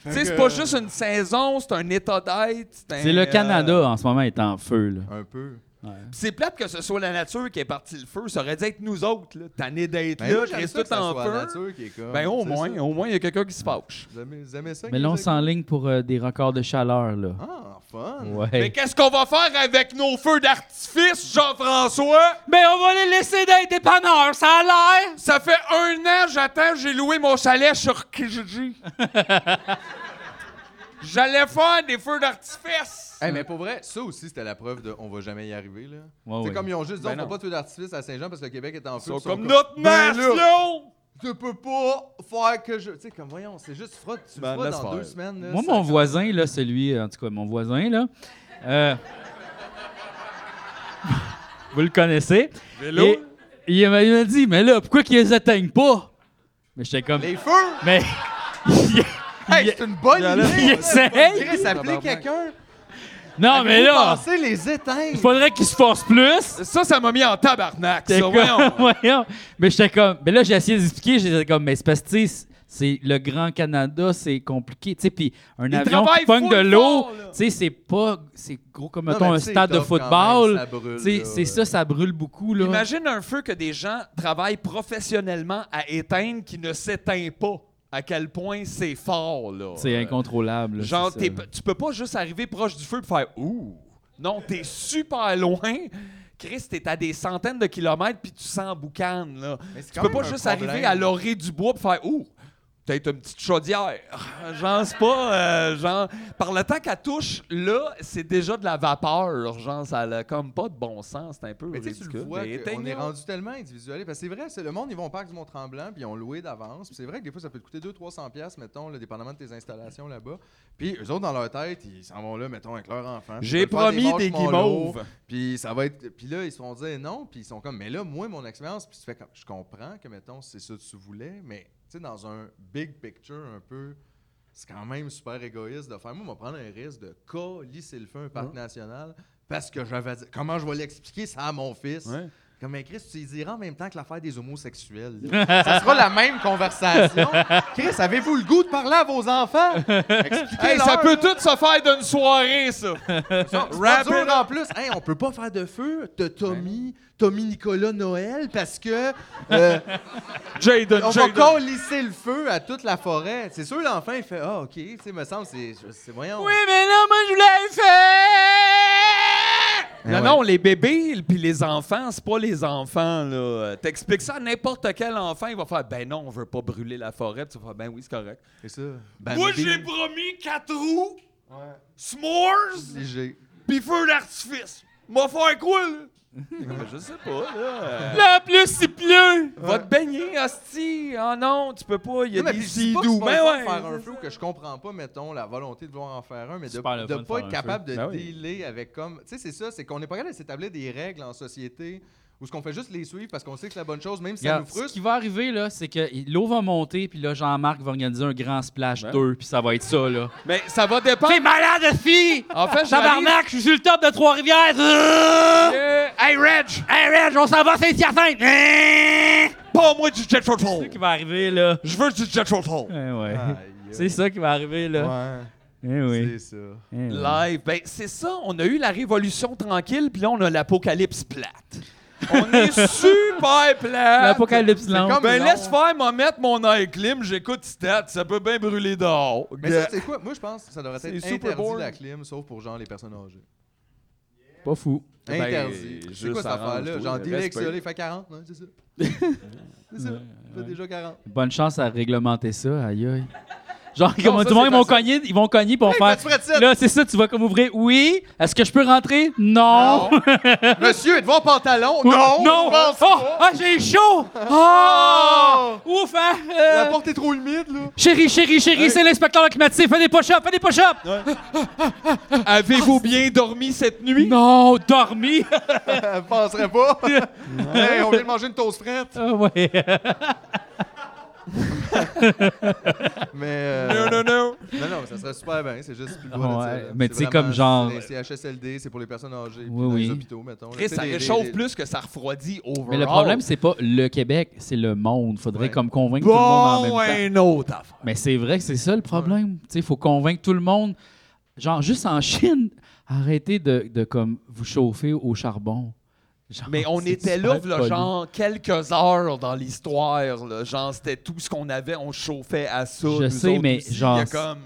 C: Tu sais, c'est pas juste une saison, c'est un état d'être. un,
A: C'est le
C: euh,
A: Canada en ce moment est en feu, là.
B: Un peu.
C: pis c'est plate que ce soit la nature qui est partie le feu. Ça aurait dû être nous autres, là. Tanné d'être
B: Ben,
C: là,
B: moi, j'aime
C: Chris,
B: ça que
C: tout
B: ça
C: en
B: soit
C: feu.
B: la nature qui est comme,
C: Ben, au
B: c'est
C: moins,
B: ça.
C: au moins, il y a quelqu'un qui se fâche.
B: Vous aimez, vous aimez ça?
A: Mais là, on
B: les amis?
A: s'enligne pour euh, des records de chaleur, là.
B: Ah, fun!
C: Hein? Mais
A: Ouais.
C: qu'est-ce qu'on va faire avec nos feux d'artifice, Jean-François?
A: Mais Ben, on va les laisser dans les dépanneurs, ça a l'air!
C: Ça fait un an, j'attends, j'ai loué mon chalet sur Kijiji. J'allais faire des feux d'artifice.
B: Hey, mais pour vrai, ça aussi, c'était la preuve de on va jamais y arriver. là.
A: Ouais,
B: c'est
A: ouais.
B: comme ils ont juste dit
C: Ben
B: on
C: non.
B: ne pas de feu d'artifice à Saint-Jean parce que le Québec est en feu.
C: Ils sont
B: Ils sont
C: comme notre
B: Ben là,
C: nation!
B: Tu peux pas faire que je. Tu sais, comme voyons, c'est juste frotte. Tu le
C: Ben,
B: feras
C: laisse
B: dans deux
C: faire.
B: semaines. là,
A: Moi,
B: ça-
A: mon voisin, là, celui, en tout cas, mon voisin, là, euh, vous le connaissez.
C: Vélo?
A: Et il m'a il m'a dit, mais là, pourquoi qu'ils les atteignent pas? Mais j'étais comme,
B: Les feux!
A: mais
B: Hey, c'est une bonne
A: il-
B: idée!
A: il essaye.
B: Chris, appeler quelqu'un!
A: non, Ah, mais là,
B: Pensez les
A: il
B: éteindre!
A: faudrait qu'ils se forcent plus.
C: Ça, ça m'a mis en tabarnak, ça,
A: J'étais comme,
C: voyons.
A: voyons. Mais j'étais comme, mais là, j'ai essayé d'expliquer, j'étais comme, mais c'est parce que, tu sais, c'est le Grand Canada, c'est compliqué, tu sais, puis un avion qui
C: travaillent
A: pogne
C: full
A: de l'eau,
C: fort, là.
A: tu sais, c'est pas, c'est gros comme,
B: Non,
A: mettons,
B: mais
A: un
B: tu sais,
A: stade de
B: tough quand même,
A: football,
B: ça brûle,
A: tu sais,
B: là,
A: c'est
B: ouais.
A: ça, ça brûle beaucoup, là.
C: Imagine un feu que des gens travaillent professionnellement à éteindre qui ne s'éteint pas. À quel point c'est fort, là.
A: C'est
C: Euh,
A: incontrôlable. là,
C: Genre,
A: c'est
C: t'es
A: ça.
C: p- tu peux pas juste arriver proche du feu et faire Ouh! Non, t'es super loin. Chris, t'es à des centaines de kilomètres puis tu sens boucan, là.
B: Mais c'est
C: Tu
B: quand
C: peux
B: même
C: pas
B: un
C: juste
B: problème.
C: arriver à l'orée du bois et faire Ouh! peut-être une petite chaudière. Genre, c'est pas. euh, genre, par le temps qu'elle touche, là, c'est déjà de la vapeur. Genre, ça a comme pas de bon sens. C'est un peu.
B: Mais tu sais, tu le
C: ridicule.
B: vois,
C: Mais
B: que on est
C: éteignons.
B: rendu tellement individuel. Parce que c'est vrai, c'est- le monde, ils vont au parc du Mont-Tremblant, puis ils ont loué d'avance. Puis c'est vrai que des fois, ça peut te coûter 200-300$, piastres, mettons, là, dépendamment de tes installations là-bas. Puis eux autres, dans leur tête, ils s'en vont là, mettons, avec leur enfant. puis
C: J'ai
B: ils veulent faire
C: promis des
B: marshmallows,
C: guimauves.
B: Puis ça va être. Puis là, ils se font dire non, puis ils sont comme, mais là, moi, mon expérience, puis tu fais comme, je comprends que, mettons, c'est ça que tu voulais, mais tu sais, dans un big picture un peu. C'est quand même super égoïste de faire. Moi, on va prendre un risque de colisser le feu à un parc national parce que j'avais dit. Comment je vais l'expliquer ça à mon fils?
C: Ouais.
B: Comme un Chris, tu y diras en même temps que l'affaire des homosexuels. là. ça sera la même conversation. Chris, avez-vous le goût de parler à vos enfants? Expliquez-leur.
C: Hey, ça peut tout se faire d'une soirée, ça!
B: Rap dur en plus. Hey, on peut pas faire de feu de Tommy, Tommy Nicolas Noël parce que euh,
C: Jaden,
B: on va
C: Jaden.
B: colisser le feu à toute la forêt. C'est sûr, l'enfant, il fait Ah, OK, tu sais, me semble, c'est c'est- voyons.
A: Oui, mais là, moi, je voulais faire!
C: Non,
B: Eh ouais.
C: non, les bébés l- puis les enfants, c'est pas les enfants, là. Euh, T'expliques ça à n'importe quel enfant, il va faire « Ben non, on veut pas brûler la forêt. » Puis Tu vas faire « Ben oui, c'est correct.
B: C'est ça. Ben,
C: Moi,
B: bébé,
C: j'ai promis quatre roues, s'mores,
B: léger.
C: puis feu d'artifice. M'a faire quoi, là? Ben, je sais pas, là.
A: Là, en plus, il pleut!
C: Va te baigner, hostie. Ah non, tu peux pas, il y a
B: Non, mais
C: des
B: puis je dis pas que
C: sidoux.
B: c'est
C: Ben
B: pas le
C: ouais.
B: fun de faire un feu que je comprends pas, mettons, la volonté de vouloir en faire un, mais de
A: Super le
B: de
A: fun de
B: pas être
A: faire un
B: capable
C: feu.
B: de
C: Ben oui.
B: dealer avec comme. Tu sais, c'est ça, c'est qu'on n'est pas capable de s'établir des règles en société où ce qu'on fait juste les suivre parce qu'on sait que c'est la bonne chose, même si ça
A: Regarde,
B: nous
A: ce
B: frustre.
A: qui va arriver, là, c'est que l'eau va monter, puis là, Jean-Marc va organiser un grand splash
C: Ouais.
A: 2, puis ça va être ça, là.
C: Mais ça va dépendre.
A: T'es malade, fille!
C: En fait, j'arrive-
A: Tabarnak, je suis sur le top de Trois-Rivières!
C: Yeah.
A: Hey, Reg! Hey, Reg, on s'en va à Saint-Hyacinthe! Hein?
C: Pas moi du jet
A: C'est ça
C: control.
A: qui va arriver, là.
C: Je veux du jet control.
A: Eh ouais.
B: Aïe,
A: C'est ça qui va arriver, là.
B: Ah, Ouais,
A: Eh oui.
B: c'est ça.
A: Eh oui.
C: Live, ben c'est ça, on a eu la révolution tranquille, puis là on a l'apocalypse plate. On est super plate.
A: L'apocalypse lente.
B: comme-
C: Ben
B: Non.
C: laisse faire, m'en mettre mon air clim, j'écoute Stat, ça peut bien brûler dehors.
B: Mais ça, c'est quoi? Moi, je pense que ça devrait être
C: C'est
B: interdit
C: super bored.
B: la clim, sauf pour genre les personnes âgées.
A: Pas fou.
C: Ben,
B: interdit. C'est
C: juste
B: quoi cette affaire-là?
C: arrange-toi,
B: Genre, dealer avec
C: respecte.
B: ça, il fait 40, non? C'est ça. c'est ça. Il fait déjà 40.
A: Bonne chance à réglementer ça, aïe aïe. Genre, comme
B: ça,
A: tout le monde,
B: c'est
A: ils vont
B: facile.
A: cogner, ils vont cogner pour
B: Hey,
A: faire.
B: fais-tu frais-tite?
A: Là, c'est ça, tu vas comme ouvrir. Oui. Est-ce que je peux rentrer? Non.
B: Monsieur, êtes-vous en pantalon? Non! je
A: Non.
B: pense
A: Oh,
B: pas. Ah!
A: ah, j'ai chaud. Oh. Ouf, hein. Euh,
B: La porte est trop humide, là.
A: Chérie, chérie, chérie, c'est l'inspecteur climatique. Fais des push-ups, fais des push-ups. Ah,
C: Avez-vous bien dormi cette nuit?
A: Non, dormi.
B: Je penserais pas. Hey, on vient de manger une toast frette.
A: Ah ouais.
B: Mais.
C: Non,
B: euh,
C: non, non.
B: non, non, mais ça serait super bien. C'est juste plus le droit
A: Ouais,
B: de ça.
A: mais
B: C'est
A: tu sais,
B: vraiment-
A: comme genre-
B: C'est c'est HSLD, c'est pour les personnes âgées. puis
A: Oui,
B: dans
A: oui.
B: les hôpitaux, mettons. là.
C: Chris,
B: Tu sais,
C: ça
B: les- les-
C: réchauffe
B: les-
C: plus que ça refroidit overall.
A: Mais le problème, c'est pas le Québec, c'est le monde. Faudrait
B: Ouais.
A: comme convaincre tout le monde en
C: bon,
A: même temps.
C: un autre affaire.
A: Mais c'est vrai que c'est ça le problème. Il faut convaincre tout le monde. Genre, juste en Chine, arrêtez de, de, comme, vous chauffer au charbon. Genre,
C: Mais on
A: c'est
C: était
A: super
C: là, v'là,
A: poli.
C: genre, quelques heures dans l'histoire. là. Genre, c'était tout ce qu'on avait, on se chauffait à ça.
A: Je
C: nous
A: sais,
C: autres
A: mais
C: aussi. Il y a
A: genre,
C: comme-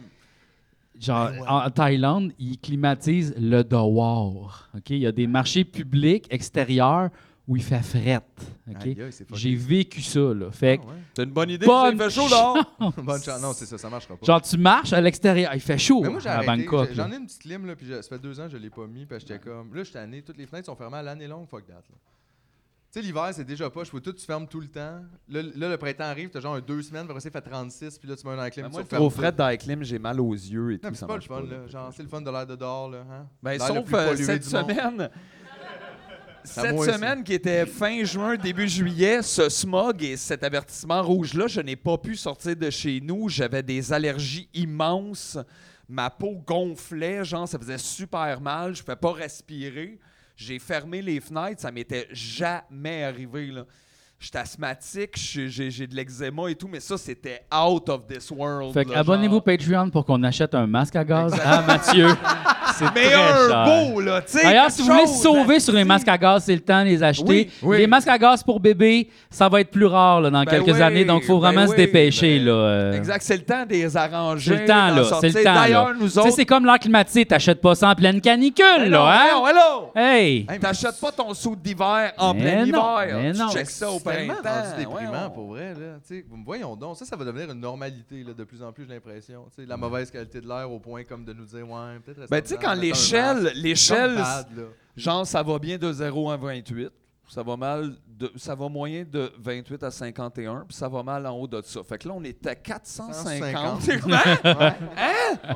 A: Genre, en Thaïlande, ils climatisent le dehors. OK? Il y a des marchés publics extérieurs où il fait frette. OK?
B: Aïe, Ah aïe, c'est
A: J'ai vécu ça, là. Fait que,
B: fucking-
C: C'est une bonne idée,
A: Bonne
C: ça, il fait chaud dehors.
B: Ah ouais. Bonne chance. Non, c'est ça, ça marchera pas.
A: genre, tu marches à l'extérieur. Il fait chaud
B: Mais moi, j'ai
A: à
B: arrêté.
A: Bangkok.
B: J'ai-
A: là.
B: J'en ai une petite lime, là, puis je- ça fait deux ans que je l'ai pas mis, parce que j'étais comme. Là, j'étais année, toutes les fenêtres sont fermées à l'année longue, fuck that. là. Tu sais, l'hiver, c'est déjà pas, je tout, tu fermes tout le temps. Là, là, le printemps arrive, t'as genre un deux semaines, puis après, ça fait 36, puis là, tu mets un dans la clim,
C: Ben,
B: tu
C: moi, le
B: refermes
C: trop
B: tout.
C: frais dans la clim, j'ai mal aux yeux et
B: Non,
C: tout.
B: mais c'est
C: ça
B: pas le
C: marche
B: fun,
C: pas,
B: là. Genre, c'est le fun de l'air de dehors, là. Hein?
C: Ben,
B: L'air le
C: sauf
B: plus
C: euh,
B: pollué
C: cette
B: du monde.
C: semaine. Cette
B: moi aussi.
C: semaine qui était fin juin, début juillet, ce smog et cet avertissement rouge-là, je n'ai pas pu sortir de chez nous. J'avais des allergies immenses. Ma peau gonflait, genre, ça faisait super mal. Je ne pouvais pas respirer. J'ai fermé les fenêtres. Ça m'était jamais arrivé, là. J'étais asthmatique, j'ai- j'ai j'ai de l'eczéma et tout, mais ça, c'était out of this world.
A: Fait que
C: là,
A: abonnez-vous
C: genre.
A: Patreon pour qu'on achète un masque à gaz à Ah, Mathieu.
C: Mais
A: très
C: un
A: cher.
C: beau, là, tu sais.
A: D'ailleurs,
C: quelque
A: si vous voulez
C: chose,
A: se sauver
C: hein.
A: sur les masques à gaz, c'est le temps de les acheter.
C: Oui, oui.
A: Les masques à gaz pour bébé, ça va être plus rare là, dans
C: Ben
A: quelques
C: oui,
A: années, donc il faut
C: ben
A: vraiment se
C: oui,
A: dépêcher.
C: ben,
A: là, euh.
C: Exact, c'est le temps des arranger.
A: C'est le temps,
C: d'en
A: là. C'est
C: sortir.
A: le temps. là.
C: D'ailleurs, nous
A: Tu sais,
C: autres. Ben
A: c'est comme l'air climatisé. T'achètes pas ça en pleine canicule, là,
C: Hello,
A: hein?
C: hello!
A: Hey!
C: Hey, mais T'achètes pas ton saut d'hiver en
A: Mais
C: plein
A: non,
C: hiver.
A: mais non.
C: Tu checkes ça au
B: C'est tellement
C: printemps.
B: rendu
C: voyons.
B: déprimant, pour vrai. Là. Tu sais, voyons donc, ça, ça va devenir une normalité là, de plus en plus, j'ai l'impression. Tu sais, La mauvaise qualité de l'air au point comme de nous dire, ouais, peut-être... rester
C: Ben, tu sais,
B: dedans,
C: quand
B: mettre un
C: l'échelle,
B: masque.
C: l'échelle,
B: Comme bad, là.
C: genre, ça va bien de 0 à 28, ça va mal, de, ça va moyen de 28 à 51, puis ça va mal en haut de ça. Fait que là, on est à 450.
B: 150.
C: Hein?
B: Ouais,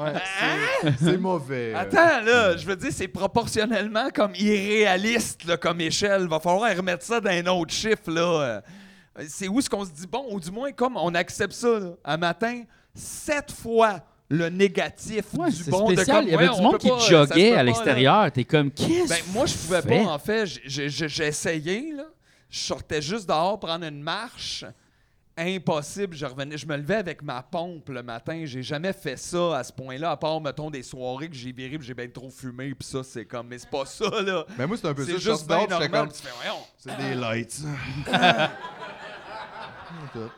B: c'est- c'est mauvais. euh.
C: Attends, là, je veux dire, c'est proportionnellement comme irréaliste, là, comme échelle. Va falloir remettre ça dans un autre chiffre, là. Euh, C'est où est-ce qu'on se dit, bon, ou du moins, comme on accepte ça, là, à matin, sept fois le négatif
A: Ouais,
C: du
A: c'est
C: bon
A: spécial.
C: de comme,
A: Il y avait
C: ouais,
A: du
C: on
A: monde
C: peut
A: qui
C: pas, euh, ça se peut
A: joguait
C: pas, là.
A: à l'extérieur. T'es comme, qu'est-ce
C: Ben, moi, je pouvais
A: fait?
C: pas, en fait. J- j- j- J'essayais, là. Je sortais juste dehors prendre une marche. Impossible, je revenais. Je me levais avec ma pompe le matin. J'ai jamais fait ça à ce point-là, à part, mettons, des soirées que j'ai viré, puis j'ai bien trop fumé, puis ça, c'est comme. Mais c'est pas ça, là.
B: Mais moi, c'est un peu ça.
C: C'est
B: Je
C: juste
B: juste
C: bien
B: d'autres, j'étais
C: normal.
B: comme...
C: Tu fais, voyons. Ah.
B: C'est des lights.
C: Rendu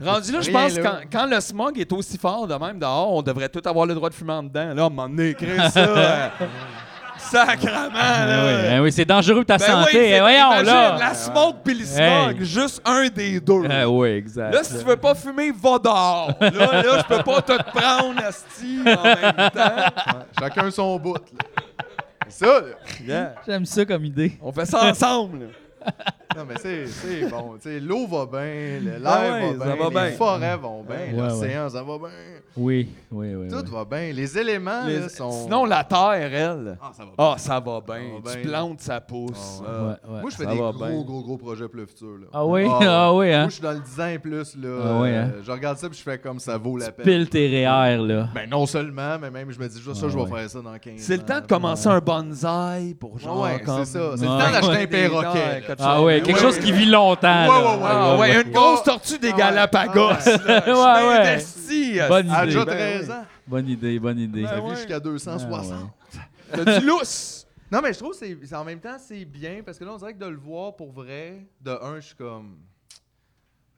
C: là, je
B: Rien
C: pense
B: là.
C: quand, quand le smog est aussi fort de même dehors, on devrait tout avoir le droit de fumer en dedans. Là, à un moment donné, Chris, ça. euh, Sacrement, là.
A: Ben oui, ben oui, c'est dangereux pour ta
C: Ben oui,
A: santé.
C: c'est-
A: Eh, voyons,
C: imagine,
A: là!
C: La smoke puis le smog,
A: Hey.
C: juste un des deux.
A: Ah oui, exact.
C: Là, si tu veux pas fumer, va dehors. Là, là, je peux pas te prendre, Asti, en même temps.
B: Chacun son bout. là. Ça, là.
A: J'aime ça comme idée.
C: On fait ça ensemble. là.
B: Non, mais c'est c'est bon. tu sais, L'eau va bien, le- l'air
C: Ah ouais,
B: va
C: ça
B: bien,
C: va
B: les
C: bien.
B: forêts vont bien,
A: Ouais,
B: l'océan, ça va bien.
A: Oui, oui, oui.
B: Tout va bien. Les éléments
C: Les-
B: là, sont.
C: Sinon, la terre, elle.
B: Ah, ça va bien.
C: Ah, ça va bien.
B: Ça va
C: Tu
B: bien.
C: plantes, ça pousse.
B: Ah
C: Euh,
B: Moi, je fais
C: ça
B: des
C: va
B: gros,
C: bien.
B: gros, gros, projets pour le futur. Là.
A: Ah oui?
B: ouais.
A: Ah oui, hein?
B: Moi, je suis dans le 10 ans et plus. Là,
A: Ah ouais, hein?
B: Euh, Je regarde ça puis je fais comme ça vaut la peine.
A: Pile tes REER, là. Ah
B: Ben, non seulement, mais même, je me dis, ça, je vais
A: ouais.
B: faire ça dans 15 ans.
C: Ah C'est le temps de commencer un bonsaï pour genre.
B: ouais, c'est
C: comme-
B: ça. C'est le
A: temps
B: d'acheter un
C: Des
B: perroquet,
C: terres,
B: là.
C: quelque
A: Ah
C: chose.
A: oui, quelque chose qui vit longtemps.
B: Ouais,
A: là.
B: ouais, ouais,
C: Ah
B: ouais,
C: ouais, une grosse tortue des
B: Ah ouais.
C: Galapagos.
B: Ah
C: là. Je
A: Ouais, ouais.
C: m'investis, ah, Asti.
A: Bonne
B: À
A: idée.
B: déjà 13 ans.
A: Bonne idée, bonne idée.
B: Ça vit jusqu'à 260.
A: Ah ouais.
C: T'as du lousse.
B: Non, mais je trouve que c'est- c'est- en même temps, c'est bien parce que là, on dirait que de le voir pour vrai, de un, je suis comme.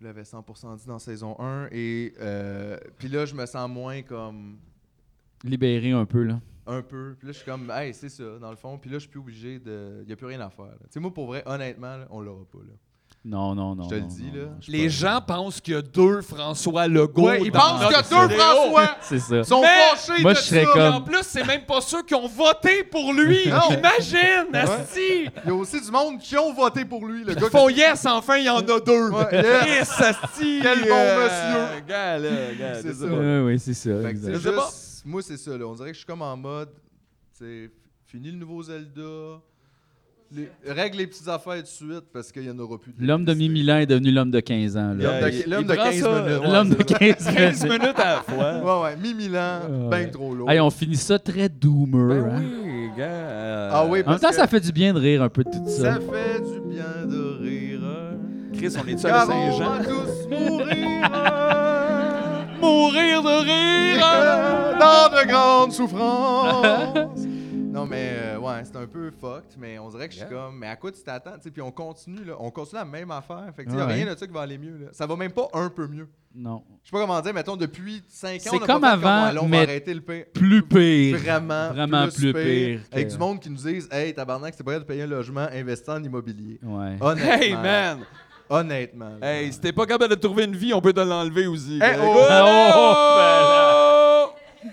B: Vous l'avez 100% dit dans saison 1 et. euh, Puis là, je me sens moins comme.
A: Libéré un peu, là.
B: Un peu. Puis là, je suis comme, hey, c'est ça, dans le fond. Puis là, je suis plus obligé de. Il n'y a plus rien à faire. là. Tu sais, moi, pour vrai, honnêtement, là, on l'aura pas. Là.
A: Non, non, non.
B: Je te le
A: non,
B: dis,
A: non,
B: là.
A: non, je suis
C: Les
A: pas-
C: gens pensent qu'il y a deux François Legault.
B: Ouais, ils
C: dans
B: pensent qu'il y a
C: notre
B: deux
C: vidéo.
B: François
A: C'est ça.
B: Ils sont
C: Mais-
B: fâchés
A: Moi,
B: de
A: je serais
B: ça.
C: Et
A: comme-
C: en plus, c'est même pas ceux qui ont voté pour lui.
B: Non.
C: Imagine, Asti.
B: Il y a aussi du monde qui ont voté pour lui, le gars.
C: Ils font yes, enfin, il y en a deux.
B: Ouais, yes.
C: Yes, Asti.
B: Quel bon
C: euh,
B: monsieur.
C: gars, là, gars,
B: C'est
C: désolé.
B: ça.
A: Oui, oui, c'est ça.
B: Fait que,
A: exact.
B: tu sais,
C: Je sais pas.
B: juste- moi, c'est ça. Là. On dirait que je suis comme en mode. c'est fini le nouveau Zelda. les- règle les petites affaires tout de suite parce qu'il n'y en aura plus.
A: L'homme de mi-milan est devenu l'homme de 15 ans,
B: L'homme
A: là.
B: de,
C: Il-
B: l'homme
C: il
B: de
C: prend
B: 15
C: ça,
B: minutes.
C: ouais,
A: L'homme de
B: c'est ça.
A: 15
C: 15
A: ans.
C: minutes à la fois.
B: Ouais, ouais, mi-milan,
A: Ouais.
B: ben trop lourd.
A: Hey, on finit ça très doomer. hein.
C: Ben oui, gars. euh,
B: Ah oui,
A: En même
B: parce
A: temps,
B: que
A: ça fait du bien de rire un peu de tout
B: ça
A: ça.
B: fait du bien de rire.
C: Chris, on est seul à
B: Car on
C: Saint-Jean.
B: va tous mourir.
C: Mourir de hein?
B: Euh, dans de grandes souffrances. Non, mais euh, ouais, c'est un peu fucked, mais on dirait que je suis comme, mais à quoi tu t'attends? tu sais, Puis on continue, là, on continue la même affaire. Fait que, tu sais, y a
A: Ouais.
B: rien de ça qui va aller mieux. Là. Ça va même pas un peu mieux.
A: Non.
B: Je sais pas comment dire, mettons, depuis 5 ans,
A: C'est
B: on a
A: comme
B: pas fait
A: avant,
B: allons, on va
A: mais
B: arrêter le pire.
A: Plus pire.
B: Vraiment,
A: Vraiment plus pire
B: Avec
A: que-
B: du monde qui nous disent, hey, tabarnak, c'est pas vrai de payer un logement, investir en immobilier.
A: Ouais.
B: Honnêtement.
C: Hey, man.
B: Honnêtement. là.
C: Hey, si t'es pas capable de trouver une vie, on peut te l'enlever aussi.
B: Hey,
C: gars.
B: oh.
C: Oh!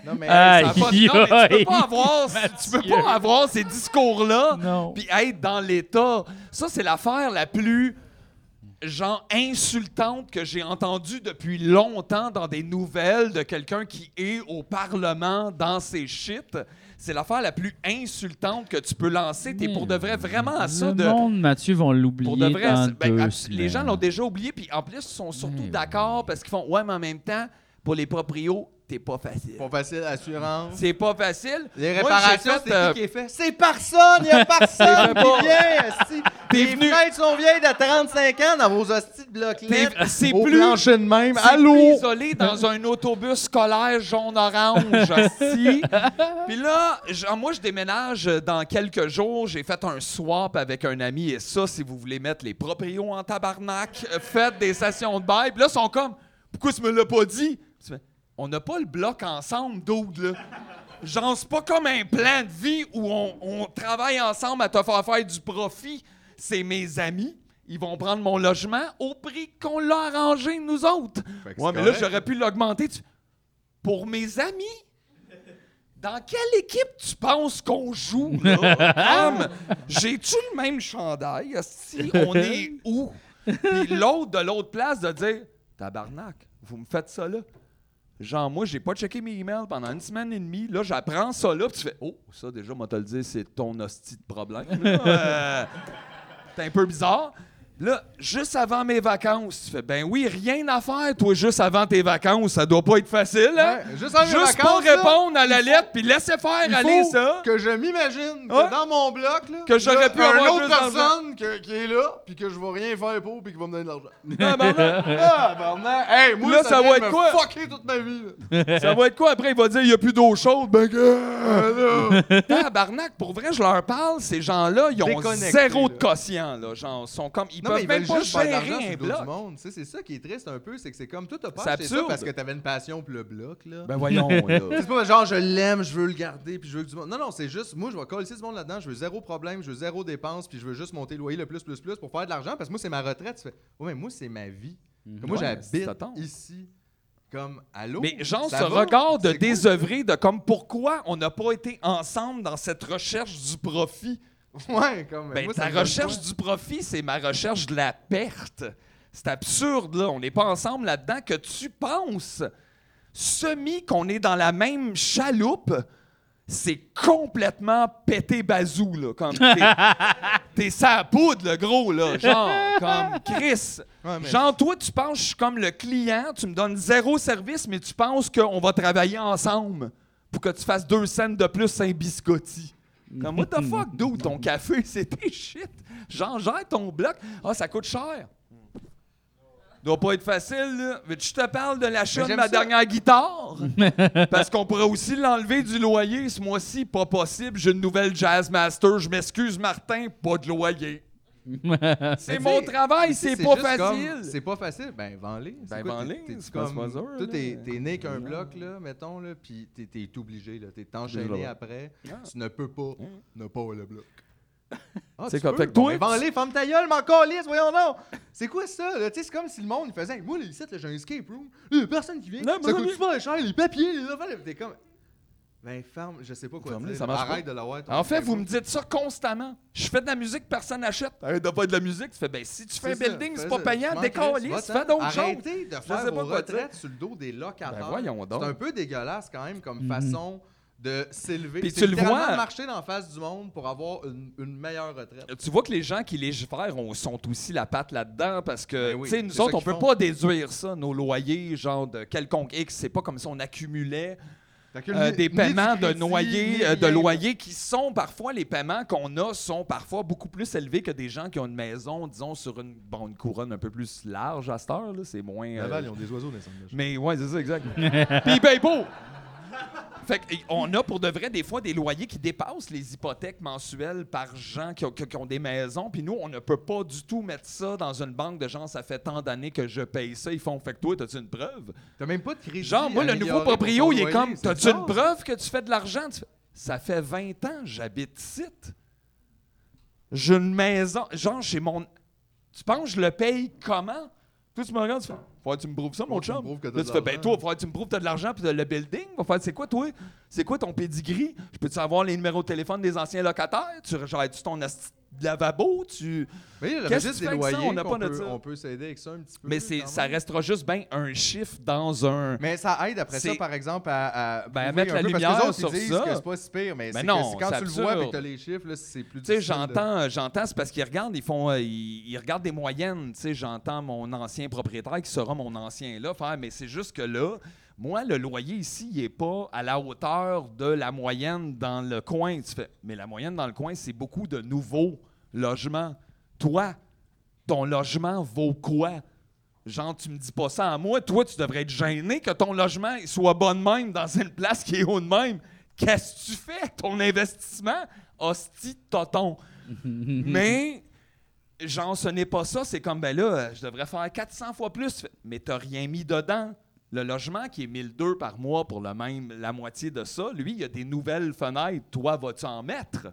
B: Non, mais.
A: Hey.
C: Ça a pas de-
A: Aïe,
C: non, mais tu peux pas
A: aïe.
C: avoir, tu peux pas avoir ces
B: Ah.
C: discours-là
A: Non.
C: puis être dans l'état. Ça, c'est l'affaire la plus genre insultante que j'ai entendue depuis longtemps dans des nouvelles de quelqu'un qui est au Parlement dans ses shit. C'est l'affaire la plus insultante que tu peux lancer. T'es pour de vrai vraiment à Ah, ça
A: Le
C: de...
A: monde, Mathieu, vont l'oublier
C: Pour de vrai,
A: dans
C: c'est- ben,
A: deux
C: abs- les gens
A: semaines.
C: l'ont déjà oublié, puis en plus, ils sont surtout
A: Ouais.
C: d'accord parce qu'ils font Ouais, mais en même temps, pour les proprios, t'es pas facile.
B: Pas facile, assurance.
C: C'est pas facile. Moi, j'ai
B: Les réparations,
C: fait,
B: c'est
C: euh,
B: qui qui est fait? C'est personne! Il n'y a personne
C: C'est pas-
B: qui vient! esti.
C: T'es
B: Les
C: venu-
B: fêtes sont vieilles de 35 ans dans vos hosties de bloc-lettres.
C: T'es- c'est
B: Au
C: plus-
B: plancher de même.
C: C'est plus
B: Allô?
C: isolé dans un autobus scolaire jaune-orange, si. Puis là, genre, moi, je déménage dans quelques jours. J'ai fait un swap avec un ami. Et ça, si vous voulez mettre les proprios en tabarnak, euh, faites des sessions de bail. Puis là, ils sont comme, pourquoi tu me l'as pas dit? Tu fais, On n'a pas le bloc ensemble, dude, là. Genre, c'est pas comme un plan de vie où on, on travaille ensemble à te faire faire du profit. C'est mes amis. Ils vont prendre mon logement au prix qu'on l'a arrangé, nous autres.
B: Fait que
C: Ouais,
B: c'est
C: mais là,
B: correct.
C: j'aurais pu l'augmenter. Tu- Pour mes amis? Dans quelle équipe tu penses qu'on joue, là? Cam, j'ai-tu le même chandail? Si on est où? Puis l'autre de l'autre place de dire Tabarnak, vous me faites ça là. Genre, moi, j'ai pas checké mes emails pendant une semaine et demie. Là, j'apprends ça là. Puis tu fais Oh, ça, déjà, moi, te le dire, c'est ton hostie de problème. là. Euh, T'es un peu bizarre. Là, juste avant mes vacances, tu fais Ben oui, rien à faire, toi, juste avant tes vacances. Ça doit pas être facile, hein?
B: Ouais, juste avant mes
C: Juste pas
B: vacances, là,
C: répondre à la lettre, puis laissez faire
B: Il
C: aller
B: faut
C: ça.
B: que je m'imagine que
C: Ouais.
B: dans mon bloc, là,
C: Que j'aurais pu
B: il y a
C: avoir
B: une
C: plus
B: autre
C: d'argent.
B: personne que- qui est là, puis que je vais rien faire pour, puis qui va me donner de l'argent.
C: Tabarnak.
B: ah, Bernard! Hey, moi,
C: Là,
B: ça,
C: ça
B: vient
C: va
B: de
C: être
B: me
C: quoi?
B: fucker toute ma vie. là.
C: Ça va être quoi après? Il va dire il n'y a plus d'eau chaude. Ben,
B: Euh, là.
C: tabarnak, pour vrai, je leur parle, ces gens-là, ils ont
B: Déconnectés,
C: zéro
B: là.
C: de quotient, là. Genre, ils sont comme. Ils
B: Non, mais
C: peuvent même
B: ils veulent
C: pas
B: juste faire de
C: gérer
B: l'argent sur
C: un
B: le dos du
C: bloc.
B: monde. Tu sais, c'est ça qui est triste un peu, c'est que c'est comme toi, t'as pas
C: C'est
B: acheté ça
C: absurde.
B: parce que t'avais une passion pour le bloc. Là.
C: Ben voyons, là.
B: C'est pas genre je l'aime, je veux le garder, puis je veux que du monde. Non, non, c'est juste, moi, je vais coller ce monde là-dedans, je veux zéro problème, je veux zéro dépense, puis je veux juste monter le loyer le plus, plus, plus pour faire de l'argent, parce que moi, c'est ma retraite. Tu fais, ouais, mais moi, c'est ma vie. Comme moi,
C: Mhm. Ouais, mais c'est
B: j'habite
C: ta tante.
B: ici. Comme, allô?
C: Mais genre,
B: ça
C: ce
B: va?
C: regard de
B: C'est quoi?
C: désœuvré, de comme pourquoi on n'a pas été ensemble dans cette recherche du profit.
B: Ouais, comme.
C: Ben,
B: moi, ça
C: ta
B: me donne
C: recherche
B: quoi?
C: du profit, c'est ma recherche de la perte. C'est absurde, là. On n'est pas ensemble là-dedans. Que tu penses, semi, qu'on est dans la même chaloupe, c'est complètement pété bazou, là. Comme t'es- t'es sa poudre, le gros, là. Genre, comme Chris.
B: Ouais, mais-
C: Genre, toi, tu penses que je suis comme le client, tu me donnes zéro service, mais tu penses qu'on va travailler ensemble pour que tu fasses deux scènes de plus un biscotti. Comme, what the fuck, dude, ton café, c'est tes shit. Genre, gère ton bloc. Ah, ça coûte cher. Doit pas être facile, là. Mais je te parle de l'achat
B: Mais
C: de
B: j'aime
C: ma
B: ça.
C: dernière guitare. Parce qu'on pourrait aussi l'enlever du loyer ce mois-ci. Pas possible. J'ai une nouvelle Jazz Master. Je m'excuse, Martin. Pas de loyer. c'est
B: Mais
C: mon
B: tu sais,
C: travail.
B: mais tu sais,
C: C'est pas
B: juste comme-
C: facile.
B: C'est pas facile. Ben, vends-les. C'est
C: Ben,
B: quoi,
C: vends-les,
B: t'es- t'es-tu
C: c'est pas
B: comme-
C: ce bazar,
B: Toi, t'es
C: là.
B: t'es né qu'un bloc, là, mettons, là, puis t'es- t'es obligé, là. T'es enchaîné
C: Désolé.
B: après. Tu ne peux pas ne pas le bloc. Ah,
C: C'est
B: tu
C: comme-
B: peux?
C: fait que
B: Bon,
C: toi,
B: ben,
C: tu-
B: vends-les, ferme ta gueule, m'en calisse, voyons non! C'est quoi ça, là? Tu sais, c'est comme si le monde, il faisait, Hey, moi, les sites, là, j'ai un escape room. Il y a personne qui vient.
C: Non, mais
B: ça
C: non,
B: coûte super cher, les papiers, les affaires. là. T'es comme. Ben, ferme, je sais pas quoi.
C: Ferme-les,
B: dire,
C: ça
B: là.
C: marche
B: Arrête de l'avoir. Ben, ton
C: En fait,
B: escape
C: vous
B: room.
C: me dites ça constamment. Je fais de la musique, personne n'achète. Arrête Ah de pas de la musique. Tu fais, ben si tu fais un
B: C'est ça,
C: building, c'est
B: fais
C: pas
B: ça.
C: payant,
B: Manque
C: décalé,
B: juste,
C: fais
B: va-t'en.
C: donc chose.
B: Arrêtez de
C: sais
B: faire
C: pas
B: vos
C: quoi te dire.
B: retraites sur le dos des locataires.
C: Ben voyons donc. Hmm.
B: C'est un peu dégueulasse quand même comme façon de s'élever.
C: Puis
B: C'est
C: tu le
B: littéralement
C: vois.
B: marcher dans la face du monde pour avoir une, une meilleure retraite.
C: Tu vois que les gens qui légifèrent ont, sont aussi la patte là-dedans parce que,
B: Ben
C: tu
B: oui,
C: sais,
B: c'est
C: nous
B: ça
C: autres, on
B: qu'ils
C: peut
B: font.
C: pas déduire ça, nos loyers, genre de quelconque X. C'est pas comme si on accumulait
B: Fait que
C: euh,
B: ni-
C: des
B: ni
C: paiements
B: du
C: de
B: crédit, ni
C: loyers, euh, de
B: rien.
C: loyers qui sont parfois, les paiements qu'on a sont parfois beaucoup plus élevés que des gens qui ont une maison, disons, sur une, bon, une couronne un peu plus large à cette heure. là. C'est moins. euh,
B: Laval, ils ont des oiseaux dans les sondages.
C: Mais ouais, c'est ça, exact. Puis ben beau! Fait qu'on a pour de vrai des fois des loyers qui dépassent les hypothèques mensuelles par gens qui ont, qui- qui ont des maisons. Puis nous, on ne peut pas du tout mettre ça dans une banque de gens, ça fait tant d'années que je paye ça. Ils font, fait que toi, t'as-tu une preuve?
B: T'as même pas de crédit.
C: Genre, moi, le
B: amélioré
C: nouveau
B: pour ton
C: proprio, il est
B: loyer,
C: comme,
B: c'est
C: t'as-tu une
B: bizarre.
C: preuve que tu fais de l'argent? Tu fais, Ça fait 20 ans, j'habite ici. J'ai une maison. Genre, j'ai mon. Tu penses que je le paye comment? Toi, tu me regardes, tu fais, faut que tu me prouves ça, mon
B: que tu me
C: chum.
B: prouves que t'as
C: Là,
B: de
C: tu fais, ben toi,
B: l'argent.
C: faut que tu me prouves que t'as de l'argent, puis t'as le building. Va faire, c'est quoi, toi? C'est quoi ton pedigree? Je peux-tu avoir les numéros de téléphone des anciens locataires? Tu gères-tu ton asti de lavabo? Tu.
B: Mais il y a
C: Qu'est-ce
B: juste
C: que
B: des
C: tu fais avec ça?
B: loyers.
C: On n'a
B: qu'on
C: pas notre
B: peut-
C: ça.
B: On peut s'aider avec ça un petit peu.
C: Mais c'est,
B: quand
C: ça
B: même.
C: restera juste ben un chiffre dans un.
B: Mais ça aide après ça,
C: C'est-
B: par exemple, à, à,
C: Ben, à
B: prouver
C: mettre
B: un
C: la
B: peu, parce que
C: lumière
B: les autres,
C: sur
B: ils disent
C: ça.
B: que c'est pas si pire, mais
C: Ben
B: c'est que
C: non,
B: c'est quand
C: c'est
B: tu le vois et
C: absurde.
B: que t'as les chiffres, là, c'est plus
C: Tu sais,
B: difficile de-
C: j'entends, euh, j'entends, c'est parce qu'ils regardent, ils font, euh, ils, ils regardent des moyennes. Tu sais, j'entends mon ancien propriétaire qui sera mon ancien là faire, mais c'est juste que là, Moi, le loyer ici, il n'est pas à la hauteur de la moyenne dans le coin. Tu fais, mais la moyenne dans le coin, c'est beaucoup de nouveaux logements. Toi, ton logement vaut quoi? Genre, tu me dis pas ça à moi. Toi, tu devrais être gêné que ton logement il soit bon de même dans une place qui est haut de même. Qu'est-ce que tu fais? avec Ton investissement, hostie de toton. Mais, genre, ce n'est pas ça. C'est comme, ben là, euh, je devrais faire 400 fois plus. Mais t'as rien mis dedans. Le logement qui est 1002 par mois pour le même, la moitié de ça, lui, il y a des nouvelles fenêtres. Toi, vas-tu en mettre?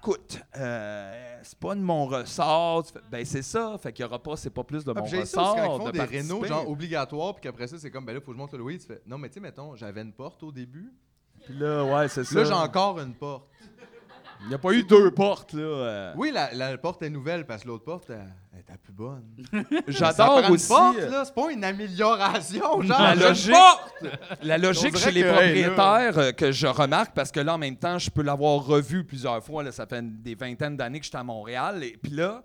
C: Écoute, euh, c'est pas de mon ressort. Tu fais, Ben, c'est ça. Fait qu'il y aura pas, c'est pas plus de mon
B: Ah, puis j'ai ça aussi,
C: ressort.
B: quand ils font
C: de
B: des
C: participer.
B: rénaux genre obligatoires, puis qu'après ça, c'est comme, ben là, faut que je monte le loyer. Tu fais, non, mais tu sais, mettons, j'avais une porte au début.
C: Puis là, ouais, c'est
B: Puis Là,
C: ça.
B: j'ai encore une porte.
C: Il n'y a pas eu deux portes, là. euh.
B: Oui, la, la porte est nouvelle parce que l'autre porte, elle, elle était plus bonne. Ça
C: J'adore
B: prend
C: aussi.
B: Une porte,
C: euh,
B: là, c'est pas une amélioration, genre.
C: La
B: j'ai
C: logique,
B: une porte!
C: la logique
B: On
C: chez
B: dirait
C: les
B: que, hey, là-
C: propriétaires euh, que je remarque, parce que là, en même temps, je peux l'avoir revu plusieurs fois. là, ça fait une- des vingtaines d'années que je suis à Montréal. Et puis là,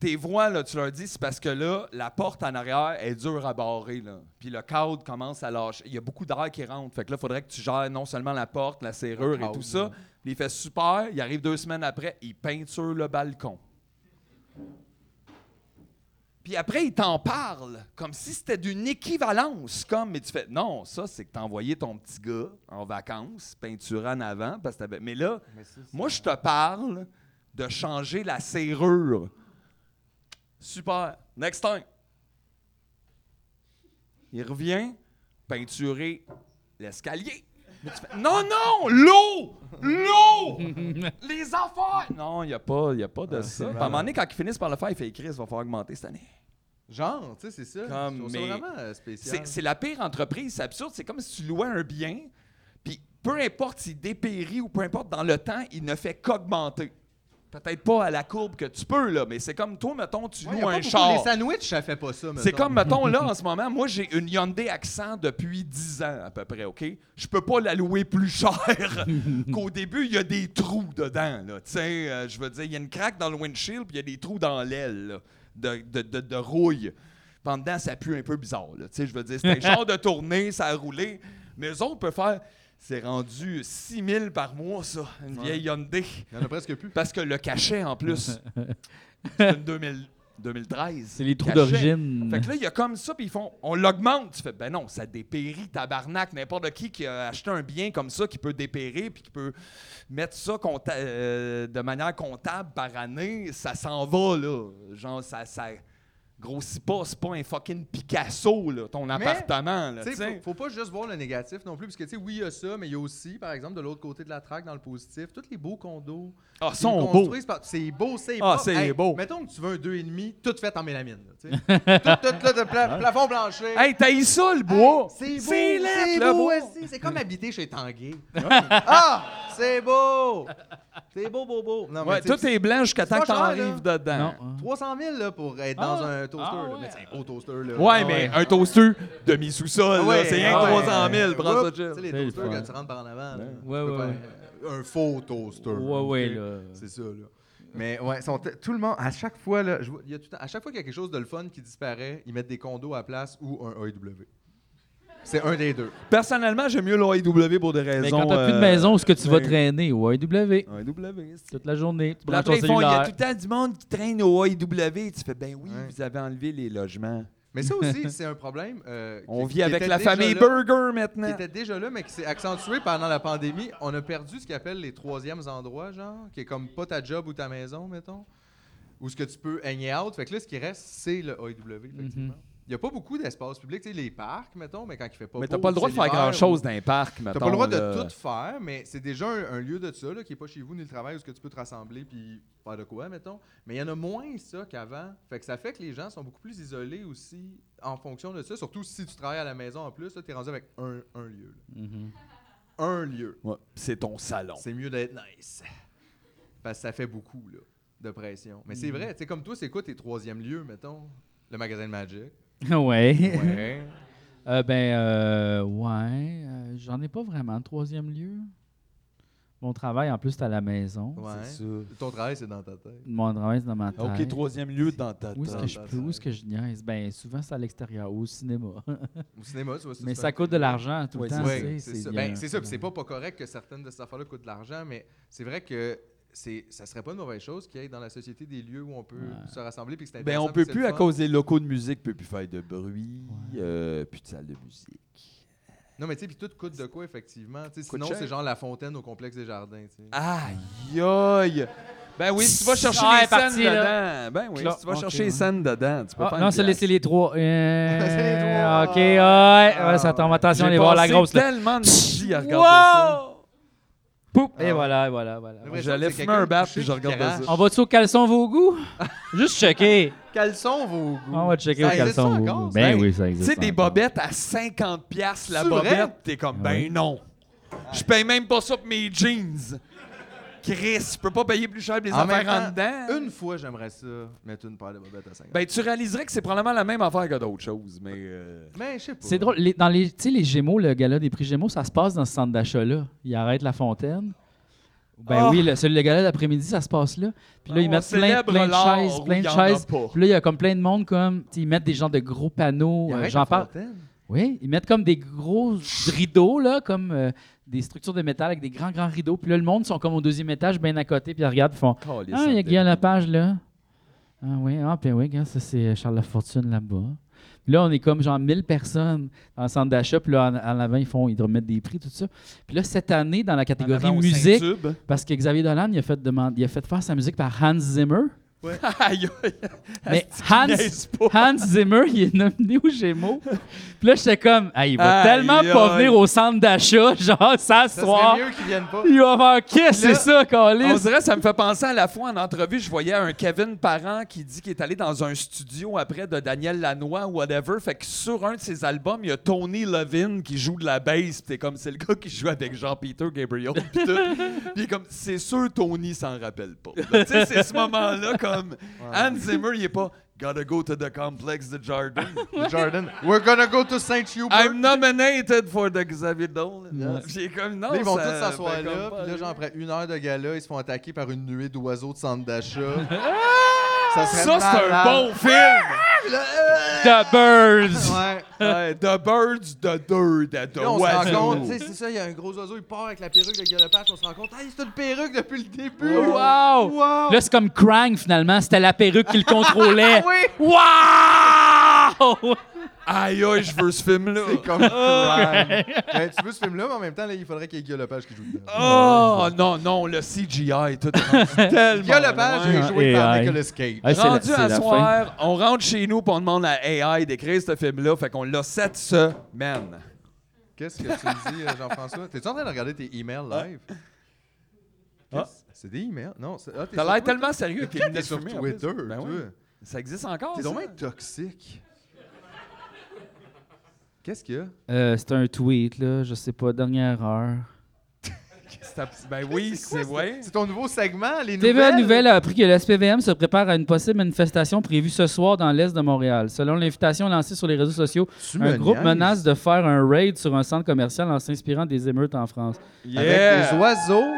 C: tes voix, là, tu leur dis, c'est parce que là, la porte en arrière est dure à barrer. Là. Puis le cadre commence à lâcher. Il y a beaucoup d'air qui rentre. Fait que là, il faudrait que tu gères non seulement la porte, la serrure et
B: cadre,
C: tout ça. Il fait super. Il arrive deux semaines après, il peinture le balcon. Puis après, il t'en parle comme si c'était d'une équivalence. Comme, mais tu fais, non, ça, c'est que t'as envoyé ton petit gars en vacances, peinturant en avant. Parce que t'avais- mais là, moi, je te parle de changer la serrure. Super. Next time. Il revient peinturer l'escalier. Mais tu fais, non, non, l'eau! L'eau! Les affaires! Non, il n'y a, pas- y a pas de ça. Puis À un moment donné, quand ils finissent par le faire, il fait écrire, il va falloir augmenter cette année.
B: Genre, tu sais, c'est ça.
C: Comme,
B: je trouve
C: mais-
B: ça vraiment euh, spécial.
C: C'est c'est la pire entreprise, c'est absurde. C'est comme si tu louais un bien, puis peu importe s'il dépérit ou peu importe, dans le temps, il ne fait qu'augmenter. Peut-être pas à la courbe que tu peux, là, mais c'est comme toi, mettons, tu
B: Ouais, y a
C: loues
B: pas
C: un
B: beaucoup-
C: char.
B: Les sandwichs, ça fait pas ça,
C: C'est
B: mettons.
C: comme, mettons, là, en ce moment, moi, j'ai une Hyundai Accent depuis 10 ans, à peu près, OK? Je peux pas la louer plus cher qu'au début, il y a des trous dedans, là. Tu sais, euh, je veux dire, il y a une craque dans le windshield, puis il y a des trous dans l'aile, là, de, de, de, de rouille. Pendant, ça pue un peu bizarre, là. Tu sais, je veux dire, c'est un genre de tournée, ça a roulé. Mais eux autres peuvent faire... C'est rendu 6 000 par mois, ça, une vieille Hyundai.
B: Il y en a presque plus.
C: Parce que le cachet, en plus, c'est une 2000 2013.
A: C'est les trous
C: Cachet.
A: d'origine.
B: Mm-hmm.
C: Fait que là, il y a comme ça, puis ils font, on l'augmente. Tu fais, ben non, ça dépérit, tabarnak. N'importe qui qui a acheté un bien comme ça, qui peut dépérir, puis qui peut mettre ça compta- euh, de manière comptable par année, ça s'en va, là. Genre, ça, ça grossit pas. C'est pas un fucking Picasso, là, ton appartement, là.
B: Tu
C: tu sais.
B: sais, faut, faut pas juste voir le négatif non plus, parce que, tu sais, oui, il y a ça, mais il y a aussi, par exemple, de l'autre côté de la traque, dans le positif, tous les beaux condos.
C: Ah,
B: ils
C: sont beaux.
B: construisent par- C'est beau, c'est
C: Ah,
B: propre.
C: c'est beau.
B: Mettons que tu veux un 2,5, tout fait en mélamine. là, tu sais. tout, tout, là, de pla- plafond plancher.
C: Hey, t'as eu ça, le bois?
B: C'est beau,
C: C'est laid,
B: c'est
C: le
B: beau
C: bois.
B: aussi. C'est comme habiter chez Tanguay. ah, c'est beau. C'est beau, beau, beau. Non, mais
C: Ouais,
B: tu sais,
C: tout est blanc jusqu'à temps
B: pas
C: que t'en
B: cher, hein. là.
C: arrives dedans.
A: Non.
B: 300 000 là, pour être
A: Ah,
B: dans un toaster.
A: ah,
B: là.
A: ouais.
B: Mais c'est un beau toaster. Là.
C: Ouais,
B: Ah,
C: mais un toaster demi-sous-sol, là, c'est rien que
A: ah ouais.
C: 300 000, prends ça,
B: Oups,
C: Jeff.
B: Tu sais, les
A: C'est le
B: toasters
A: fun.
B: que tu rentres par en avant. là.
A: Ouais,
B: Tu peux
A: ouais,
B: pas-
A: ouais.
B: Un faux toaster.
A: Ouais, ouais,
B: ok?
A: là.
B: C'est ça, là. Mais ouais, sont tout le monde, à chaque fois, là, je vois- il y a tout le temps- à chaque fois qu'il y a quelque chose de le fun qui disparaît, ils mettent des condos à la place ou un AEW. C'est un des deux.
C: Personnellement, j'aime mieux l'OIW pour des raisons.
A: Mais quand t'as plus de
C: euh,
A: maison, ce que tu vas
C: ouais.
A: traîner au IW
C: OIW. c'est-
A: toute la journée. Tu
C: Puis
A: prends ton
C: après, ils font, il y a
A: cellulaire.
C: tout le temps du monde qui traîne au IW. Tu fais, ben oui,
B: Ouais.
C: vous avez enlevé les logements.
B: Mais ça aussi, c'est un problème. euh, qui-
C: On
B: qui
C: vit avec
B: était
C: la
B: déjà
C: famille
B: là-
C: Burger
B: Qui
C: maintenant.
B: était déjà là, mais qui s'est accentué pendant la pandémie. On a perdu ce qu'ils appellent les troisièmes endroits, genre, qui est comme pas ta job ou ta maison, mettons, ou ce que tu peux hang out. Fait que là, ce qui reste, c'est le AEW, effectivement. Il n'y a pas beaucoup d'espace public. Tu sais, les parcs, mettons, mais quand il fait pas
C: Mais t'as
B: beau,
C: pas le droit de
B: c'est
C: faire
B: l'hiver,
C: grand-chose
B: ou-
C: dans les parcs, maintenant.
B: T'as pas le droit de tout faire, mais c'est déjà un, un lieu de ça, là, qui est pas chez vous ni le travail, où ce que tu peux te rassembler puis faire de quoi, mettons. Mais il y en a moins ça qu'avant. Fait que ça fait que les gens sont beaucoup plus isolés aussi en fonction de ça. Surtout si tu travailles à la maison en plus, tu es rendu avec un, un lieu. là. Un lieu.
C: Ouais, C'est ton salon.
B: C'est mieux d'être nice. Parce que ça fait beaucoup là, de pression. Mais
C: Mm.
B: c'est vrai, tu sais, comme toi, c'est quoi tes troisième lieux, mettons? Le magasin de Magic.
A: Mhm. ouais.
B: Ouais.
A: Euh, ben, euh, ouais. euh, J'en ai pas vraiment de troisième lieu. Mon travail, en plus, c'est à la maison.
B: Ouais.
C: C'est ça.
B: Ton travail, c'est dans ta tête.
A: Mon travail, c'est dans ma tête.
B: Ah,
C: Ok, troisième lieu dans ta
A: Où est-ce
C: tête.
A: que je
B: Dans ta
A: peux? Où est-ce
B: tête.
A: que je niaise? Ben, souvent, c'est à l'extérieur, au cinéma.
B: Au cinéma, tu vois, ça,
A: Mais
B: c'est
A: ça
B: un-
A: coûte de l'argent tout
C: Ouais,
A: le temps. tu
B: Oui,
A: sais,
B: c'est ça.
A: il y a un-
B: Ben, c'est ça. puis C'est pas pas correct que certaines de ces affaires-là coûtent de l'argent, mais c'est vrai que c'est ça serait pas une mauvaise chose qu'il y ait dans la société des lieux où on peut
A: Ouais.
B: se rassembler puis que c'est
C: Ben, on
B: intéressant,
C: peut
B: puis c'est
C: plus,
B: le
C: à
B: fun.
C: cause des locaux de musique, peut plus faire de bruit, euh, plus de salle de musique.
B: Non, mais tu sais, puis tout coûte de quoi, effectivement. Tu sais,
C: Coûte
B: sinon,
C: cher. Ah,
B: c'est genre la fontaine au complexe des jardins. tu sais.
C: Aïe, aïe! Ben oui, si tu vas chercher
A: Ah,
C: les
A: elle est partie,
C: scènes dedans. Ben oui,
A: Cla-
C: si tu vas
A: ok,
C: chercher
A: ouais.
C: les scènes dedans, tu peux
A: Ah,
C: faire
A: non,
C: une
A: c'est
C: place.
A: laisser les trois. Euh,
B: C'est les trois.
A: OK, ouais, ouais, ça tombe. Attention, on
C: J'ai
A: est voir la
C: passé
A: grosse. là.
C: tellement de vie à regarder ça. Ah.
A: Wow! Poup! Et voilà, et voilà, voilà.
B: La vraie
C: J'allais
B: chose, c'est
C: fumer
B: quelqu'un
C: un bat,
B: couché
C: puis je
B: qui
C: regardais
B: crache.
C: ça.
A: On va-tu au caleçon vos goûts? Juste checker.
B: Caleçon, vos goûts.
A: Ah, On va checker
B: Ça
A: au
B: existe
A: caleçon
B: ça
A: vos
B: encore,
A: goûts.
B: ça?
A: Ben oui, ça
C: Tu
A: existe.
C: sais, des
A: encore.
C: bobettes à 50 piastres, la
B: C'est vrai?
C: bobette, t'es comme, ben non. Je paye même pas ça pour mes jeans. Chris, je peux pas payer plus cher pour les
B: En même
C: affaires en
B: temps,
C: dedans.
B: Une fois, j'aimerais ça mettre une paire de bobettes à 50.
C: Ben, tu réaliserais que c'est probablement la même affaire que d'autres choses, mais... euh,
B: mais je sais pas.
A: C'est drôle. Les, dans les, tu sais, les Gémeaux, le gala des prix Gémeaux, ça se passe dans ce centre d'achat-là. Ils arrêtent la fontaine. Ben
C: Ah!
A: oui, le, celui, le gala d'après-midi, ça se passe là. Puis là,
C: Ah,
A: ils
C: on
A: mettent plein,
C: célèbre
A: plein de
C: l'art
A: chaises,
C: où
A: plein
C: il
A: de
C: y en a
A: chaises.
C: pas.
A: Puis là, il y a comme plein de monde comme. tu sais, Ils mettent des genres de gros panneaux.
B: Il
A: euh,
B: arrête
A: J'en
B: la
A: parle.
B: fontaine.
A: Oui, ils mettent comme des gros rideaux, là, comme euh, des structures de métal avec des grands, grands rideaux. Puis là, le monde sont comme au deuxième étage, bien à côté, puis ils regardent, ils font
C: calisse,
A: Ah, il y a
C: ça me
A: Guillaume Lapage, là. Ah oui, ah, puis oui, regarde, ça, c'est Charles Lafortune là-bas. Puis là, on est comme genre 1000 personnes dans le centre d'achat, puis là, en, en avant, ils font, ils doivent mettre des prix, tout ça. Puis là, cette année, dans la
C: En
A: catégorie
C: avant au
A: musique,
C: Saint-Tube.
A: parce que Xavier Dolan, il a fait, demander, il a fait faire sa musique par Hans Zimmer.
C: Aïe, aïe,
A: Mais Hans,
C: niaise pas.
A: Hans Zimmer, il est nominé aux Gémeaux. Puis là, j'étais comme, Hey, il va
C: Aïe,
A: tellement pas
C: aïe.
A: venir au centre d'achat, genre,
B: Ça
A: s'asseoir.
B: serait mieux qu'ils viennent pas.
A: Il va faire, qu'est-ce que
C: Là,
A: c'est ça,
C: On
A: Calis?
C: dirait ça me fait penser à la fois en entrevue, je voyais un Kevin Parent qui dit qu'il est allé dans un studio après de Daniel Lanois ou whatever. Fait que sur un de ses albums, il y a Tony Levin qui joue de la bass. Pis t'es comme, c'est le gars qui joue avec Jean-Peter Gabriel. Pis tout. Pis il est comme, c'est sûr, Tony s'en rappelle pas. Là, Tu sais, c'est ce moment-là comme Hans Zimmer, il est pas Gotta go to the complex, the Jardin.
B: Jordan, we're gonna go to St. Hubert.
C: I'm nominated for the Xavier Dolan. Pis il est comme, non,
B: Là, ils vont
C: ça
B: tous s'asseoir
C: fait
B: là,
C: ben, comme pas
B: puis là,
C: aller.
B: genre, après une heure de gala, ils se font attaquer par une nuée d'oiseaux de centre d'achat. ça serait
C: Ça, c'est un
B: malade.
C: bon film!
A: The Birds!
B: Ouais.
C: Ouais, the birds, the dirt, at the
B: Là, on se rend compte, tu sais,
C: oiseau.
B: c'est ça, il y a un gros oiseau, il part avec la perruque de Galopage, on se rend compte, hey, c'est une perruque depuis le début!
A: Wow!
B: Wow! Ah
A: Là, c'est comme Krang, finalement. C'était la perruque qui le
C: Ah
A: contrôlait. Oh,
B: Oui!
A: Wow!
C: Aïe, aïe, je veux ce film-là.
B: C'est comme crime. Ben, tu veux ce film-là, mais en même temps, là, il faudrait qu'il y ait Guy Lepage qui joue dedans.
C: Oh, non, non, le CGI, tout est rendu
B: Guy
C: tellement
B: Lepage
C: loin.
B: est joué par
A: AI.
B: Nicolas Cage.
A: Ah, c'est la-
C: Rendu
A: c'est
C: à
A: la
C: soir, on rentre chez nous pour on demande à AI d'écrire ce film-là. Fait qu'on l'a cette semaine.
B: Qu'est-ce que tu me dis, euh, Jean-François? T'es-tu en train de regarder tes emails live?
C: Ah.
B: Qu'est-ce- C'est des emails? Non, c'est. Ah, t'es
C: T'as l'air
B: sur Twitter.
C: tellement sérieux avec
B: T'es
C: les
B: sur
C: lunettes
B: Twitter,
C: fumées, en plus. Ben
B: toi.
C: oui. Ça existe encore,
B: T'es
C: ça?
B: donc bien toxique. Qu'est-ce qu'il y a?
A: Euh, c'est un tweet, là. Je sais pas, dernière heure.
C: C'est- Ben oui, c'est vrai.
B: C'est ton nouveau segment, les
A: TVA
B: nouvelles?
A: Nouvelle a appris que le SPVM se prépare à une possible manifestation prévue ce soir dans l'Est de Montréal. Selon l'invitation lancée sur les réseaux sociaux,
B: Tu
A: un
B: me
A: groupe
B: niaises.
A: menace de faire un raid sur un centre commercial en s'inspirant des émeutes en France.
B: Avec des
C: Yeah!
B: oiseaux.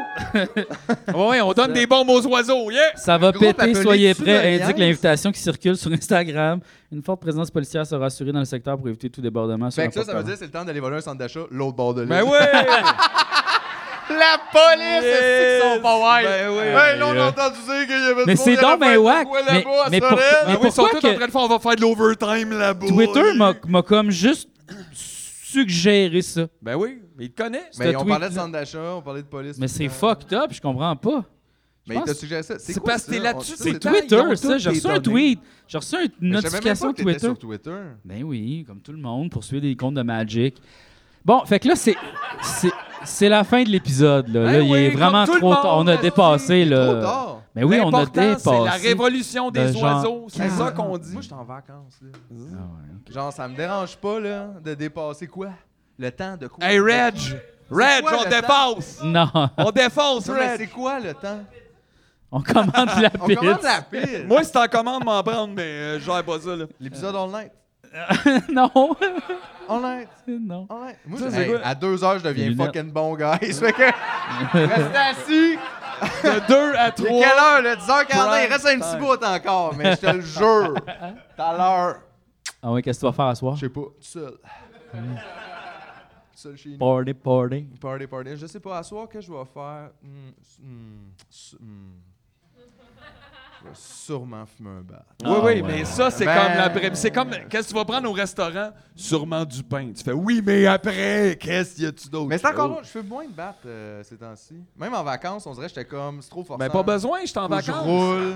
C: Ouais, on donne des bombes aux oiseaux, yeah!
A: Ça va
B: groupe
A: péter,
B: appelé
A: soyez
B: Tu
A: prêts,
B: me niaises?
A: indique l'invitation qui circule sur Instagram. Une forte présence policière sera assurée dans le secteur pour éviter tout débordement sur
B: Fait
A: la
B: que Ben, ça, ça veut
A: porte-parole.
B: dire que c'est le temps d'aller voler un centre d'achat, l'autre bord de l'île.
C: Ben ouais!
B: La police, c'est qu'ils sont pas wild.
C: Ben oui.
B: Hey, là, on a entendu dire qu'il y avait
A: Mais
B: du monde,
A: c'est
B: il y en
A: donc ben
B: avait
A: whack.
B: beaucoup
A: Mais-
B: là-bas à
A: mais pour-
B: Sorel.
A: mais
C: Ah oui, ils sont
A: pourquoi
C: tous en
A: que-
C: train de faire, on va faire de l'overtime là-bas.
A: Twitter m'a- m'a comme juste suggéré ça.
C: Ben oui, mais il te connaît.
B: Mais
A: ce
B: on parlait de
A: tweet-là.
B: centre d'achat, on parlait de police.
A: Mais
B: tout
A: c'est
B: le temps.
A: fucked up, je comprends pas.
B: Mais
A: Je
B: il t'a
A: pense-
B: suggéré ça.
C: C'est
B: quoi
C: parce que t'es
B: ça?
C: là-dessus,
B: On-
C: c'est
B: Mais
A: C'est
C: Putain, ils ont
A: Twitter, ça.
C: toutes
A: J'ai reçu
C: tes
A: un
C: données.
A: tweet. J'ai reçu une
B: Ben, Je savais même pas
A: notification
B: que t'étais
A: Twitter.
B: sur Twitter.
A: Ben oui, comme tout le monde, poursuivre des comptes de Magic. Bon, fait que là, c'est. c'est- C'est la fin de l'épisode. Là,
C: Ben
A: Là, il
C: oui,
A: est
C: comme
A: vraiment
C: tout le
A: trop
C: monde,
A: tard. On a
C: merci.
A: dépassé.
B: Il est
A: Là.
B: trop tard.
A: Mais oui, on a
C: L'important, C'est la
A: dépassé.
C: révolution des
A: de genre-
C: oiseaux, c'est ça qu'on dit.
B: Ah. Moi, je suis en vacances. là.
A: Ah ouais.
B: Genre, ça me dérange pas là, de dépasser quoi? Le temps de quoi?
C: Hey Reg, Reg,
B: quoi,
C: on
B: le
C: défonce,
A: Non,
C: on défonce
B: Non, mais c'est
C: Reg.
B: quoi le temps?
A: on commande la
B: On commande
A: pizza.
B: la pile.
C: Moi, c'est en commande m'en prendre, mais euh, je gère pas ça là.
B: L'épisode all night.
A: non.
B: Honnête,
A: non.
B: honnête. Moi,
A: Ça,
B: je-
A: c'est
B: hey,
A: quoi?
B: à deux heures, je deviens
A: Les lunettes.
B: fucking bon, guys. Fait que, restez assis.
C: De 2 à
B: C'est
C: 3.
B: quelle heure, là? 10h40, il
C: Prime
B: reste un petit
C: time.
B: bout encore, mais je te le jure. Tout à l'heure,
A: Ah ouais, qu'est-ce que tu vas faire à soir?
B: je sais pas, tout seul. Tout seul chez nous.
A: Party, party.
B: Party, party. Je sais pas, à soir, qu'est-ce que je vais faire? Hmm, hmm, s- hmm. Je vais sûrement fumer un bat.
C: Oui,
A: Ah,
C: oui,
A: ouais.
C: mais ça, c'est
B: Ben-
C: comme l'après. C'est comme. Qu'est-ce que tu vas prendre au restaurant? Sûrement du pain. Tu fais oui, mais après, qu'est-ce qu'il y a-tu d'autre?
B: Mais c'est encore
C: Oh.
B: là, je fume moins de bat euh, ces temps-ci. Même en vacances, on dirait que j'étais comme, c'est trop forçant.
C: Ben, pas besoin, je suis en
B: Faut que je
C: vacances.
B: roule,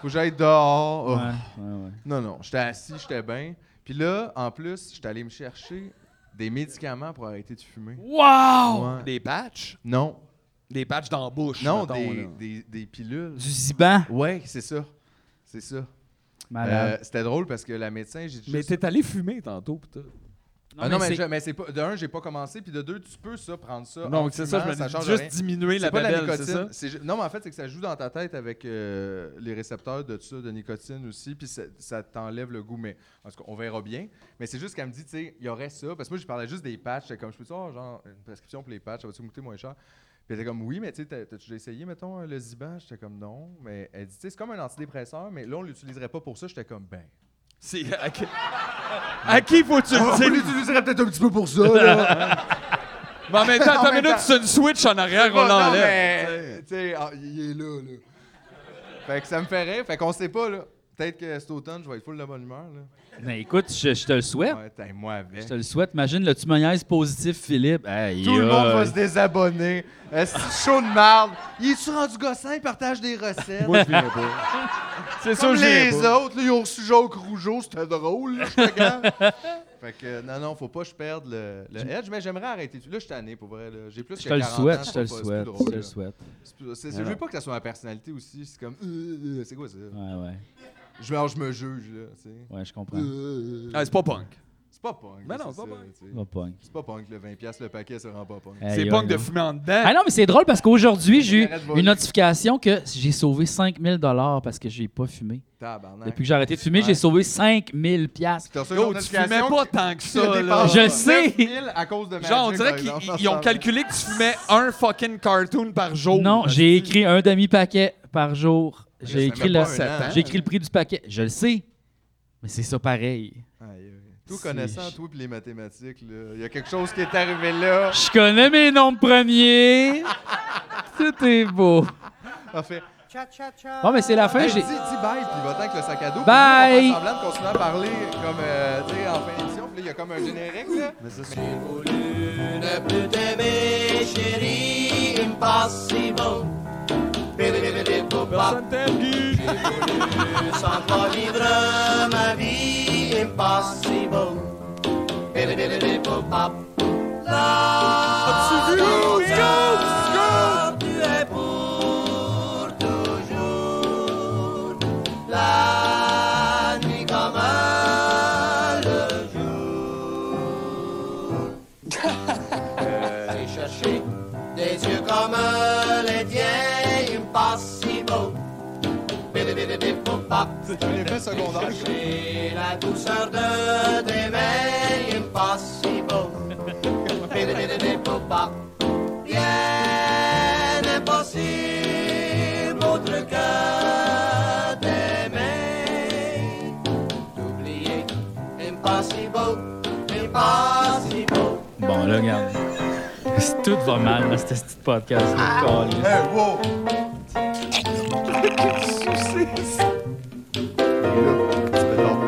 B: faut que j'aille dehors. Oh.
A: Ouais, ouais, ouais.
B: Non, non, j'étais assis, j'étais bien. Puis là, en plus, j'étais allé me chercher des médicaments pour arrêter de fumer.
A: Wow!
B: Ouais.
C: Des patchs?
B: Non,
C: Des patchs dans la bouche.
B: non,
C: mettons,
B: des,
C: là.
B: des, des pilules.
A: Du ziban.
B: Ouais, c'est ça. C'est ça. Euh,
A: Malade.
B: C'était drôle parce que la médecin, j'ai
C: Ah, Mais
B: juste...
C: t'es allé fumer tantôt, putain.
B: Ah non, mais,
A: c'est-
B: je- mais c'est pas. De un, j'ai pas commencé, puis de deux, tu peux ça prendre ça. en
C: Donc, c'est Ah, ça,
B: fumant,
C: je me dis
B: change
C: juste
B: rien.
C: diminuer la
B: C'est pas de la
C: babelle, c'est ça?
B: nicotine. c'est ju- Non, mais en fait, c'est que ça joue dans ta tête avec euh, les récepteurs de ça, de nicotine aussi, puis ça, ça t'enlève le goût. Mais en tout cas, on verra bien. Mais c'est juste qu'elle me dit, tu sais, il y aurait ça. Parce que moi, je parlais juste des patchs. J'étais comme, je peux dire, oh, genre, une prescription pour les patchs, ça va-tu me coûter moins cher? Puis elle était comme, oui, mais tu sais, t'as- t'as-tu déjà essayé, mettons, le Ziban? J'étais comme, non. Mais elle dit, tu sais, c'est comme un antidépresseur, mais là, on l'utiliserait pas pour ça. J'étais comme, ben.
C: C'est- À qui, à qui faut-tu le dire?
B: l'utiliserait peut-être un petit peu pour ça, là.
C: Mais en même temps,
B: En
C: attends une
B: même
C: minute,
B: temps.
C: c'est une switch en arrière, on
B: Bon, non,
C: Ah, l'enlève.
B: mais, tu sais, ah, il il est là, là. Fait que ça me fait rire. Fait qu'on sait pas, là. Peut-être que cet automne, je vais être full de bonne humeur, là.
A: Ben, écoute, je, je te le souhaite.
B: Ouais, t'as moi avec.
A: Je te le souhaite. Imagine le tu me niaises positif, Philippe. Aïe,
B: Tout le monde va
A: aïe.
B: se désabonner. Est-ce que c'est chaud de merde? Il est-tu rendu gossin? Il partage des recettes.
E: Moi, je viens pas.
C: C'est sûr,
B: Comme
C: j'irai
B: les
C: pas.
B: autres, là, ils ont reçu Jacques Rougeau, c'était drôle, là, je te garde. Fait que, euh, non, non, faut pas que je perde le, le edge, mais j'aimerais arrêter. Là, je suis tanné, pour vrai, là. J'ai plus
A: Je
B: que
A: te le
B: 40 ans,
A: souhaite, je
B: c'est
A: te le
B: pas- c'est plus
A: souhaite,
B: drôle,
A: je te
B: là.
A: le souhaite.
B: C'est plus- c'est- Je veux pas que ça soit ma personnalité aussi. C'est comme, euh, euh, c'est quoi ça?
A: Ouais, ouais,
B: Je, alors, je me juge, là, tu sais.
A: ouais, je comprends.
B: Euh,
C: Ah, c'est pas punk.
B: c'est pas punk.
C: Mais
B: là,
C: non,
B: c'est
C: pas
B: ça,
C: punk.
B: tu sais.
A: Pas punk.
B: C'est pas punk, le 20$ le paquet, ça rend pas punk.
A: Aïe,
C: C'est
A: aïe,
C: punk de
A: aïe.
C: fumer en dedans.
A: Ah non, mais c'est drôle parce qu'aujourd'hui, j'ai eu
B: Arrête de voler.
A: une notification que j'ai sauvé 5000 dollars parce que j'ai pas fumé.
B: Tabarnak.
A: Depuis que j'ai arrêté de fumer,
B: Ouais.
A: j'ai sauvé 5000 piastres.
B: T'as reçu une
C: Yo, tu
B: notification
C: fumais pas
B: que-
C: tant que
B: que
C: ça, là.
B: t'as dépensé
A: Je sais.
B: 9000 à cause de Magic,
C: Genre, on dirait
B: par
C: qu'ils
B: exemple,
C: ils ont
B: ensemble.
C: calculé que tu fumais un fucking cartoon par
B: Oh,
C: jour.
A: Non, j'ai écrit un demi-paquet par jour.
B: ça fait
A: J'ai écrit,
B: pas
A: le,
B: un an, hein?
A: j'ai écrit le prix du paquet. Je le sais, mais c'est ça pareil.
B: Aïe, aïe. Tout
A: C'est-
B: connaissant, toi pis les mathématiques, là, il y a quelque chose qui est arrivé là.
A: Je connais mes nombres premiers. Tout est beau.
B: Parfait.
A: Bon, mais c'est la fin.
B: Hey, dis,
A: J'ai...
B: dis bye, puis va-t'en avec le sac à dos.
A: Bye.
B: Puis nous, on va faire semblant de continuer à parler, comme, euh, tu sais, en fin d'émission. Puis là, il y a comme un générique, là.
G: ne plus t'aimer, chérie, impossible. Personne J'ai voulu sans toi vivre ma vie impossible. Bibidibidibopop. Là, dans ta vie, tu es pour toujours. La nuit comme le J'ai cherché des yeux comme les tiens, impossible. Bibidibidibopop.
B: C'est un effet secondaire.
G: J'ai la douceur de tes mains, impossible. Bidibidibopop. Rien impossible autre que tes mains. D'oublier, impossible, impossible.
A: Bon, là, regarde. Tout va mal dans ce petit podcast.
B: Hey, wow!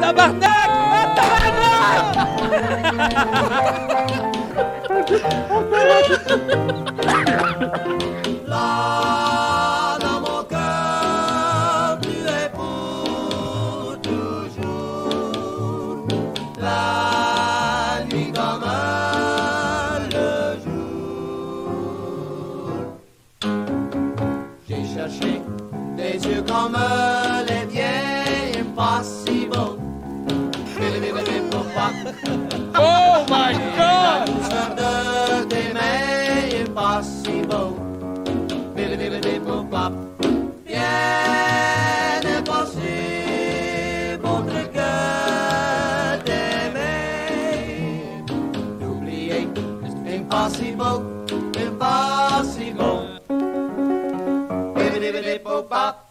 A: Tabarnak! Ah, tabarnak!
G: Là, dans mon cœur, tu es pour toujours. La nuit comme le jour. J'ai cherché des yeux comme les biens impossibles.
C: Oh my god!
G: Sœur de tes mains impossible. Bidibidibidibopop. Rien impossible autre que tes pop.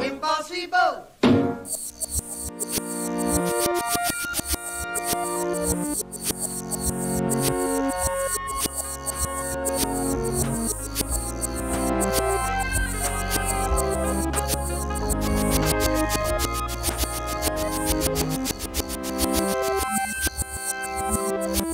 G: Impossible.